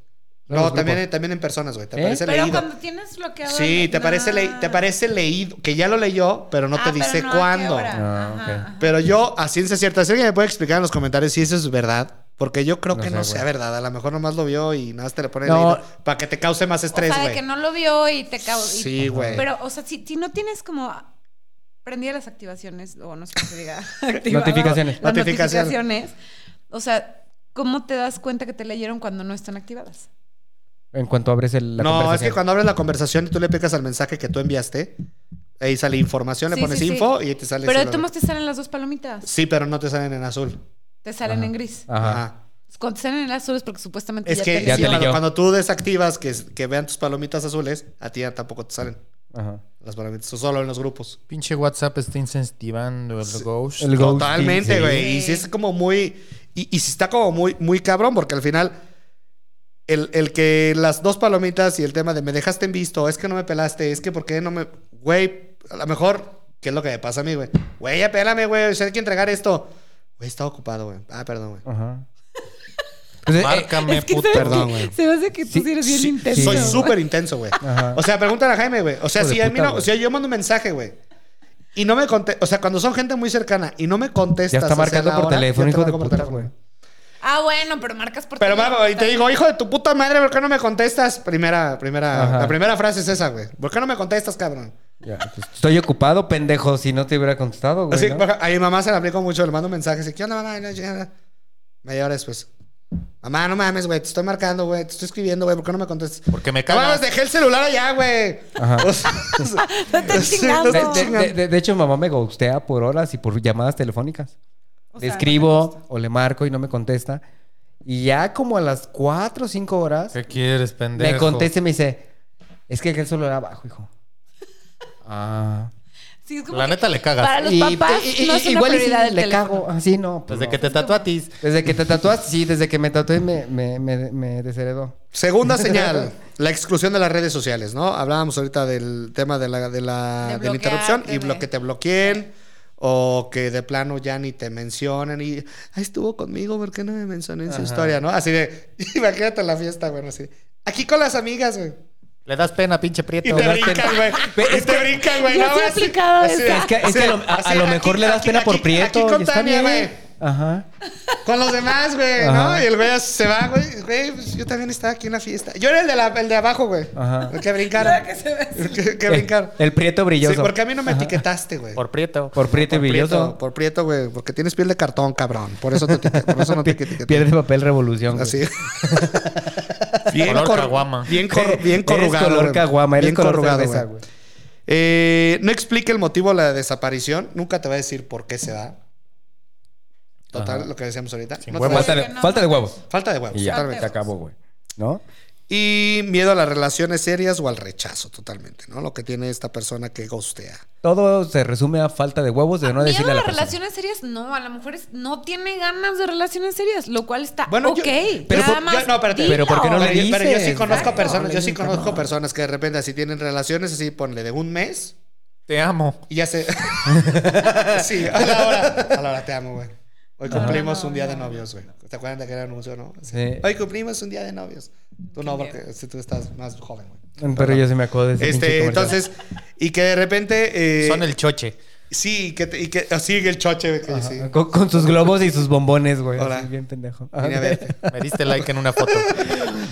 S2: en los
S1: No, también,
S2: grupos.
S1: en- también en personas, güey. Te
S2: ¿Eh?
S1: aparece
S4: Pero
S1: leído.
S4: cuando tienes bloqueado.
S1: Sí,
S4: el-
S1: te parece,
S4: No.
S1: lei- te parece leído, que ya lo leyó, pero no
S4: Ah,
S1: te
S4: pero
S1: dice
S4: no a qué
S1: cuándo.
S4: hora.
S2: Ah,
S4: Ajá,
S2: ok.
S4: ajá.
S1: Pero yo, a ciencia cierta, si alguien me puede explicar en los comentarios si eso es verdad, porque yo creo
S2: No
S1: que
S2: sé,
S1: no
S2: güey.
S1: sea verdad. A lo mejor nomás lo vio y nada más te le pone
S2: No.
S1: leído para que te cause más estrés,
S4: o sea, de
S1: güey.
S4: que no lo vio y te cago. y-
S1: Sí, güey.
S4: Pero, o sea, si, si no tienes como prendida las activaciones, o no sé cómo se diga. activado,
S2: Notificaciones.
S4: Las
S1: Notificaciones.
S4: notificaciones. O sea, ¿cómo te das cuenta que te leyeron cuando no están activadas?
S2: En cuanto abres el, la
S1: no, es
S2: conversación.
S1: que cuando abres la conversación y tú le picas al mensaje que tú enviaste, ahí sale información, le
S4: Sí,
S1: pones
S4: sí, sí.
S1: info y te sale. sí,
S4: Pero de
S1: lo-
S4: todos modos te salen las dos palomitas.
S1: Sí, pero no te salen en azul.
S4: Te salen en gris.
S2: Ajá. Ah.
S1: Ajá.
S4: Cuando te salen en azul es porque supuestamente
S1: Es
S4: ya
S1: que
S4: te
S2: Ya
S1: sí,
S2: te
S1: cuando,
S2: leyó.
S1: cuando tú desactivas que, que vean tus palomitas azules, a ti ya tampoco te salen
S2: Ajá.
S1: las palomitas, o solo en los grupos.
S3: Pinche WhatsApp está incentivando el ghost.
S2: El ghosting,
S1: Totalmente,
S2: sí.
S1: güey. Y si es como muy. Y, y si está como muy, muy cabrón, porque al final. El, el que las dos palomitas y el tema de me dejaste en visto, es que no me pelaste, es que por qué no me. Güey, a lo mejor. ¿Qué es lo que me pasa a mí, güey? Güey, ya pélame, güey. O sea, hay que entregar esto. Güey, estaba ocupado, güey. Ah, perdón, güey.
S2: Ajá. Pues, eh,
S3: Márcame,
S4: Es que
S3: puta.
S4: sabes
S1: Perdón,
S4: que-
S1: güey.
S4: Se me hace que tú sí, eres bien
S1: Sí,
S4: intenso.
S1: Soy
S4: güey.
S1: súper intenso, güey.
S2: Ajá.
S1: O sea, pregúntale a Jaime, güey. O sea,
S2: Hijo de
S1: si, a mí
S2: puta,
S1: no-
S2: güey.
S1: si yo mando un mensaje, güey. Y no me contestas. O sea, cuando son gente muy cercana y no me contestas.
S2: ya está
S1: hacia
S2: marcando
S1: la
S2: por
S1: hora, ya
S2: teléfono,
S1: te
S2: hijo de
S1: marco por
S2: puta,
S1: teléfono.
S2: güey.
S4: Ah, bueno, pero marcas por
S1: Pero
S4: teléfono.
S1: vamos, y te digo, hijo de tu puta madre, ¿por qué no me contestas? Primera, primera,
S2: Ajá.
S1: la primera frase es esa, güey. ¿Por qué no me contestas, cabrón?
S2: Ya, pues, estoy ocupado, pendejo. Si no te hubiera contestado, güey.
S1: Así,
S2: ¿no?
S1: por ejemplo, a mi mamá se la aplico mucho, le mando mensajes. y, ¿Qué onda, mamá? Y la chingada. Media hora después. Mamá, no mames, güey, te estoy marcando, güey, te estoy escribiendo, güey, ¿por qué no me contestas?
S3: Porque me
S1: No mames,
S3: cagas.
S1: dejé el celular allá, güey.
S2: Ajá.
S1: O sea,
S4: Están
S1: Sí,
S4: chingando.
S2: De,
S1: no,
S2: de-
S1: chinga.
S2: de- de- de hecho, mamá me ghostea por horas y por llamadas telefónicas.
S4: O
S2: le
S4: sea,
S2: escribo o le marco y no me contesta. Y ya como a las 4 o 5 horas,
S3: ¿Qué quieres, pendejo?
S2: me contesta y me dice, es que aquel solo era abajo, hijo. Ah.
S4: Sí, es como
S3: La
S4: que
S3: neta le
S4: Para
S3: cagas.
S4: los
S2: Y-
S4: papás
S2: y- y-
S4: no es una
S2: igual y sí
S4: prioridad del
S2: le
S4: teléfono.
S2: cago. Así no. pues
S3: Desde
S2: no.
S3: que te tatuatis.
S2: Desde que te tatuaste, sí, desde que me tatué me, me, me, me desheredó.
S1: Segunda señal, la exclusión de las redes sociales, ¿no? Hablábamos ahorita del tema de la, de la,
S4: De
S1: de la interrupción y
S4: bloquearte,
S1: blo- que te bloqueen o que de plano ya ni te mencionen y "Ay, estuvo conmigo, ¿por qué no me mencionó en su historia, no? Así de, imagínate la fiesta, güey, así. Aquí con las amigas, güey.
S3: Le das pena, pinche prieto.
S1: Y te brincan, güey. Y te brincan, güey.
S4: Yo
S1: ¿no?
S4: sí he
S1: Así-
S4: aplicado
S1: así de-
S4: esa.
S2: Es que, es que a lo, a-
S1: así,
S2: a lo
S1: aquí-
S2: mejor le das
S1: aquí-
S2: pena por
S1: aquí-
S2: prieto.
S1: Aquí
S2: y
S1: con
S2: está
S1: Tania,
S2: bien.
S1: güey.
S2: Ajá.
S1: Con los demás, güey, ¿no?
S2: Ajá.
S1: Y el güey se va, güey. Güey, pues, yo también estaba aquí en la fiesta. Yo era el de, la- el de abajo, güey.
S2: Ajá.
S1: El que brincaron.
S4: Que se ve.
S1: El que, que
S2: El-
S1: brincaron.
S2: El, prieto brilloso.
S1: Sí, porque a mí no me etiquetaste, güey.
S3: Por prieto.
S2: Por prieto y brilloso.
S1: Prieto, por prieto, güey. Porque tienes piel de cartón, cabrón. Por eso, te etique- por eso no te etiqueté.
S2: Pierde papel revolución. güey.
S1: Así.
S3: Color
S1: cor-
S3: caguama.
S1: Bien, cor- bien
S2: Eres
S1: corrugado.
S2: color
S1: güey.
S2: caguama, eres
S1: Bien
S2: color
S1: corrugado,
S2: cerveza,
S1: güey.
S2: güey.
S1: Eh, no explica el motivo de la desaparición. Nunca te va a decir por qué se da. Total, lo que decíamos ahorita.
S3: Sin
S1: No te
S3: huevos.
S1: va a
S2: Falta
S1: decir-
S2: de,
S4: Porque no
S2: falta de huevos.
S1: Falta de huevos.
S2: Y ya,
S1: totalmente.
S2: se acabó, güey. ¿No?
S1: Y miedo a las relaciones serias o al rechazo, totalmente, ¿no? Lo que tiene esta persona que gostea.
S2: Todo se resume a falta de huevos de no
S4: Miedo
S2: decirle
S4: a
S2: a la
S4: las
S2: persona.
S4: relaciones serias, no, a lo mejor es- no tiene ganas de relaciones serias, lo cual está
S1: Bueno,
S4: Ah, ok.
S1: yo-
S4: pero
S1: pero
S4: nada
S1: por-
S4: más
S1: yo- no, espérate.
S2: Pero ¿por qué no
S4: dilo.
S2: le
S1: Pero yo, pero yo sí
S2: dices,
S1: conozco
S2: exacto.
S1: personas, yo sí
S2: Exacto.
S1: conozco personas que de repente así tienen relaciones, así ponle de un mes
S3: Te amo.
S1: y ya se. sí, a la hora, a la hora te amo, güey. Hoy
S2: Ah.
S1: cumplimos un día de novios, güey. ¿Te acuerdan de aquel anuncio, no? Así,
S2: Sí.
S1: Hoy cumplimos un día de novios. Tú no, porque si tú estás más joven, güey.
S2: Pero yo se me acuerdo de ese pinche
S1: Este,
S2: comercial.
S1: entonces, y que de repente. eh,
S3: Son el choche.
S1: Sí, que, te- y que así el choche, güey. que sí.
S2: Con, con sus globos y sus bombones, güey.
S1: Hola.
S2: Así, bien pendejo. Ah,
S1: Vine a verte.
S3: Me diste like en una foto.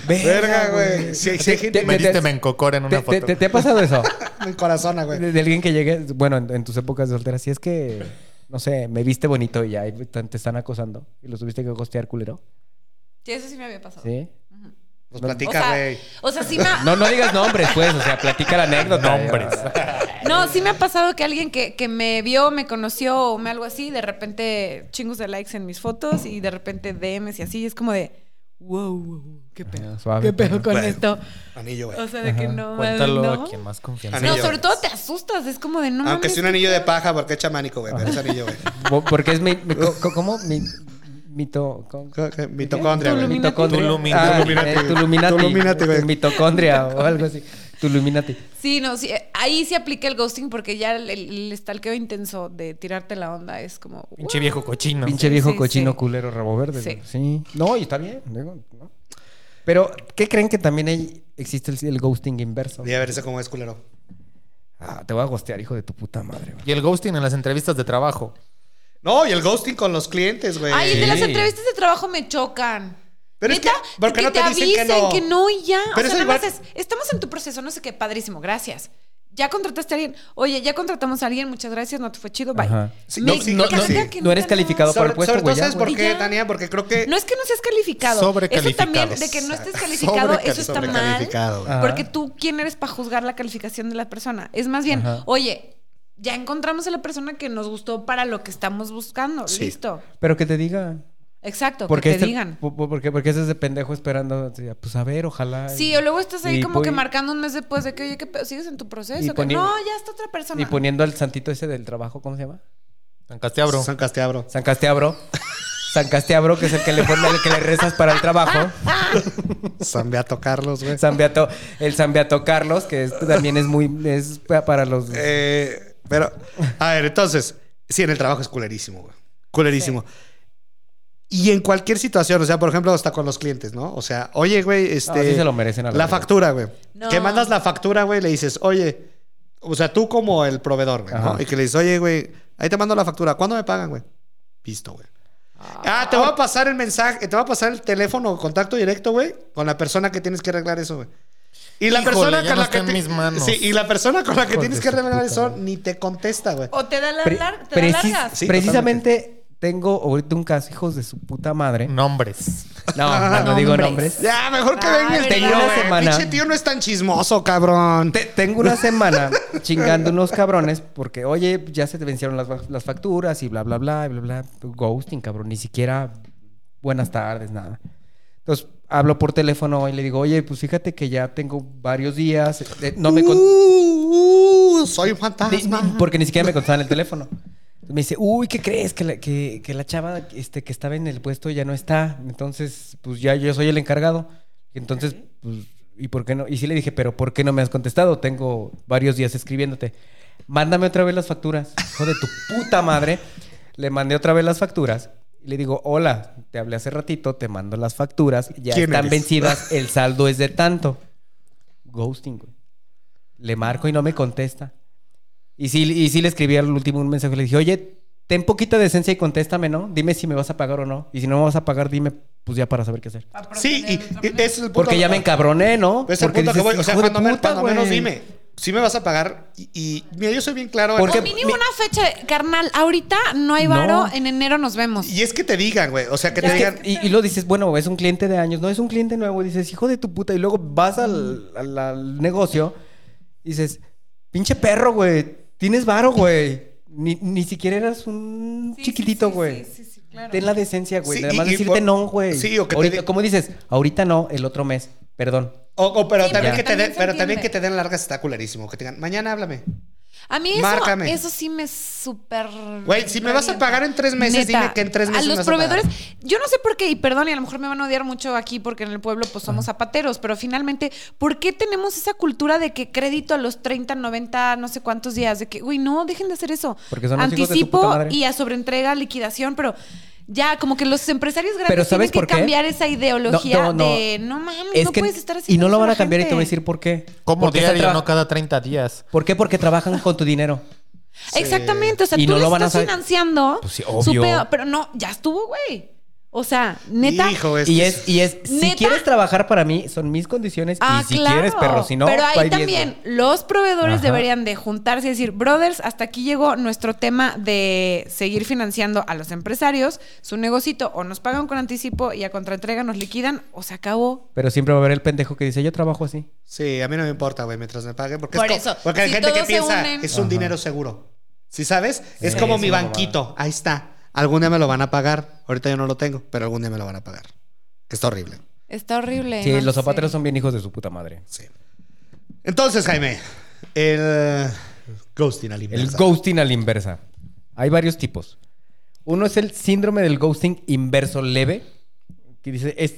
S1: Verga, güey. Sí, sí, hay gente-
S2: Te-
S3: Me
S2: te-
S3: diste me encocor en
S2: ¿Te,
S3: una
S2: te-
S3: foto.
S2: te- te ha pasado eso?
S1: Mi corazón, güey.
S2: De, de alguien que llegue, bueno, en, en tus épocas de soltera, si es que, no sé, me viste bonito y ya y te, te están acosando y los tuviste que costear, culero.
S4: Sí, eso sí me había pasado.
S2: ¿Sí?
S1: Nos
S4: O
S1: platica,
S4: sea,
S1: güey.
S4: o sea, sí me,
S2: No, no digas nombres, pues, o sea, platica la anécdota.
S3: Nombres.
S4: No, sí me ha pasado que alguien que, que me vio, me conoció o me algo así, de repente chingos de likes en mis fotos y de repente DMs y así, es como de, wow, wow, wow, qué pedo,
S2: Ajá, Ah, suave, pues,
S4: qué pedo
S2: pero-
S4: con
S1: Bueno.
S4: esto.
S1: Anillo, güey.
S4: O sea, de que no,
S3: Cuéntalo
S4: no.
S3: a quien más confianza.
S1: Anillo.
S4: No, sobre todo te asustas, es como de no
S1: Aunque
S4: mames,
S1: sea un anillo de paja, porque es chamánico, güey. Pero es anillo, güey.
S2: Bo- Porque es mi, mi- co- co- ¿cómo? Mi, mito... con-
S1: Mitocondria,
S4: Tu
S1: güey.
S4: lumina-
S2: Mitocondria.
S3: Tulumi-
S2: Ah,
S1: Tuluminati.
S2: eh, Tuluminati.
S1: Tuluminati, güey.
S2: Mitocondria o algo así. Tuluminati.
S4: Sí, no, sí, eh, ahí sí aplica el ghosting porque ya el, el, el stalkeo intenso de tirarte la onda es como...
S3: Pinche viejo cochino.
S2: Pinche
S4: Sí,
S2: viejo
S4: sí,
S2: cochino
S4: sí.
S2: culero rabo verde.
S4: Sí.
S2: güey. Sí. No, y está bien. digo, ¿no? Pero, ¿qué creen que también hay, existe el, el ghosting inverso?
S1: Y a ver, ese cómo es culero.
S2: Ah, te voy a gostear, hijo de tu puta madre. güey.
S3: Y el ghosting en las entrevistas de trabajo.
S1: No, y el ghosting con los clientes, güey.
S4: Ay, el de las
S2: Sí.
S4: entrevistas de trabajo me chocan.
S1: Pero es que- ¿por qué no te dicen que no?
S4: que no y ya.
S1: Pero
S4: o
S1: eso
S4: sea, nada
S1: igual-
S4: más es, estamos en tu proceso, no sé qué, padrísimo, gracias. Ya contrataste a alguien. Oye, ya contratamos a alguien, muchas gracias, no te fue chido, bye.
S2: Ajá.
S1: Sí,
S4: Me
S1: no, sí,
S4: caga
S1: no, sí.
S4: que
S2: No eres
S4: nunca
S2: calificado para el
S1: Sobre,
S2: puesto,
S1: sobre todo,
S2: güey, ya,
S1: ¿sabes
S2: güey.
S1: por qué,
S4: Ya.
S1: Tania? Porque creo que.
S4: No es que no seas calificado. Eso también, de que no estés calificado,
S1: Sobrecal-
S4: eso está mal.
S1: sobrecalificado, güey.
S2: Ajá.
S4: Porque tú, ¿quién eres para juzgar la calificación de la persona? Es más bien,
S2: Ajá.
S4: oye, ya encontramos a la persona que nos gustó para lo que estamos buscando.
S1: Sí.
S4: Listo.
S2: Pero que te digan.
S4: Exacto,
S2: Porque
S4: que te
S2: este-
S4: digan.
S2: po- po- Porque, porque es ese pendejo esperando. así, Pues a ver, ojalá.
S4: Sí, o luego estás ahí
S2: y
S4: como que
S2: pon-
S4: marcando un mes después de que, oye, ¿qué pedo? ¿Sigues en tu proceso?
S2: y
S4: Que,
S2: poni-
S4: no, ya está otra persona.
S2: Y poniendo al santito ese del trabajo, ¿cómo se llama?
S3: San Castiabro.
S1: San Castiabro.
S2: San Castiabro. San Castiabro, que es el que le pone, el que le rezas para el trabajo.
S1: San Beato Carlos, güey.
S2: San Beato- el San Beato Carlos, que es- también es muy, es pa- para los...
S1: Eh, pero, a ver, entonces, sí, en el trabajo es culerísimo, güey. Culerísimo. Y en cualquier situación, o sea, por ejemplo, hasta con los clientes, ¿no? O sea, oye, güey, este.
S2: sí se lo merecen a la
S1: La
S2: verga.
S1: factura, güey.
S4: No.
S1: Que mandas la factura, güey, le dices, oye, o sea, tú como el proveedor, güey, ¿no?
S2: Ajá.
S1: Y que le dices, oye, güey, ahí te mando la factura. ¿Cuándo me pagan, güey? Visto, güey. Ah, te voy a pasar el mensaje, te va a pasar el teléfono, contacto directo, güey, con la persona que tienes que arreglar eso, güey. Y la
S3: Híjole,
S1: persona
S3: ya
S1: con
S3: no
S1: la que
S3: está en
S1: te-
S3: mis manos.
S1: Sí, y la persona con la que
S2: Hijo
S1: tienes
S2: de
S1: que
S2: su
S1: arreglar
S2: puta
S1: eso
S2: madre.
S1: ni te contesta, güey.
S4: O te da la,
S2: Pre-
S4: lar- te da
S2: precis-
S4: largas.
S1: Sí,
S2: precisamente tengo ahorita un caso, hijos de su puta madre. No,
S3: Nombres.
S2: no, digo
S4: Nombres.
S2: nombres.
S1: Ya, mejor que
S4: Ah,
S1: venga el
S4: ¿verdad?
S1: tío,
S4: Tengo una
S1: güey.
S2: semana.
S1: Pinche tío no es tan chismoso, cabrón.
S2: Te- tengo una semana chingando unos cabrones porque, oye, ya se te vencieron las, fa- las facturas y bla, bla, bla, y bla, bla. Ghosting, cabrón. Ni siquiera buenas tardes, nada. Entonces, hablo por teléfono y le digo, oye, pues fíjate que ya tengo varios días. eh, no me... con-
S1: Uh, uh, soy un
S2: Ni-
S1: fantasma.
S2: ni- porque ni siquiera me contestaban el teléfono. Me dice, uy, ¿qué crees? Que la, que, que la chava este, que estaba en el puesto ya no está. Entonces, pues ya yo soy el encargado. Entonces, pues, ¿y por qué no? Y sí le dije, pero ¿por qué no me has contestado? Tengo varios días escribiéndote. Mándame otra vez las facturas. Hijo de tu puta madre. Le mandé otra vez las facturas. Y le digo, hola, te hablé hace ratito, te mando las facturas. Ya
S1: ¿Quién
S2: están
S1: eres?
S2: vencidas, el saldo es de tanto. Ghosting, güey. Le marco y no me contesta. Y sí, y sí le escribí al último un mensaje. Le dije, oye, ten poquita decencia y contéstame, ¿no? Dime si me vas a pagar o no. Y si no me vas a pagar, dime, pues ya para saber qué hacer.
S4: Para
S1: Sí, y,
S4: proceder de otra
S1: y ese
S4: manera.
S1: es el punto.
S2: Porque ya me encabroné, ¿no?
S1: Es el
S2: Porque
S1: punto que
S2: dices,
S1: voy. O sea,
S2: "Hijo de
S1: cuando, me-
S2: puta,
S1: cuando menos
S2: güey".
S1: dime. Si me vas a pagar. Y, y- mira, yo soy bien claro. en-
S2: Porque-
S4: O mínimo
S2: mi-
S4: una fecha, de- carnal. Ahorita no hay varo,
S2: No.
S4: en enero nos vemos.
S1: Y es que te digan, güey. O sea, que
S4: Ya.
S1: te
S2: Es que-
S1: digan.
S2: y, y lo dices, bueno, es un cliente de años, no es un cliente nuevo. Dices, hijo de tu puta. Y luego vas al, al- al negocio y dices, pinche perro, güey. Tienes varo, güey. Ni, ni siquiera eras un
S4: Sí, sí,
S2: chiquitito,
S4: sí, sí,
S2: güey.
S4: sí, sí, claro.
S2: Ten la decencia, güey.
S1: Sí,
S2: Nada
S1: y-
S2: más
S1: y
S2: decirte
S1: por-
S2: no, güey.
S1: Sí, o que te
S2: Ahorita-
S1: di-
S2: ¿Cómo dices? Ahorita no, el otro mes. Perdón.
S1: O, o- pero
S4: Sí,
S1: también
S4: pero
S1: que te
S4: también
S1: den,
S4: se
S1: pero también
S4: entiende.
S1: que te den largas está culerísimo. Que te digan, mañana háblame.
S4: A mí eso,
S1: Márcame.
S4: eso sí me súper.
S1: Güey, si me vas a pagar en tres meses, dime que en tres meses
S4: A
S1: me
S4: los
S1: vas a
S4: proveedores,
S1: pagar.
S4: yo no sé por qué, y perdón, y a lo mejor me van a odiar mucho aquí porque en el pueblo pues somos zapateros, pero finalmente, ¿por qué tenemos esa cultura de que crédito a los 30, 90, no sé cuántos días? De que, güey, no, dejen de hacer eso.
S2: Porque son los hijos de su puta
S4: Anticipo
S2: madre.
S4: y a sobreentrega, liquidación, pero ya, como que los empresarios grandes
S2: Pero ¿sabes
S4: tienen que
S2: por qué?
S4: cambiar esa ideología
S2: No, no, no.
S4: de no mames,
S2: Es
S4: no
S2: que-
S4: puedes estar así.
S2: Y no lo van a cambiar y te voy a decir por qué.
S3: Como
S2: Porque están
S3: diario,
S2: traba-
S3: no cada 30 días.
S2: ¿Por qué? Porque trabajan con tu dinero.
S4: Exactamente, o sea,
S2: Y
S4: tú
S2: no
S4: lo
S2: lo van a
S4: estás
S2: saber.
S4: financiando.
S2: Pues sí,
S4: su
S2: obvio.
S4: pedo, pero no, ya estuvo, güey. O sea, neta.
S1: Hijo, este es
S2: Y
S1: que-
S2: es, y es, si
S4: ¿Neta?
S2: quieres trabajar para mí, son mis condiciones.
S4: Ah,
S2: y si
S4: claro.
S2: quieres, perro, si no,
S4: pero ahí
S2: bye, diez,
S4: también
S2: güey.
S4: los proveedores
S2: Ajá.
S4: deberían de juntarse y decir, brothers, hasta aquí llegó nuestro tema de seguir financiando a los empresarios su negocito. O nos pagan con anticipo y a contraentrega nos liquidan o se acabó.
S2: Pero siempre va a haber el pendejo que dice, yo trabajo así.
S1: Sí, a mí no me importa, güey, mientras me paguen. Porque,
S4: Por
S1: es
S4: eso,
S1: porque hay
S4: si
S1: gente que
S4: todos se
S1: piensa,
S4: unen-
S1: es un
S2: Ajá.
S1: dinero seguro. ¿Sí sabes? es
S2: Sí,
S1: como
S2: es
S1: mi
S2: una mamada.
S1: banquito. Ahí está. Algún día me lo van a pagar. Ahorita yo no lo tengo, pero algún día me lo van a pagar. Que está horrible.
S4: Está horrible.
S2: Sí,
S4: no
S2: los
S4: sé.
S2: zapateros son bien hijos de su puta madre.
S1: Sí. Entonces, Jaime, el ghosting al
S2: El
S1: inverso.
S2: ghosting a la inversa. Hay varios tipos. Uno es el síndrome del ghosting inverso leve, que dice, es,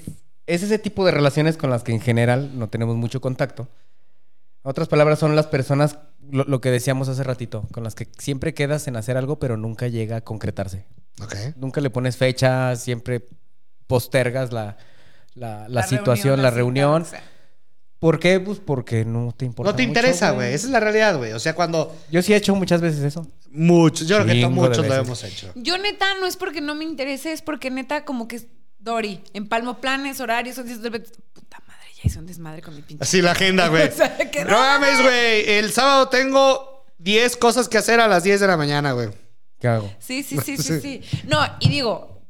S2: es ese tipo de relaciones con las que en general no tenemos mucho contacto. Otras palabras son las personas, lo, lo que decíamos hace ratito, con las que siempre quedas en hacer algo, pero nunca llega a concretarse.
S1: Ok.
S2: Nunca le pones fecha, siempre postergas la, la, la situación, la reunión.
S4: cita, o sea.
S2: ¿Por qué? Pues porque no te importa.
S1: No te
S2: mucho,
S1: interesa, güey. Esa es la realidad, güey. O sea, cuando
S2: Yo sí he hecho muchas veces eso.
S1: muchos, yo creo que
S2: Chingo
S1: to-
S2: de
S1: muchos lo
S2: veces.
S1: hemos hecho.
S4: Yo neta no es porque no me interese, es porque neta como que es Dory, empalmo planes, horarios, puta madre, ya hice un desmadre con mi pinche.
S1: Así la agenda, güey.
S4: O sea, que
S1: no
S4: no
S1: mames, güey. El sábado tengo 10 cosas que hacer a las 10 de la mañana, güey.
S2: ¿Qué hago?
S4: Sí, sí, sí, sí, sí. No, y digo,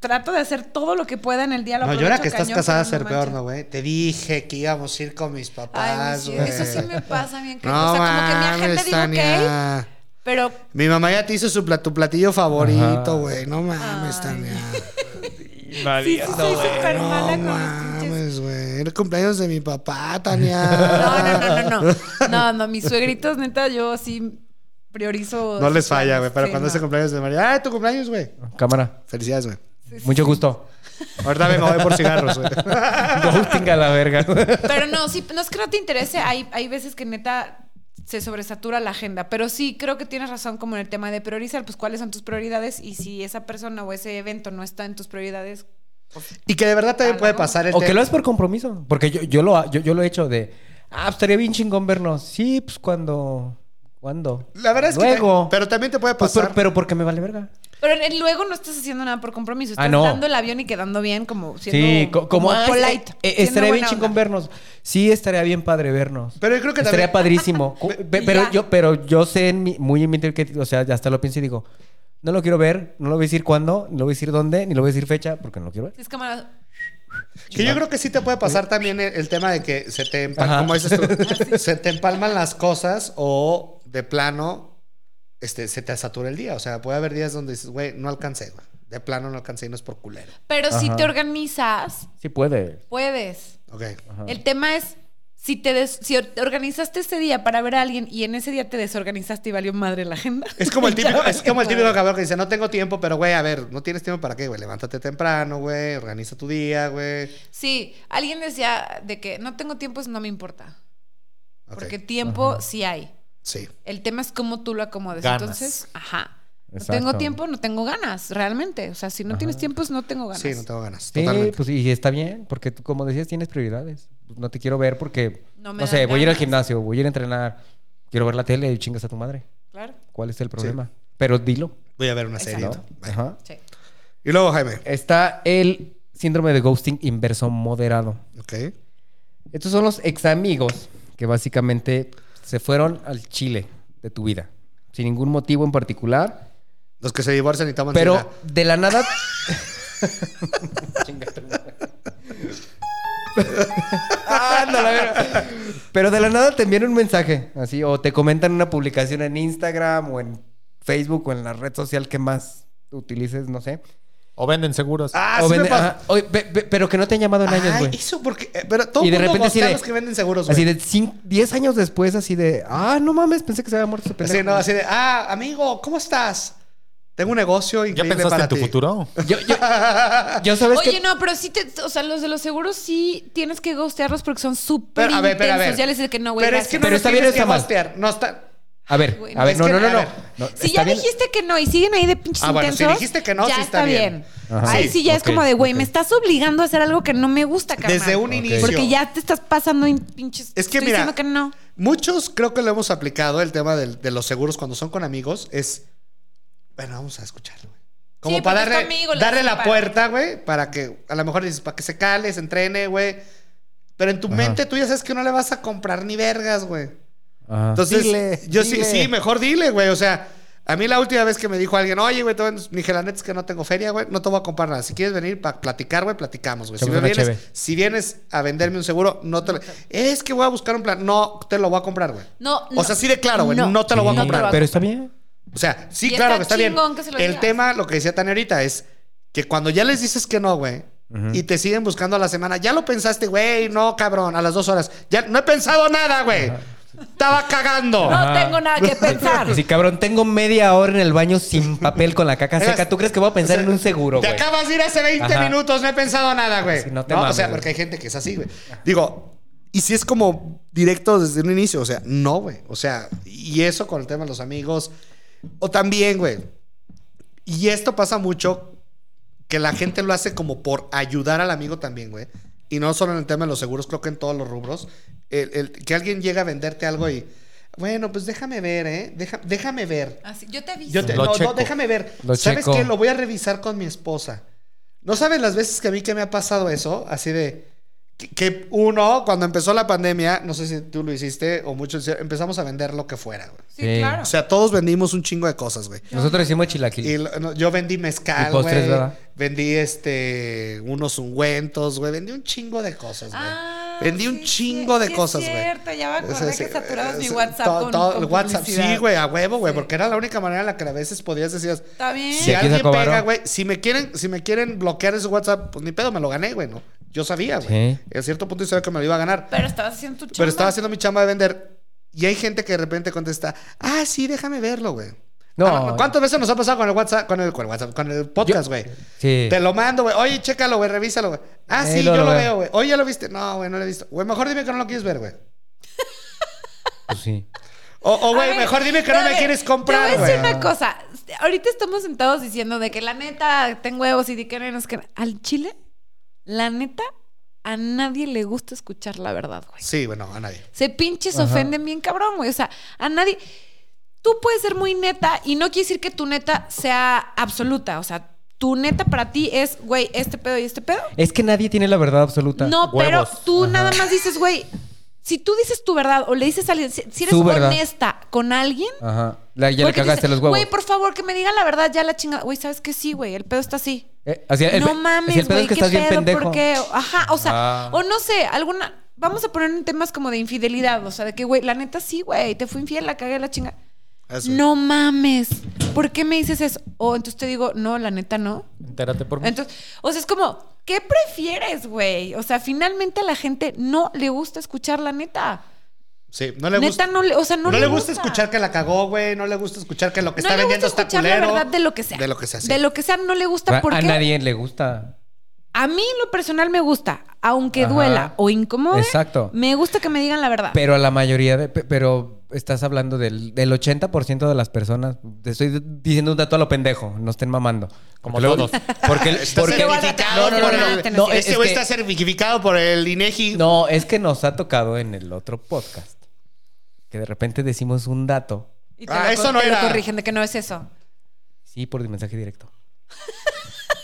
S4: trato de hacer todo lo que pueda en el día. Lo
S1: No, yo ahora
S4: aprovecho
S1: que estás
S4: cañón,
S1: casada,
S4: pero
S1: ser
S4: no
S1: peor,
S4: manches.
S1: ¿no, güey? Te dije que íbamos a ir con mis
S4: Ay,
S1: papás,
S4: sí,
S1: güey.
S4: eso sí me pasa bien. que-
S1: No,
S4: o sea, como que mi agenda
S1: mames,
S4: digo, ok,
S1: Tania.
S4: pero
S1: Mi mamá ya te hizo su pla- tu platillo favorito,
S2: Ajá.
S1: güey. No mames,
S4: Ay.
S1: Tania.
S4: sí, sí, soy súper
S1: No
S4: mala con los pinches.
S1: mames, güey. Era el cumpleaños de mi papá,
S4: No, no,
S1: Tania.
S4: no, no, no. No, no, mis suegritos, neta, yo sí priorizo.
S1: No
S4: sus
S1: les falla,
S4: planes.
S1: güey. Pero
S4: Sí,
S1: cuando
S4: no.
S1: es el cumpleaños de María. ¡Ah, tu cumpleaños, güey!
S2: Cámara.
S1: Felicidades, güey.
S2: Mucho gusto.
S1: Ahorita vengo, voy por cigarros, güey.
S2: Ghosting a la verga.
S1: Este-
S4: Pero no, sí, no es que no te interese. Hay, hay veces que neta se sobresatura la agenda. Pero sí, creo que tienes razón como en el tema de priorizar, pues cuáles son tus prioridades y si esa persona o ese evento no está en tus prioridades.
S1: Y que de verdad también
S4: Ah,
S1: puede
S4: no.
S1: pasar este el
S2: o que
S1: tema.
S2: lo es por compromiso. Porque yo, yo, lo, ha- yo, yo lo he hecho de. Ah, pues, estaría bien chingón vernos. Sí, pues cuando. ¿Cuándo?
S1: La verdad es
S2: Luego.
S1: que. Pero también te puede
S2: Pues,
S1: pasar.
S2: pero, pero porque me vale verga.
S4: Pero en el luego no estás haciendo nada por compromiso. Estás
S2: Ah, no.
S4: dando el avión y quedando bien, como siendo
S2: sí, co- como. ah,
S4: polite.
S2: eh, eh,
S4: siendo
S2: estaría bien
S4: buena
S2: chingón
S4: onda.
S2: vernos. Sí, estaría bien padre vernos.
S1: Pero yo creo que
S2: estaría
S1: también-
S2: padrísimo. Cu- pe- pero,
S4: Ya.
S2: yo, pero yo sé en mi- muy en mi interior que. O sea, ya hasta lo pienso y digo. No lo quiero ver, no lo voy a decir cuándo, no lo voy a decir dónde, ni lo voy a decir fecha, porque no lo quiero ver.
S4: Es cámara.
S1: Que yo creo que sí te puede pasar también el, el tema de que se te empalman,
S2: Mm. Ajá. Ah,
S1: como dices tú, se te empalman las cosas o de plano este, se te satura el día. O sea, puede haber días donde dices, güey, no alcancé, güey. De plano no alcancé y no es por culero.
S4: Pero si
S2: Ajá.
S4: te organizas,
S2: Sí puede.
S4: puedes.
S1: Ok.
S2: Ajá.
S4: El tema es si te des- si te organizaste ese día para ver a alguien y en ese día te desorganizaste y valió madre la agenda.
S1: Es como el típico,
S4: Ya
S1: es como el
S4: valió
S1: típico
S4: madre.
S1: cabrón que dice, no tengo tiempo, pero güey, a ver, no tienes tiempo para qué, güey. Levántate temprano, güey, organiza tu día, güey.
S4: Sí, alguien decía de que no tengo tiempo, eso no me importa.
S1: Ok.
S4: Porque tiempo sí hay.
S1: Sí.
S4: El tema es cómo tú lo acomodes.
S3: Ganas.
S4: Entonces, ajá.
S2: Exacto.
S4: No tengo tiempo, no tengo ganas, realmente. O sea, si no
S2: Ajá.
S4: tienes tiempo, pues no tengo ganas.
S1: Sí, no tengo ganas.
S2: Sí,
S1: Totalmente.
S2: pues y está bien, porque tú, como decías, tienes prioridades. Pues, No te quiero ver porque,
S4: No
S2: no,
S4: me
S2: sé,
S4: dan
S2: voy a ir al
S4: ganas.
S2: gimnasio, voy a ir a entrenar, quiero ver la tele y chingas a tu madre.
S4: Claro.
S2: ¿Cuál es el problema? Pero dilo,
S1: Voy a ver una
S4: Exacto.
S1: serie.
S2: ¿no?
S1: ¿no? Bye.
S2: Ajá.
S4: Sí.
S1: Y luego, Jaime.
S2: Está el síndrome de ghosting inverso moderado.
S1: Ok.
S2: Estos son los ex amigos que básicamente se fueron al Chile de tu vida, sin ningún motivo en particular,
S1: Los que se divorcian y toman
S2: pero
S1: sidra.
S2: de la nada... Ándale, a ver. Pero de la nada te envían un mensaje, así, o te comentan una publicación en Instagram o en Facebook o en la red social que más utilices, no sé.
S3: O venden seguros.
S1: Ah,
S2: O
S1: sí me
S2: vende-
S1: pasó.
S2: ajá, oye, pe- pe- pero que no te han llamado en años,
S1: Ay,
S2: güey.
S1: eso porque. eh, Pero todo
S2: Y de
S1: mundo
S2: repente así
S1: mosquea
S2: de-
S1: los que venden seguros,
S2: Así
S1: güey.
S2: de 10 años después, así de, ah, no mames, pensé que se había muerto su pendejo.
S1: Así, no, así de, ah, amigo, ¿cómo estás? Tengo un negocio
S3: ¿Ya
S1: increíble
S3: pensaste
S1: para
S3: en tu
S1: ti.
S3: futuro?
S2: Yo, yo, yo sabes
S4: Oye,
S2: que...
S4: no, pero sí te, o sea, los de los seguros sí tienes que ghostearlos porque son súper
S1: Pero a
S4: intensos.
S1: ver, pero a ver.
S4: Ya les dije que no, güey.
S1: Pero es que no
S4: gracias.
S2: Pero
S1: lo
S2: está bien,
S1: tienes
S2: está
S1: que
S2: mal.
S1: hostear, No está.
S2: A ver,
S4: Güey,
S2: a ver,
S1: es
S2: no,
S1: que-
S2: no, no,
S1: a
S2: no.
S1: ver.
S2: No,
S4: Si
S2: está
S4: ya
S2: bien.
S4: dijiste que no y siguen ahí de pinches
S1: Ah, bueno, si
S4: intensos.
S1: dijiste que no,
S4: ya
S1: sí está bien.
S2: Ajá.
S4: Ahí
S1: Sí,
S4: sí ya es
S2: ok,
S4: como de, güey, me
S2: ok.
S4: estás obligando a hacer algo que no me gusta, carnal.
S1: Desde un
S2: Ok.
S1: inicio.
S4: Porque ya te estás pasando en pinches.
S1: Es que
S4: estoy
S1: mira-
S4: diciendo que no.
S1: Muchos creo que lo hemos aplicado, el tema del- de los seguros cuando son con amigos, es. Bueno, vamos a escucharlo, güey. Como
S4: Sí,
S1: para
S4: porque es
S1: darle,
S4: tu amigo, le
S1: darle
S4: das
S1: la
S4: para-
S1: puerta, güey, para que a lo mejor dices, para que se cale, se entrene, güey. Pero en tu
S2: Ajá.
S1: mente tú ya sabes que no le vas a comprar ni vergas, güey.
S2: Ajá.
S1: Entonces,
S3: Dile,
S1: yo
S3: dile.
S1: sí, sí, mejor dile, güey. O sea, a mí la última vez que me dijo alguien, oye, güey, te voy a- dije, la neta es que no tengo feria, güey, no te voy a comprar nada. Si quieres venir para platicar, güey, platicamos, güey. Si,
S2: Echamos
S1: me
S2: una
S1: vienes,
S2: cheve.
S1: si vienes a venderme un seguro, no te lo. Es que voy a buscar un plan. No, te lo voy a comprar, güey.
S4: No, no.
S1: O sea, sí de claro, güey, no, te lo voy a
S2: Sí,
S1: comprar.
S4: no te lo
S2: Pero está bien.
S1: O sea, sí,
S4: Y
S1: claro
S4: está
S1: que está bien.
S4: chingón que se lo
S1: el
S4: digas.
S1: tema, lo que decía Tania ahorita, es que cuando ya les dices que no, güey, y te siguen buscando a la semana, ya lo pensaste, güey, no, cabrón, a las dos horas. Ya no he pensado nada, güey. Estaba cagando.
S4: No tengo nada que pensar.
S2: Sí, cabrón, tengo media hora en el baño sin papel con la caca seca. ¿Tú crees que voy a pensar
S1: O sea,
S2: en un seguro,
S1: Te
S2: güey?
S1: acabas de ir hace 20
S2: Ajá.
S1: minutos, no he pensado nada, güey.
S2: Sí, no te
S1: o
S2: mames,
S1: sea,
S2: güey.
S1: porque hay gente que es así, güey. Digo, y si es como directo desde un inicio, o sea, no, güey. O sea, y eso con el tema de los amigos. O también, güey. Y esto pasa mucho que la gente lo hace como por ayudar al amigo también, güey. y no solo en el tema de los seguros, creo que en todos los rubros, el- el- que alguien llega a venderte algo y, bueno, pues déjame ver, ¿eh? Deja- déjame ver.
S4: Así, yo te aviso.
S1: Yo te-
S3: Lo
S1: no, no,
S3: checo.
S1: déjame ver.
S2: Lo
S1: ¿Sabes
S2: checo.
S1: qué? Lo voy a revisar con mi esposa. No sabes las veces que a mí que me ha pasado eso, así de que, que uno, cuando empezó la pandemia, no sé si tú lo hiciste o muchos, hicieron, empezamos a vender lo que fuera, güey.
S4: Sí,
S2: Sí.
S4: claro.
S1: O sea, todos vendimos un chingo de cosas, güey.
S2: Nosotros hicimos chilaquil.
S1: Y lo- no, yo vendí mezcal,
S2: Y postres,
S1: güey.
S2: ¿verdad?
S1: Vendí este unos ungüentos, güey. Vendí un chingo de cosas, güey.
S4: Ah,
S1: vendí un
S4: sí,
S1: chingo
S4: sí,
S1: de
S4: sí
S1: cosas,
S4: es
S1: güey.
S4: cierto, ya me acordé
S1: Sí,
S4: que
S1: sí,
S4: saturabas mi
S1: sí,
S4: WhatsApp
S1: todo-
S4: con-
S1: todo
S4: con
S1: el WhatsApp, sí,
S4: publicidad.
S1: güey, a huevo, güey,
S4: Sí.
S1: porque era la única manera en la que a veces podías decías,
S4: Está bien.
S1: si
S2: Sí, aquí se
S1: alguien
S2: cobraron.
S1: pega, güey, si me quieren, si me quieren bloquear ese WhatsApp, pues ni pedo, me lo gané, güey, no. Yo sabía, güey.
S2: Sí.
S1: A cierto punto yo sabía que me lo iba a ganar.
S4: Pero estabas haciendo tu chamba.
S1: Pero estaba haciendo mi chamba de vender. Y hay gente que de repente contesta, ah, sí, déjame verlo, güey.
S2: No.
S1: Ah, no, ¿Cuántas veces nos ha pasado con el WhatsApp, con el, con el WhatsApp, con el podcast,
S2: Yo-
S1: güey?
S2: Sí.
S1: Te lo mando, güey. Oye, chécalo, güey, revísalo, güey. Ah,
S2: Eh,
S1: sí,
S2: luego
S1: yo
S2: lo
S1: lo
S2: veo.
S1: veo, güey. Oye, ¿ya lo viste? No, güey, no lo he visto. Güey, mejor dime que no lo quieres ver, güey.
S2: Pues sí.
S1: O, o,
S4: A
S1: "Oh, güey,
S4: ver,
S1: mejor dime que no
S4: a
S1: me
S4: ver,
S1: quieres
S4: Te
S1: comprar,
S4: voy a
S1: güey.
S4: decir una cosa. Ahorita estamos sentados diciendo de que la neta, tengo huevos y de que no es que... Al chile, la neta, a nadie le gusta escuchar la verdad, güey.
S1: Sí, bueno, a nadie.
S4: Se pinches
S2: Ajá.
S4: ofenden bien cabrón, güey. O sea, a nadie... Tú puedes ser muy neta y no quiere decir que tu neta sea absoluta. O sea, tu neta para ti es, güey, este pedo y este pedo.
S2: Es que nadie tiene la verdad absoluta.
S4: No,
S3: Huevos.
S4: pero tú nada más dices, güey, si tú dices tu verdad o le dices a alguien, si, si eres
S2: Su verdad.
S4: honesta con alguien,
S2: Ajá. La- ya le
S4: porque te
S2: cagaste
S4: dice,
S2: los huevos.
S4: Güey, por favor, que me digan la verdad ya la chingada. Güey, ¿sabes qué? Sí, güey, el pedo está así.
S2: Eh, así- el-
S4: no
S2: así
S4: mames,
S2: el pedo
S4: güey,
S2: es que
S4: qué
S2: estás bien
S4: pedo,
S2: pendejo.
S4: ¿por qué? Ajá, o sea,
S3: Ah.
S4: o no sé, alguna... Vamos a poner en temas como de infidelidad, o sea, de que, güey, la neta sí, güey, te fui infiel, la cagué, la chingada.
S1: Eso.
S4: No mames, ¿por qué me dices eso? O entonces te digo, no, la neta no.
S3: Entérate por mí.
S4: Entonces, o sea, es como, ¿qué prefieres, güey? O sea, finalmente a la gente no le gusta escuchar la neta.
S1: Sí, no le gusta.
S4: neta no le, o sea, no,
S1: No, le gusta, escuchar que la cagó, güey. No le gusta escuchar que lo que
S4: no
S1: está
S4: le gusta
S1: vendiendo está
S4: escuchar
S1: culero.
S4: la verdad de lo que sea.
S1: De lo que sea, sí.
S4: De lo que sea, no le gusta
S2: A- a
S4: porque
S2: nadie le gusta.
S4: a mí en lo personal me gusta, aunque
S2: Ajá.
S4: duela o incomode.
S2: Exacto.
S4: Me gusta que me digan la verdad.
S2: Pero a la mayoría de... pe- Pero estás hablando del, del 80% de las personas. Te estoy diciendo un dato a lo pendejo. No estén mamando.
S3: Como todos.
S2: Porque, el-
S1: Está
S2: porque
S1: certificado
S2: no, no, no,
S1: por
S2: no,
S1: el-
S2: no,
S4: no,
S2: es-
S1: Este
S2: es
S1: güey
S2: que-
S1: está certificado por el INEGI.
S2: No, es que nos ha tocado en el otro podcast. Que de repente decimos un dato.
S4: Y te
S1: Ah,
S4: lo,
S1: eso
S4: cor-
S1: no
S4: te lo
S1: era.
S4: corrigen de que no es eso.
S2: Sí, por mensaje directo.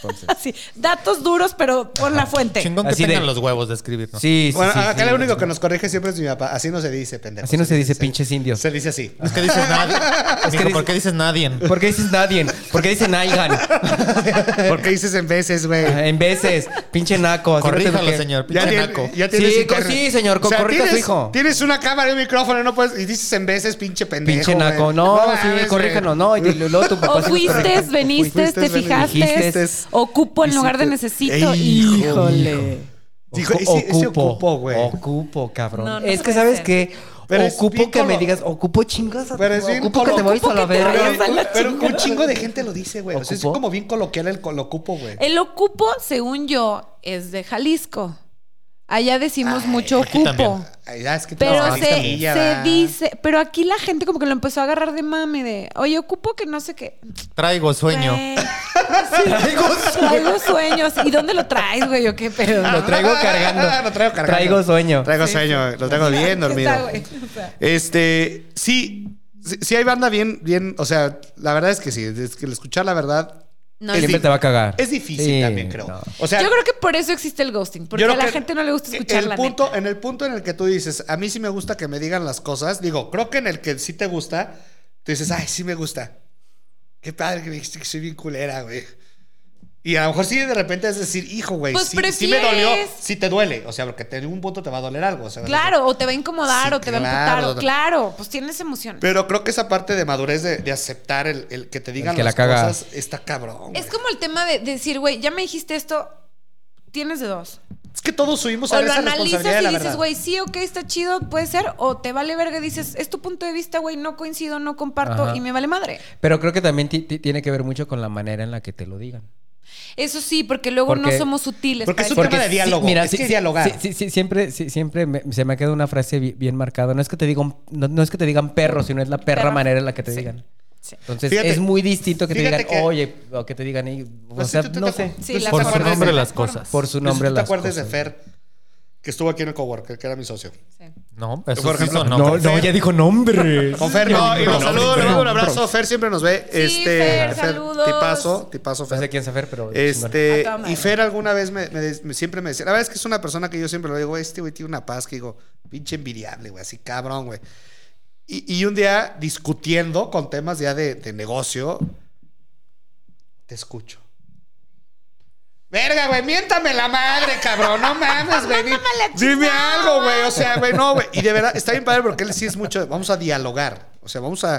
S2: Entonces.
S4: Así, datos duros, pero por la fuente.
S3: Chingón que
S2: Así de-
S3: tengan los huevos de escribir, ¿no?
S2: Sí, sí,
S1: Bueno,
S2: sí,
S1: acá
S2: sí.
S1: lo único que nos corrige siempre es mi papá. Así no se dice, pendejo.
S2: Así no se dice
S1: sí.
S2: pinches indios.
S1: Se dice así.
S3: Es que dices nadie. Mijo,
S2: dices-
S3: ¿Por qué dices nadie?
S2: ¿Por qué dices nadie? ¿Por qué dicen Aigan?
S1: ¿Por qué dices en veces, güey?
S2: En veces, pinche naco. así no te-
S3: Corríjalo,
S1: Ya,
S3: señor. Pinche
S1: tiene-
S3: naco.
S1: ya tienes
S2: Sí,
S1: internet.
S2: co- sí, señor, co- corrija a su
S1: tienes,
S2: hijo.
S1: Tienes una cámara y un micrófono y no puedes. Y dices en veces, pinche pendejo.
S2: Pinche naco.
S1: güey.
S2: No, sí,
S1: mames,
S2: corríjanos.
S1: güey.
S2: No, y te- luego tu papá
S4: O
S2: sí nos
S4: fuiste,
S2: corrige.
S4: veniste,
S1: fuiste,
S4: te fijaste,
S2: dijiste.
S4: ocupo en lugar de
S1: Hiciste. Hijo,
S4: necesito. Híjole.
S1: Dijo,
S2: Ocu-
S1: ese- ese ocupo, güey.
S2: Ocupo, cabrón.
S4: No, no
S2: es que,
S4: puede
S2: ¿sabes
S4: ser.
S2: qué?
S1: Pero es
S2: ocupo
S1: bien
S2: que me
S1: colo-
S2: digas, ocupo chingas a
S1: Pero es bien
S2: Ocupo que
S1: colo-
S2: te vayas a la
S4: ocupo que te
S2: verga.
S4: vayas a la
S1: Pero
S4: chingada.
S1: un chingo de gente lo dice, güey. O sea, es
S2: ¿Ocupó?
S1: como bien coloquial el col- lo ocupo, güey.
S4: El ocupo, según yo, es de Jalisco. Allá decimos
S1: Ay,
S4: mucho
S3: aquí
S4: ocupo.
S3: también.
S1: Ay, ya, es que
S4: Pero
S1: no,
S4: se,
S1: Sevilla,
S4: se
S1: va.
S4: dice, pero aquí la gente como que lo empezó a agarrar de mame de, oye, ocupo que no sé qué.
S3: Traigo sueño.
S4: Güey. Sí, traigo sueños. ¿Y dónde lo traes, güey? ¿O qué pedo?
S2: Lo traigo cargando.
S1: Lo traigo cargando.
S2: Traigo sueño.
S1: Traigo sueño, lo traigo bien dormido.
S4: Está, güey. O sea,
S1: Este, sí, sí, sí hay banda bien, bien, o sea, la verdad es que sí, es que el escuchar la verdad
S4: no,
S1: Es
S2: Siempre
S1: di-
S2: te va a cagar.
S1: es difícil
S2: Sí,
S1: también, creo.
S2: no.
S1: O sea,
S4: yo creo que por eso existe el ghosting, porque
S1: yo
S4: a
S1: creo
S4: la
S1: que
S4: gente no le gusta escuchar
S1: el
S4: la
S1: punto,
S4: neta.
S1: En el punto en el que tú dices, a mí sí me gusta que me digan las cosas, digo, creo que en el que sí te gusta, tú dices, ay, sí me gusta. Qué padre que me dijiste que soy bien culera, güey. Y a lo mejor sí de repente es decir, hijo, güey,
S4: Pues
S1: sí, sí me
S4: prefieres-
S1: dolió, sí te duele. O sea, porque en un punto te va a doler algo. o sea,
S4: Claro, o te va a incomodar,
S1: Sí,
S4: o te va a
S1: claro.
S4: emputar, o claro, pues tienes emociones.
S1: Pero creo que esa parte de madurez de, de aceptar el, el que te digan
S2: que la
S1: las
S2: caga.
S1: cosas está cabrón.
S4: Es
S1: güey.
S4: como el tema de decir, güey, ya me dijiste esto, tienes de dos.
S1: Es que todos subimos
S4: O
S1: a
S4: lo
S1: esa
S4: analizas
S1: responsabilidad
S4: y
S1: de la
S4: dices,
S1: verdad.
S4: güey, sí, ok, está chido, puede ser. O te vale verga y dices, es tu punto de vista, güey, no coincido, no comparto
S2: Ajá.
S4: y me vale madre.
S2: Pero creo que también ti- ti- tiene que ver mucho con la manera en la que te lo digan.
S4: Eso sí, porque luego
S2: Porque-
S4: no somos sutiles.
S1: porque
S4: para
S1: es un
S4: decir-
S1: tema de
S2: sí,
S1: diálogo, es que es dialogar.
S2: sí, sí, siempre, sí, siempre me- se me ha quedado una frase bi- bien marcada. No es que te digan, no, no es que te digan perro, sino es la perra
S4: Perra.
S2: manera en la que te
S4: Sí.
S2: digan.
S4: Sí.
S2: Entonces
S1: Fíjate-
S2: es muy distinto que te
S1: fíjate
S2: digan,
S1: que-
S2: oye, o que te digan, y- o
S1: No sé
S2: sea,
S1: si tú te
S2: no sé.
S1: acuerdas.
S4: Sí,
S1: Pues Sí,
S4: las
S3: Por su
S4: formas.
S3: nombre
S4: Sí.
S3: las cosas.
S2: Por
S1: No sé
S2: su
S1: si
S2: nombre
S1: ¿Tú te
S2: las
S1: acuerdas de
S2: cosas.
S1: Fer que estuvo aquí en el coworker, que era mi socio.
S4: Sí.
S3: No, eso
S1: Por
S3: sí
S1: ejemplo,
S3: son
S2: No, no,
S3: nombres.
S2: ya dijo nombres.
S1: Con Fer, no, y
S2: no,
S1: un saludo,
S2: no,
S1: le mando un
S2: no,
S1: abrazo. Fer siempre nos ve. este,
S4: Fer, saludos.
S1: Tipazo, tipazo
S2: No sé
S1: Fer.
S2: quién saber, pero.
S1: Este,
S4: A toda
S1: y Fer alguna vez me, me des- me- siempre me decía, la verdad es que es una persona que yo siempre lo digo, este güey tiene una paz que digo, pinche envidiable, güey, así cabrón, güey. Y, y un día discutiendo con temas ya de, de negocio, te escucho. Verga, güey, miéntame la madre, cabrón, no mames, güey. di- Dime algo, güey, o sea, güey, no, güey. Y de verdad, está bien padre porque él sí es mucho, de, vamos a dialogar, o sea, vamos a,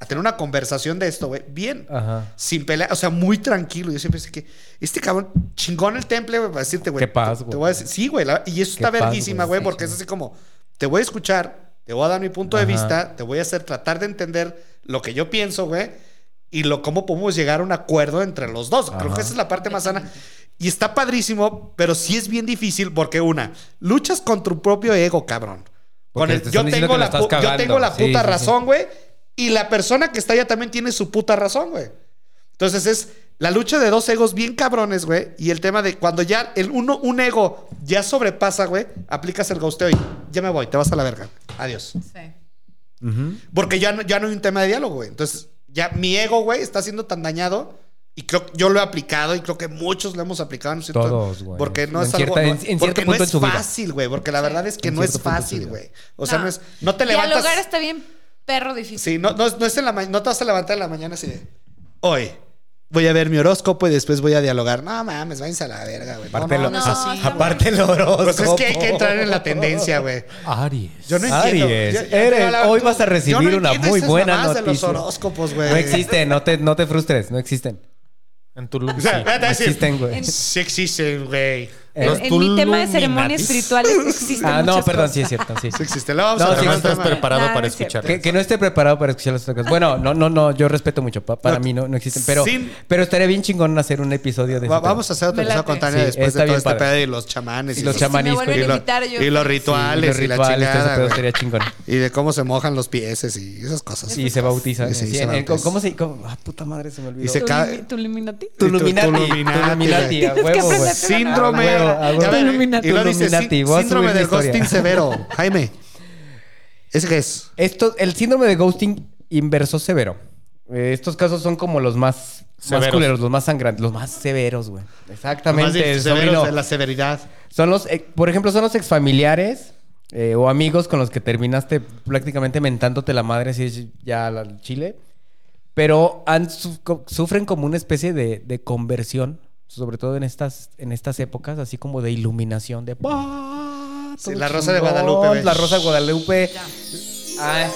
S1: a tener una conversación de esto, güey, bien
S2: Ajá.
S1: sin pelea, o sea, muy tranquilo. Yo siempre pensé que este cabrón chingón el temple, güey, para decirte, güey.
S2: Qué paz,
S1: te- te
S2: güey.
S1: voy a decir- sí, güey, la- y eso está
S2: paz,
S1: verguísima,
S2: güey,
S1: güey,
S2: sí,
S1: porque es
S2: sí.
S1: así como, te voy a escuchar, te voy a dar mi punto de
S2: Ajá.
S1: vista, te voy a hacer tratar de entender lo que yo pienso, güey, y lo cómo podemos llegar a un acuerdo entre los dos. Creo
S2: Ajá.
S1: que esa es la parte más sana. Y está padrísimo, pero sí es bien difícil porque una, luchas con tu propio ego, cabrón. Con
S2: Porque
S1: el,
S2: te
S1: yo,
S2: están diciendo
S1: tengo
S2: que la
S1: la
S2: estás
S1: pu- yo
S2: cagando.
S1: tengo la
S2: Sí,
S1: puta
S2: sí, sí.
S1: razón, güey. Y la persona que está allá también tiene su puta razón, güey. Entonces es la lucha de dos egos bien cabrones, güey. Y el tema de cuando ya el uno, un ego ya sobrepasa, güey, aplicas el ghosteo y ya me voy, te vas a la verga. Adiós.
S4: Sí.
S1: Porque ya no, ya no hay un tema de diálogo, güey. Entonces, ya mi ego, güey, está siendo tan dañado. Y creo que yo lo he aplicado y creo que muchos lo hemos aplicado. ¿no es cierto?
S2: Todos, güey.
S1: Porque no
S2: En
S1: es algo...
S2: cierta-
S1: no-
S2: en- en cierto
S1: porque
S2: punto
S1: no
S2: en
S1: es
S2: su vida.
S1: fácil, güey. Porque la verdad es que
S2: En
S1: no es
S2: cierto punto en su
S1: fácil,
S2: vida.
S1: güey. O sea, no.
S4: No.
S1: es... No te levantas...
S4: Dialogar está bien perro difícil.
S1: Sí, no, no, es- no es en la ma- no te vas a levantar en la mañana así de... Hoy voy a ver mi horóscopo y después voy a dialogar. No mames, váyanse a la verga, güey. No,
S2: Aparte,
S1: no,
S2: lo-
S1: no,
S4: no,
S1: es así.
S4: sí.
S2: aparte el horóscopo.
S1: Pues es que hay que entrar en la tendencia, güey.
S3: Aries.
S1: Yo no entiendo.
S2: Aries,
S1: Yo- yo-
S2: eres-
S1: yo la-
S2: hoy vas a recibir
S1: yo no
S2: una
S1: entiendo
S2: muy
S1: esas
S2: buena
S1: mamadas de los
S2: noticia.
S1: horóscopos, güey.
S2: No existen, no te, no te frustres, no existen.
S3: En Tulum.
S1: O
S3: sí.
S1: sea, eh, te
S2: No
S1: voy a decir,
S2: existen, güey.
S4: En-
S1: sí existen, güey.
S2: Eh,
S3: Los
S4: En mi tema de ceremonias
S3: Tuluminatis.
S4: espirituales existen
S2: ah, no,
S4: muchas
S2: perdón,
S4: cosas.
S2: sí es cierto, sí.
S1: Sí existen. Luego vamos
S2: No,
S1: a
S2: sí
S1: hablar
S2: existen,
S1: del tema.
S4: pero-
S3: preparado
S4: No,
S3: para
S4: no es cierto.
S3: escuchar.
S2: Que, que no esté preparado para escuchar las otras cosas. Bueno, no, no, no, yo respeto mucho. pa- Para
S1: No,
S2: mí no, no existen. Pero,
S1: sin-
S2: pero estaría bien chingón hacer un episodio de
S1: Va-
S2: ese tema.
S1: vamos a hacer otra
S4: Me
S1: cosa
S4: late.
S1: contánea
S2: Sí,
S1: después
S2: está
S1: de todo
S2: bien
S1: este
S2: padre.
S1: pedo y los chamanes.
S2: Y los
S1: sí,
S4: Si me
S2: chamaniscos.
S4: vuelven a
S1: y, lo-
S4: invitar, yo
S1: y los
S4: feliz.
S2: Sí,
S1: rituales
S2: los
S1: y, la
S2: rituales, todo ese
S1: chingada,
S2: pedo
S1: güey.
S2: estaría chingón.
S1: Y de cómo se mojan los pies y esas cosas.
S2: Y se bautizan.
S1: Sí, sí,
S2: sí,
S1: se
S2: en- en-
S1: bautizan.
S2: ¿Cómo se.? cómo- Ah, puta madre, se me olvidó.
S1: Y se
S4: ¿Tu
S1: ca-
S4: limi- ¿Tu Illuminati?
S2: Tu
S1: Tu- tu
S2: Illuminati. Tu
S1: Illuminati,
S2: Illuminati, a
S4: güey. Tienes que
S2: huevo, güey.
S4: aprender
S1: Síndrome.
S2: Ah, huevo, a
S1: Ya
S2: huevo.
S1: ven,
S4: Illuminati.
S1: y lo dice,
S2: Illuminati,
S1: sí,
S2: voy a
S1: síndrome
S2: subir la
S1: del
S2: historia.
S1: ghosting severo. Jaime. ¿Ese qué es?
S2: Esto, el síndrome de ghosting inverso severo. Eh, estos casos son como los más, más
S3: Severos.
S2: culeros, los más sangrantes, los más severos, güey. Exactamente.
S1: Más de severos
S2: sobrino.
S1: de la severidad.
S2: Son los, eh, por ejemplo, son los exfamiliares eh, o amigos con los que terminaste prácticamente mentándote la madre así ya al chile. Pero han su- co- sufren como una especie de, de conversión, sobre todo en estas, en estas épocas, así como de iluminación, de... ¡Ah,
S1: Sí,
S2: todo
S1: la Rosa de
S2: chingón!
S1: Guadalupe, güey.
S2: La Rosa de Guadalupe.
S4: Ya.
S2: Ah,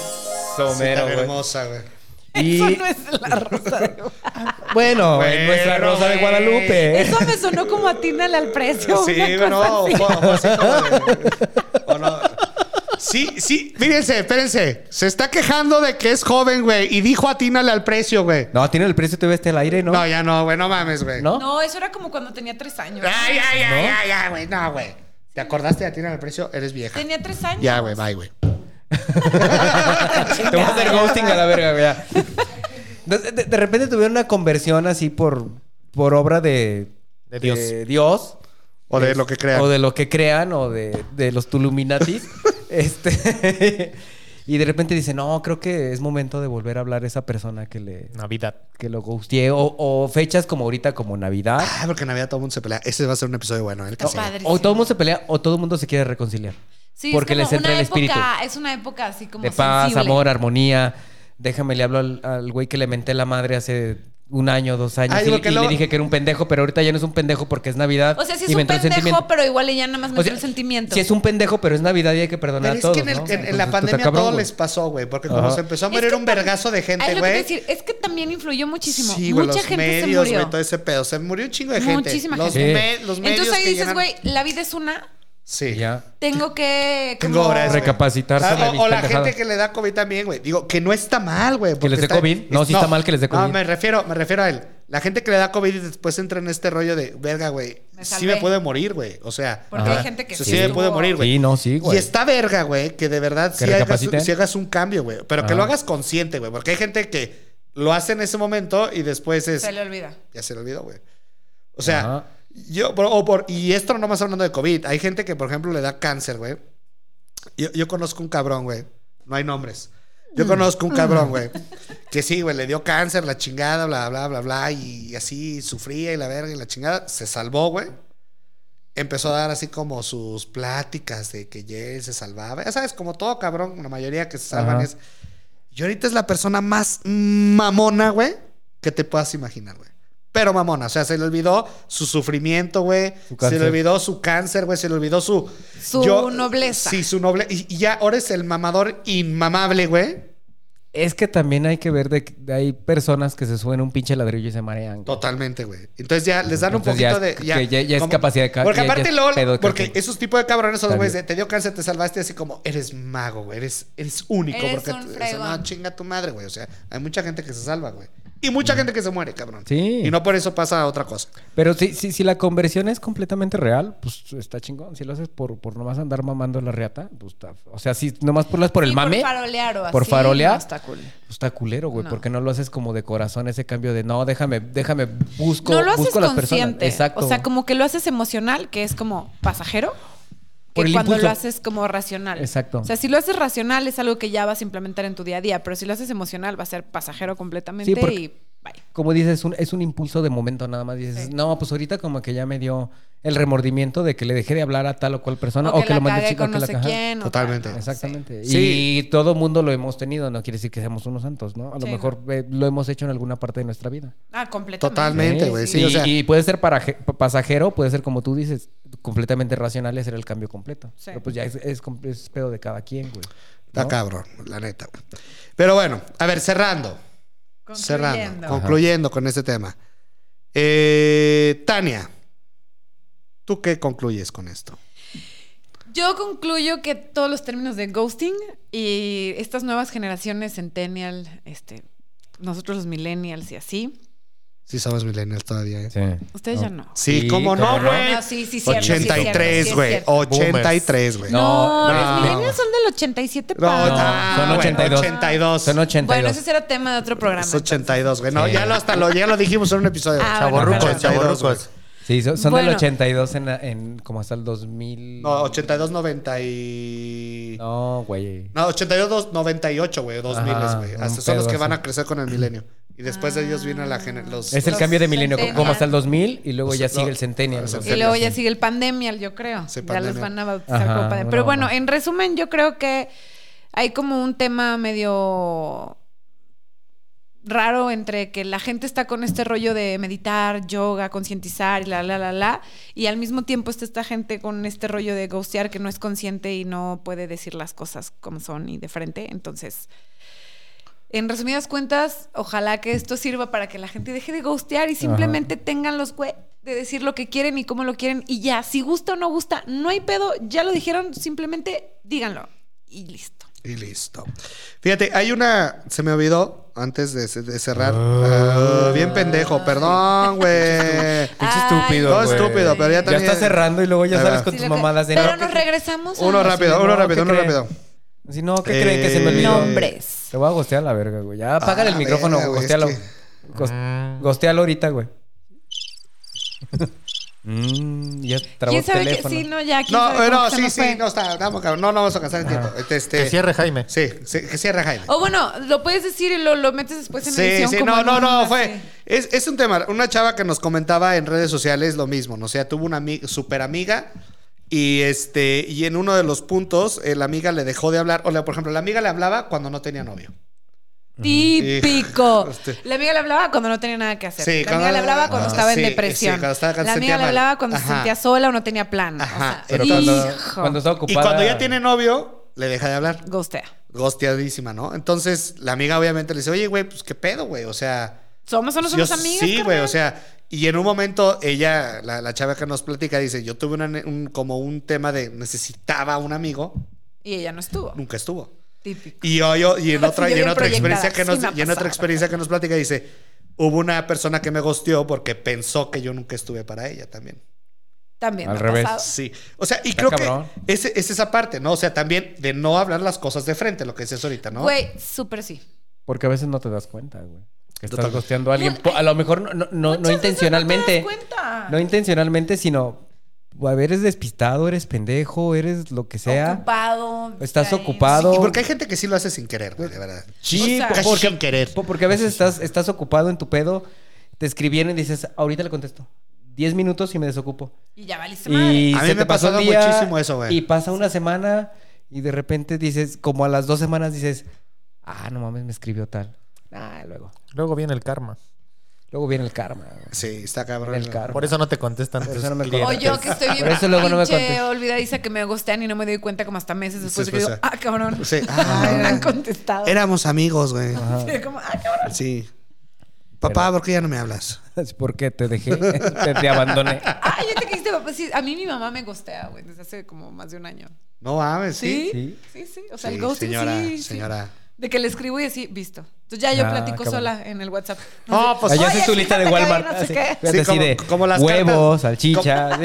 S2: somero,
S1: Sí, tan
S2: güey.
S1: hermosa, güey.
S2: Y
S4: Eso no es la rosa de Guadalupe.
S2: bueno,
S1: Bueno,
S2: en nuestra Rosa de
S1: güey.
S2: Guadalupe.
S4: Eso me sonó como atínale al precio.
S1: Sí,
S4: una cosa
S1: no,
S4: así.
S1: o, o así como de- o no. Sí, sí, fíjense, espérense. Se está quejando de que es joven, güey, y dijo atínale al precio, güey.
S2: No, tiene el precio TV este al aire, ¿no?
S1: No, ya no, güey, no mames, güey.
S2: ¿No?
S4: No, eso era como cuando tenía tres años.
S1: Ay, ay, ay, ay, ay, güey, no, güey. ¿Te acordaste de atínale al precio? Eres vieja.
S4: Tenía tres años.
S1: Ya, güey, bye, güey.
S2: Te voy a hacer ghosting a la verga, güey. ya. De, de- de repente tuvieron una conversión así por, por obra de,
S3: De Dios.
S2: Dios.
S1: O de lo que crean.
S2: O de lo que crean, o de, de los Tuluminatis. este. y de repente dicen, no, creo que es momento de volver a hablar a esa persona que le.
S3: Navidad.
S2: Que lo gusteé. O, o fechas como ahorita, como Navidad.
S1: Ah, porque en Navidad todo el mundo se pelea. Ese va a ser un episodio bueno, ¿eh? el que
S4: No,
S1: sigue.
S4: padre.
S2: O todo el mundo se pelea, o todo el mundo se quiere reconciliar.
S4: Sí, es
S2: porque
S4: como
S2: les entra
S4: una
S2: el
S4: época-
S2: espíritu.
S4: Es una época así como
S2: de paz,
S4: sensible.
S2: amor, armonía. Déjame, le hablo al, al güey que le menté la madre hace un año, dos años.
S1: Ay,
S2: y
S1: porque
S2: y
S1: luego-
S2: le dije que era un pendejo, pero ahorita ya no es un pendejo porque es Navidad.
S4: O sea,
S2: y
S4: sí es
S2: me
S4: un
S2: entró el
S4: pendejo,
S2: sentimiento.
S4: pero igual ella nada más me
S2: O sea,
S4: entró el sentimiento.
S2: Sí es un pendejo, pero es Navidad y hay que
S1: Pero
S2: perdonar a
S1: es
S2: todos.
S1: que en, el-
S2: ¿no?
S1: en- en la
S2: Entonces, está
S1: pandemia
S2: cabrón,
S1: todo
S2: güey.
S1: les pasó, güey. Porque como
S2: Ajá.
S1: se empezó a
S4: Es
S1: morir
S4: que
S1: un
S4: tam-
S1: vergazo de
S4: Ah, es
S1: gente,
S4: lo que te
S1: güey.
S4: decir, es que también influyó muchísimo.
S1: Sí, güey,
S4: Mucha
S1: los
S4: gente se
S1: medios,
S4: murió.
S1: güey, todo ese pedo. Se murió un chingo de gente.
S4: Muchísima
S1: los
S2: gente.
S1: me- los medios
S4: Entonces ahí
S1: que
S4: dices,
S1: llenan-
S4: güey, la vida es una.
S1: Sí.
S2: Ya.
S4: Tengo que.
S1: Tengo
S4: como-
S1: obras, güey.
S2: Recapacitar
S1: Ah,
S2: sobre
S1: o-
S2: mis
S1: o, la
S2: pendejadas.
S1: gente que le da COVID también, güey. Digo, que no está mal, güey. porque
S2: les dé
S1: está-
S2: COVID? No,
S1: es-
S2: sí está mal que les dé
S1: No,
S2: COVID.
S1: me refiero, me refiero a él. La gente que le da COVID y después entra en este rollo de, verga, güey,
S4: Me
S1: sí
S4: salvé.
S1: me puede morir, güey. O sea,
S4: Porque
S2: Ajá.
S4: hay gente que
S1: Sí,
S4: sí.
S1: sí,
S4: estuvo-
S1: puede morir, güey.
S2: Sí, no, sí, güey.
S1: Y está verga, güey, que de verdad
S2: Que
S1: sí hagas,
S2: recapaciten.
S1: sí hagas un cambio, güey. Pero que
S2: Ajá.
S1: lo hagas consciente, güey. Porque hay gente que lo hace en ese momento y después es.
S4: Se le olvida.
S1: Ya se le olvidó, güey. O sea,
S2: Ajá.
S1: Yo, por- o por, y esto no más hablando de COVID. Hay gente que, por ejemplo, le da cáncer, güey. Yo, yo conozco un cabrón, güey. No hay nombres. Yo conozco un cabrón, güey. Que sí, güey, le dio cáncer, la chingada, bla, bla, bla, bla. Y así sufría y la verga y la chingada. Se salvó, güey. Empezó a dar así como sus pláticas de que ya él se salvaba. Ya sabes, como todo cabrón, la mayoría que se salvan
S2: Ajá.
S1: es. Y ahorita es la persona más mamona, güey, que te puedas imaginar, güey. Pero mamona, o sea, se le olvidó su sufrimiento, güey.
S2: Su
S1: Se
S2: cáncer.
S1: le olvidó su cáncer, güey. Se le olvidó su.
S4: Su nobleza.
S1: Sí, su nobleza. Y, y ya ahora es el mamador inmamable, güey.
S2: Es que también hay que ver de, que hay personas que se suben a un pinche ladrillo y se marean.
S1: Totalmente, güey. Entonces ya les dan
S2: Entonces
S1: un poquito
S2: ya es-
S1: de.
S2: que ya- ya es capacidad de ca-
S1: Porque
S2: ya- ya
S1: aparte,
S2: es
S1: LOL,
S2: pedo de
S1: porque
S2: cálculo.
S1: esos tipos de cabrones son los güeyes de
S2: También.
S1: te dio cáncer, te salvaste, así como eres mago, güey. Eres, eres único.
S4: Eres
S1: porque
S4: un
S1: tú- o sea,
S4: fregón.
S1: no, chinga tu madre, güey. O sea, hay mucha gente que se salva, güey. Y mucha gente que se muere, cabrón.
S2: Mm. Sí.
S1: Y no por eso pasa otra cosa.
S2: Pero si, si, si la conversión es completamente real, pues está chingón. Si lo haces por, por nomás andar mamando la reata, pues está. O sea, si nomás por las por el
S4: Sí,
S2: mame.
S4: Por farolear o así.
S2: por farolear.
S4: no está cool.
S2: pues, está culero, güey.
S4: No.
S2: Porque no lo haces como de corazón ese cambio de no, déjame, déjame, busco,
S4: no lo haces
S2: busco a las personas.
S4: consciente.
S2: Exacto.
S4: O sea, como que lo haces emocional, que es como pasajero.
S2: Por
S4: Que
S2: el
S4: cuando
S2: impulso.
S4: lo haces como racional.
S2: Exacto.
S4: O sea, si lo haces racional es algo que ya vas a implementar en tu día a día, pero si lo haces emocional va a ser pasajero completamente
S2: Sí, porque-
S4: y bye.
S2: como dices, es un, es un impulso de momento nada más. Dices,
S4: Sí.
S2: no, pues ahorita como que ya me dio el remordimiento de que le dejé de hablar a tal o cual persona o, que,
S4: la
S2: lo mandé
S4: cagué
S2: chico, o
S4: con
S2: que
S4: no
S2: la
S4: sé
S2: caja.
S4: quién. o
S1: Totalmente.
S4: tal, ¿no?
S2: Exactamente.
S1: Sí.
S2: Y todo mundo lo hemos tenido, no quiere decir que seamos unos santos, ¿no? A lo
S4: Sí,
S2: mejor eh, lo hemos hecho en alguna parte de nuestra vida.
S4: Sí. Ah, completamente.
S1: Totalmente,
S2: Sí,
S1: güey.
S2: y,
S1: sí, o sea.
S2: y puede ser para, pasajero, puede ser como tú dices, completamente racional y hacer el cambio completo.
S4: Sí.
S2: Pero pues ya es, es, com- es pedo de cada quien, güey.
S1: Está
S2: ¿no?
S1: cabrón, la neta. güey. Pero bueno, a ver, cerrando. Cerrando.
S4: Concluyendo.
S1: Concluyendo con este tema. Eh, Tania, ¿tú qué concluyes con esto?
S4: Yo concluyo que todos los términos de ghosting y estas nuevas generaciones, Centennial, este, nosotros los Millennials y así,
S1: Sí, somos millennials todavía, ¿eh? Sí,
S4: ustedes ya no.
S1: Sí, cómo no, güey.
S4: No, sí, sí, cierto, sí,
S1: 83,
S4: cierto, sí,
S1: güey.
S4: cierto.
S1: 83, güey.
S2: No,
S1: No,
S4: No,
S2: no,
S4: los
S1: no.
S4: millennials son del 87 para.
S1: no,
S2: son
S1: güey,
S2: 82.
S1: 82.
S2: Son 82.
S4: Bueno, ese será tema de otro programa.
S1: Es 82, güey. No,
S2: Sí.
S1: ya, lo, hasta lo, ya lo dijimos en un episodio.
S4: Ah,
S3: Chavorrucos,
S4: bueno, claro.
S1: 82, güey.
S3: chavorrucos.
S2: Sí, son, son del
S4: Bueno.
S2: 82 en, la- en como hasta el 2000.
S1: No, 82, 90 y...
S2: No, güey.
S1: No, 82, dos- 98, güey, 2000,
S2: Ajá,
S1: güey.
S2: un
S1: Hasta son los
S2: pedo
S1: que van
S2: así.
S1: a crecer con el milenio. Y después de ellos viene la gener- los
S2: Es el
S1: los-
S2: cambio de milenio,
S4: centennial.
S2: como hasta el 2000 y luego
S1: Los-
S2: ya
S1: no,
S2: sigue el centennial.
S1: los-
S4: Y luego ya sigue el pandemia, yo creo.
S1: Sí,
S4: ya los
S1: pandemia.
S4: van a bautizar
S2: Ajá,
S4: como pandemia.
S2: una
S4: Pero bueno,
S2: mamá.
S4: en resumen, yo creo que hay como un tema medio raro entre que la gente está con este rollo de meditar, yoga, concientizar y la, la, la, la, y al mismo tiempo está esta gente con este rollo de ghostear que no es consciente y no puede decir las cosas como son y de frente. Entonces, en resumidas cuentas, ojalá que esto sirva para que la gente deje de ghostear y simplemente tengan los güey de decir lo que quieren y cómo lo quieren y ya, si gusta o no gusta, no hay pedo, ya lo dijeron, simplemente díganlo y listo.
S1: Y listo. Fíjate, hay una. Se me olvidó antes de, de cerrar. Ah, bien pendejo, perdón, güey.
S4: Pinche
S3: estúpido,
S1: Todo
S3: güey.
S1: estúpido, pero ya
S2: Ya
S1: también.
S2: está cerrando y luego ya
S1: Ahí
S2: sabes
S1: va.
S2: con
S4: Sí,
S2: tus
S4: lo que-
S2: mamadas de no,
S4: Pero nos
S2: ¿qué-
S4: regresamos a
S1: Uno
S4: los
S1: rápido,
S2: no,
S1: uno
S2: ¿qué
S1: rápido, uno
S2: creen?
S1: rápido.
S2: Si no, ¿qué creen que se me
S1: Eh,
S2: olvidó?
S4: nombres.
S2: Te voy a gostear la verga, güey. Ya apaga el
S1: Ah,
S2: micrófono,
S1: verga, güey,
S2: gostealo.
S1: es que-
S2: Gos- Gostealo ahorita, güey. Mm, ya trabó
S4: ¿Quién
S2: el
S4: sabe que
S2: teléfono.
S4: sí, no, ya?
S1: No,
S4: ¿quién sabe
S1: eh,
S4: cómo
S1: no,
S4: se
S1: sí,
S4: nos
S1: sí,
S4: fue?
S1: no está. No, cabrón, no, no vamos a alcanzar el tiempo. Este,
S3: Que
S1: Este,
S3: cierre, Jaime.
S1: sí, sí, que cierre Jaime.
S4: O bueno, lo puedes decir y lo, lo metes después Oh, pues, en
S1: Sí,
S4: edición.
S1: sí,
S4: como
S1: no, no,
S4: en
S1: no,
S4: una,
S1: fue.
S4: sí.
S1: Es, es un tema. Una chava que nos comentaba en redes sociales lo mismo, ¿no? O sea, tuvo una super amiga y este, y en uno de los puntos, eh, la amiga le dejó de hablar. O la- por ejemplo, la amiga le hablaba cuando no tenía novio.
S4: Típico.
S1: Hostia.
S4: La amiga le hablaba cuando no tenía nada que hacer.
S1: este. Sí,
S4: la
S1: cuando-
S4: amiga le hablaba cuando
S1: Ah.
S4: estaba
S1: sí,
S4: en depresión.
S1: sí, cuando estaba- cuando
S4: la
S1: se
S4: amiga
S1: sentía
S4: le
S1: mal.
S4: hablaba cuando se
S1: Ajá.
S4: sentía sola o no tenía plan. O
S1: Ajá,
S4: sea,
S1: pero
S2: Cuando,
S4: hijo.
S2: cuando está ocupada.
S1: Y cuando ya tiene novio, le deja de hablar.
S4: Ghostea.
S1: Gosteadísima, ¿no? Entonces, la amiga obviamente le dice, oye, güey, pues qué pedo, güey. O sea.
S4: ¿Somos o no somos
S1: yo-
S4: amigas?
S1: Sí, güey,
S4: carnal?
S1: o sea. Y en un momento, ella, la, la chava que nos platica, dice: Yo tuve una ne- un- como un tema de necesitaba un amigo,
S4: Y ella no estuvo.
S1: nunca estuvo.
S4: Típico.
S1: Y, yo- yo- y en
S4: Sí,
S1: otra,
S4: yo
S1: y en
S4: bien
S1: otra experiencia
S4: proyectada,
S1: que nos,
S4: sí me ha
S1: y en otra
S4: pasado.
S1: experiencia que nos platica, dice: Hubo una persona que me gosteó porque pensó que yo nunca estuve para ella también.
S4: También.
S2: Al
S4: me ha
S2: revés.
S4: pasado.
S1: Sí. O sea, y
S2: Está
S1: creo
S2: cabrón.
S1: que ese- es esa parte, ¿no? O sea, también de no hablar las cosas de frente, lo que dices ahorita, ¿no?
S4: Güey, súper sí.
S2: Porque a veces no te das cuenta, güey. Que estás
S1: Totalmente.
S2: gosteando a alguien.
S4: Bueno,
S2: po- A lo mejor no, no, no, no
S4: eh, Muchas veces
S2: intencionalmente.
S4: No te das cuenta.
S2: No intencionalmente, sino. A ver, eres despistado, eres pendejo, eres lo que sea.
S4: ocupado.
S2: Estás
S4: distraído.
S2: ocupado.
S1: Y porque hay gente que sí lo hace sin querer, güey, de verdad.
S2: Sí,
S4: O sea,
S2: porque,
S1: sin querer.
S2: po- porque a veces estás, estás ocupado en tu pedo, te escribieron y dices, ahorita le contesto. 10 minutos y me desocupo.
S4: Y ya valiste madre.
S2: Y
S1: A mí
S2: se
S1: me
S2: te pasó
S1: pasaba
S2: el día,
S1: muchísimo eso, güey.
S2: Y pasa una semana y de repente dices, como a las dos semanas dices, ah, no mames, me escribió tal. Ah, luego.
S3: Luego viene el karma.
S2: Luego viene el karma. güey.
S1: Sí, está cabrón.
S2: El karma.
S3: Por eso no te contestan
S2: Por
S3: tus
S2: eso no me
S4: O
S3: clientes.
S4: yo que estoy bien
S2: Por eso luego no me
S4: pinche
S2: contes-
S4: olvidadiza que me gustean y no me doy cuenta como hasta meses después
S1: Sí,
S4: que digo,
S1: pues,
S4: ah, cabrón.
S1: Sí.
S4: Ah,
S1: Ah,
S4: no me han
S1: era-
S4: contestado.
S1: Éramos amigos, güey.
S4: Sí, como, ah, cabrón.
S1: Sí. Papá, ¿por qué ya no me hablas?
S2: Es porque te dejé, te, te abandoné.
S4: Ah, ya te quisiste, papá. Sí, a mí mi mamá me gostea, güey, desde hace como más de un año.
S1: No mames, sí.
S4: ¿Sí?
S2: Sí.
S4: Sí, sí. O sea,
S1: Sí,
S4: el ghosting
S1: señora,
S4: sí, sí.
S1: señora.
S4: De que le escribo y así, visto. Entonces ya yo
S2: Ah,
S4: platico
S2: qué
S4: sola en el WhatsApp.
S1: No, pues-
S2: Allá
S4: Oye,
S2: haces tu lista de
S4: fíjate que
S2: Walmart.
S4: hoy no sé
S2: así,
S4: qué.
S2: fíjate,
S1: Sí,
S2: así
S1: como-
S2: de
S1: como las
S2: huevos,
S1: cartas.
S2: salchicha.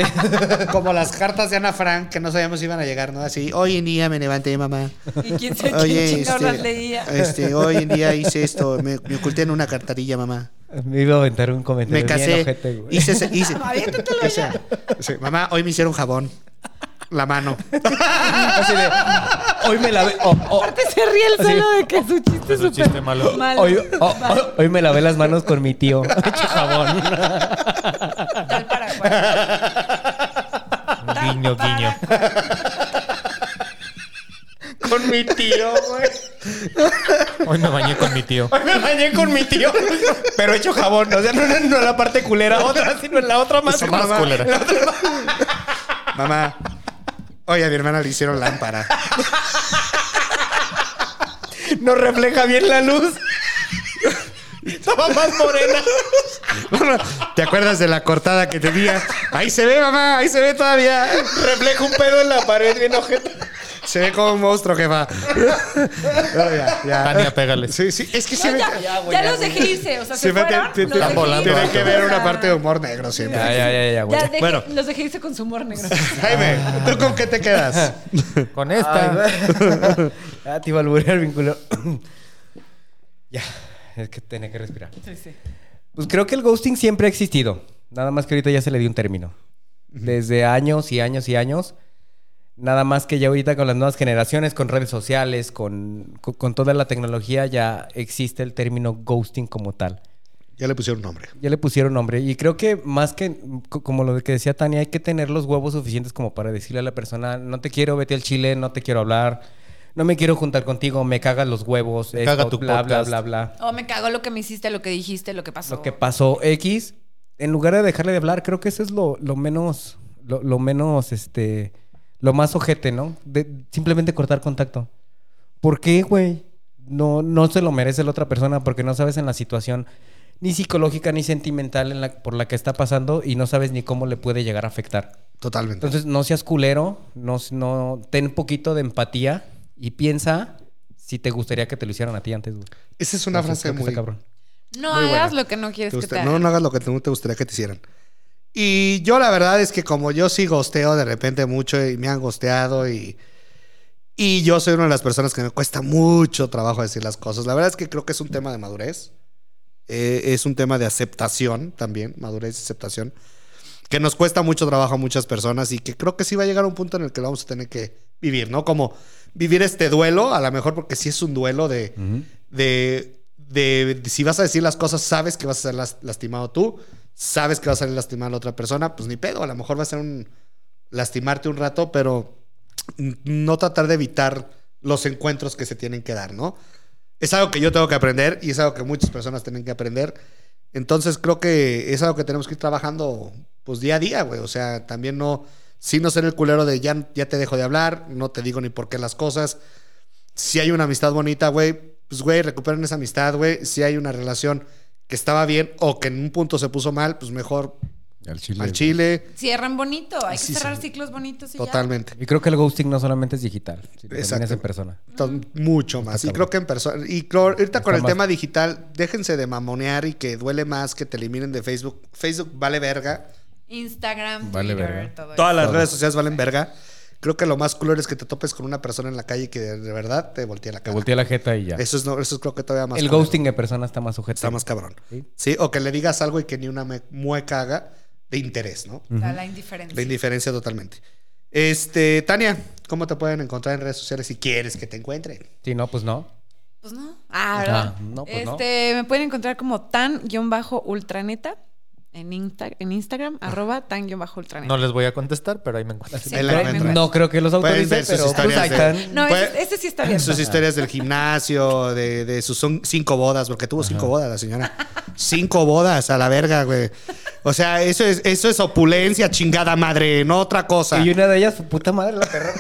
S1: Como las cartas de Ana Frank que no sabíamos si iban a llegar, ¿no? Así, hoy en día me levanté, mamá.
S4: ¿Y quién se
S1: Oye,
S4: quién chingados
S1: este,
S4: las leía?
S1: este, hoy en día hice esto, me, me oculté en una cartarilla, mamá.
S2: Me iba a aventar un comentario.
S1: Me
S2: bien
S1: casé,
S2: ojete, güey.
S1: hice, se- hice,
S4: Aviéntatelo
S1: o sea, sí, mamá, hoy me hicieron jabón, la mano.
S2: Así de, hoy me lavé. oh, oh,
S4: Aparte se ríe el
S2: Así-
S4: solo de que su chiste
S3: Es
S4: es
S3: un
S4: súper
S3: chiste malo.
S4: malo.
S2: hoy, oh, oh, hoy me lavé las manos con mi tío. Hecho jabón.
S4: Tal para cual. Tal
S3: Guiño,
S4: para
S3: guiño.
S4: cual.
S1: Con mi tío, güey.
S3: Hoy me bañé con mi tío.
S2: Hoy me bañé con mi tío, pero hecho jabón. O sea, no, no, no la parte culera otra, sino en la otra más.
S1: Esa
S3: Más
S1: mamá.
S3: culera.
S1: Mamá, hoy a mi hermana le hicieron lámpara.
S2: No refleja bien la luz. Estaba más morena.
S1: ¿Te acuerdas de la cortada que tenía? Ahí se ve, mamá, ahí se ve todavía.
S2: Refleja un pedo en la pared bien ojete.
S1: Se ve como un monstruo, jefa. No, ya, ya.
S3: Tania, pégale.
S1: Sí, sí, es que sí
S4: No,
S1: me-
S4: ya,
S2: Ya, güey,
S4: ya
S2: ya,
S4: los
S2: güey.
S4: dejé irse. O sea, se
S1: siempre te-
S4: fueron.
S1: te-
S4: los
S1: te-
S4: dejé
S3: volando,
S4: irse,
S1: tiene que ver
S4: o sea,
S1: una parte de humor negro siempre.
S2: Ya, ya, ya, ya, güey.
S4: ya dejé-
S1: Bueno.
S4: Los dejé irse con su humor negro.
S1: Jaime, ¿tú con qué te quedas?
S3: Con esta.
S2: Ah, te iba a alburear, vinculo. ya, es que tenía que respirar.
S4: Sí, sí.
S2: Pues creo que el ghosting siempre ha existido. Nada más que ahorita ya se le dio un término. Desde años y años y años. Nada más que ya ahorita con las nuevas generaciones, con redes sociales, con, con- con toda la tecnología, ya existe el término ghosting como tal.
S1: Ya le pusieron nombre.
S2: Ya le pusieron nombre. Y creo que más que, co- como lo que decía Tania, hay que tener los huevos suficientes como para decirle a la persona, no te quiero, vete al Chile, no te quiero hablar, no me quiero juntar contigo, me cagas los huevos,
S3: Me caga tu
S2: bla, bla,
S3: podcast".
S2: bla, bla
S4: Oh, me cagó lo que me hiciste, lo que dijiste, lo que pasó.
S2: lo que pasó X, en lugar de dejarle de hablar, creo que eso es lo, lo menos, lo, lo menos, este, lo más ojete, ¿no? De simplemente cortar contacto. ¿Por qué, güey? No, no se lo merece la otra persona porque no sabes en la situación ni psicológica ni sentimental en la, por la que está pasando y no sabes ni cómo le puede llegar a afectar.
S1: Totalmente.
S2: Entonces, no seas culero, no, no, ten un poquito de empatía y piensa si te gustaría que te lo hicieran a ti antes, güey.
S1: Esa es una
S2: Entonces,
S1: frase
S2: creo que
S1: muy...
S2: está cabrón.
S4: No
S1: Muy
S4: hagas
S1: buena.
S4: lo que no quieres
S1: Te
S4: que
S1: gusta-
S4: te hagan.
S1: no, no hagas lo que no te gustaría que te hicieran. Y yo la verdad es que como yo sí gosteo de repente mucho y me han gosteado y... Y yo soy una de las personas que me cuesta mucho trabajo decir las cosas. La verdad es que creo que es un tema de madurez. Eh, es un tema de aceptación también, madurez y aceptación. Que nos cuesta mucho trabajo a muchas personas y que creo que sí va a llegar un punto en el que lo vamos a tener que vivir, ¿no? Como vivir este duelo, a lo mejor porque sí es un duelo de de, de- de si vas a decir las cosas, sabes que vas a ser las- lastimado tú, sabes que vas a salir lastimada la otra persona, pues ni pedo, a lo mejor va a ser un lastimarte un rato, pero n- no tratar de evitar los encuentros que se tienen que dar, ¿no? Es algo que yo tengo que aprender y es algo que muchas personas tienen que aprender. Entonces creo que es algo que tenemos que ir trabajando pues día a día, güey. O sea, también no, sí no ser el culero de ya, ya te dejo de hablar, no te digo ni por qué las cosas, si hay una amistad bonita, güey, pues, güey, recuperen esa amistad, güey. Si hay una relación que estaba bien o que en un punto se puso mal, pues mejor al chile.
S4: Cierran bonito. Hay que
S1: Sí,
S4: cerrar
S1: sí.
S4: ciclos bonitos y
S1: Totalmente.
S2: Y creo que el ghosting no solamente es digital, sino también es
S1: Exacto.
S2: en persona.
S1: To- Mucho más. Y
S2: cabrón.
S1: creo que en persona. Y creo- ahorita con
S2: Está
S1: el
S2: más-
S1: tema digital, déjense de mamonear y que duele más que te eliminen de Facebook. Facebook vale verga.
S4: ya. Instagram,
S2: Vale,
S4: Twitter,
S2: verga.
S4: todo eso.
S1: Todas las
S2: Todo.
S1: redes sociales valen verga. Creo que lo más cool es que te topes con una persona en la calle que de verdad te voltea la
S2: Te
S1: cara.
S2: volteé la jeta y ya.
S1: Eso es, no, eso es creo que todavía más
S2: el
S1: culero.
S2: ghosting de persona está más sujeto.
S1: Está más cabrón.
S2: Sí.
S1: ¿Sí? o que le digas algo y que ni una me- mueca haga de interés, ¿no?
S4: Da la indiferencia.
S1: La indiferencia totalmente. Este, Tania, ¿cómo te pueden encontrar en redes sociales si quieres que te encuentren?
S2: Sí, no, pues no.
S4: Pues no. Ah,
S2: Ajá.
S4: ¿verdad?
S2: No, pues no.
S4: este, Me pueden encontrar como tan-ultraneta en, Insta- en Instagram,
S1: Ah.
S4: arroba tan-ultraneta.
S3: No les voy a contestar, pero ahí me encuentran.
S4: Sí,
S1: Ahí la
S4: pero-
S1: encuentran.
S2: No creo que los
S1: Pueden
S2: autoricen,
S1: ver sus
S2: pero pues
S1: historias.
S2: ahí
S1: de-
S2: están.
S4: No,
S1: Pueden-
S4: ese, ese sí está bien.
S1: Sus historias del gimnasio, de, de sus son- cinco bodas, porque tuvo cinco bodas la señora. Cinco bodas a la verga, güey. O sea, eso es, eso es opulencia, chingada madre, no otra cosa.
S2: Y una de ellas, su puta madre, la perra.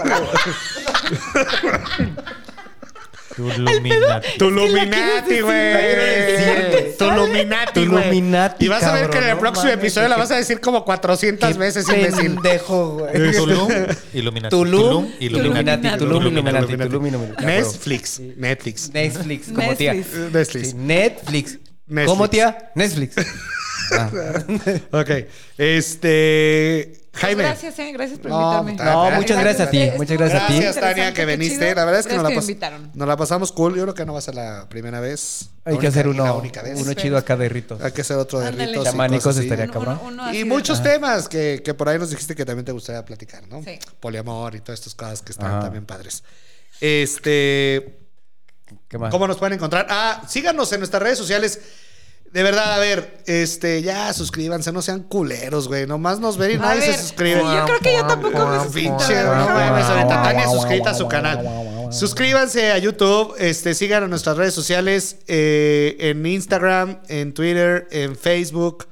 S3: Illuminati.
S1: Tu
S4: quieres
S1: Luminati,
S4: decir,
S1: güey. Tu Luminati,
S2: Tu
S1: güey.
S2: Illuminati,
S1: Y vas a ver que en el
S2: cabrón, no
S1: próximo
S2: mames,
S1: episodio la
S2: qué-
S1: vas a decir como 400 veces, imbécil.
S2: Pendejo, güey.
S3: Tulum, Illuminati.
S2: Tulum, Illuminati,
S3: Illuminati.
S2: Tulum, Illuminati,
S1: Illuminati.
S2: Tulum, Illuminati.
S1: Netflix. Netflix.
S2: Netflix, como tía.
S4: Netflix.
S1: Eh, Netflix.
S2: Sí, Netflix.
S1: Netflix.
S2: ¿Cómo tía? Netflix. Ah.
S1: Ok. Este.
S4: Pues
S1: Jaime.
S4: Gracias, eh, gracias por
S1: No,
S4: invitarme.
S1: puta,
S2: No, muchas gracias a ti.
S4: Estuvo
S2: Muchas gracias a ti.
S1: Gracias, Tania, que
S4: interesante, qué
S1: viniste.
S4: chido.
S1: La verdad es que nos
S4: Gracias
S1: la,
S4: que
S1: pas-
S4: me invitaron.
S1: nos la pasamos cool. Yo creo que no va a ser la primera vez. La
S2: Hay que
S1: única-
S2: hacer uno,
S1: La única vez.
S2: uno chido acá de ritos.
S1: Hay que hacer otro de
S4: Ándale.
S1: ritos. y
S2: Chamanicos
S1: cosas así.
S2: estaría
S4: Uno-
S2: cabrón.
S4: uno- uno así
S1: Y
S4: de-
S1: muchos temas que, que por ahí nos dijiste que también te gustaría platicar, ¿no?
S4: Sí.
S1: Poliamor y todas estas cosas que están
S2: Ajá.
S1: también padres. Este,
S2: ¿Qué más?
S1: ¿cómo nos pueden encontrar? Ah, síganos en nuestras redes sociales. De verdad, a ver, este, ya suscríbanse, no sean culeros, güey. Nomás nos ven y
S4: A
S1: nadie
S4: ver,
S1: se suscribe.
S4: sí, yo creo que yo tampoco me
S1: Ah,
S4: suscribo.
S1: Pinche,
S4: la
S1: no
S4: verdad.
S1: mames, ahorita Tania suscrita a su canal. Suscríbanse a YouTube, este, sigan a nuestras redes sociales, eh, en Instagram, en Twitter, en Facebook,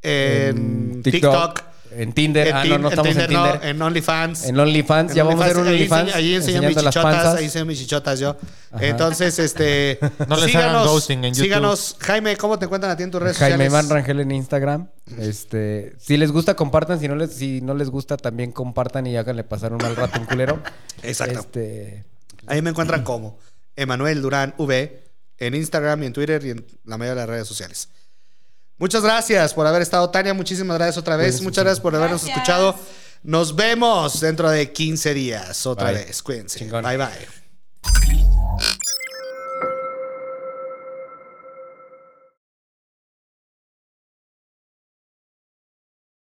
S1: en, TikTok,
S2: En Tinder.
S1: en,
S2: ah,
S1: Tin-
S2: no, no
S1: en
S2: estamos en
S1: no,
S2: Tinder.
S1: en OnlyFans.
S2: En OnlyFans. Ya vamos a hacer un
S1: ahí
S2: OnlyFans.
S1: enseño- Ahí enseño mis
S2: enseñando las
S1: chichotas,
S2: panzas.
S1: ahí enseño mis chichotas yo. Entonces, este.
S3: No les hagan ghosting en YouTube.
S1: Síganos. Jaime, ¿cómo te encuentran a ti en tus redes
S2: Jaime
S1: sociales?
S2: Van Rangel en Instagram. Este, si les gusta, compartan. Si no les, si no les gusta, también compartan y háganle pasar un mal rato un culero.
S1: Exacto.
S2: Este,
S1: Ahí me encuentran como Emanuel Durán V en Instagram y en Twitter y en la mayoría de las redes sociales. Muchas gracias por haber estado, Tania. Muchísimas gracias otra vez. Muchas gracias por habernos
S4: Gracias.
S1: escuchado. Nos vemos dentro de 15 días otra
S2: Bye.
S1: vez. Cuídense.
S2: Chingón.
S1: Bye bye.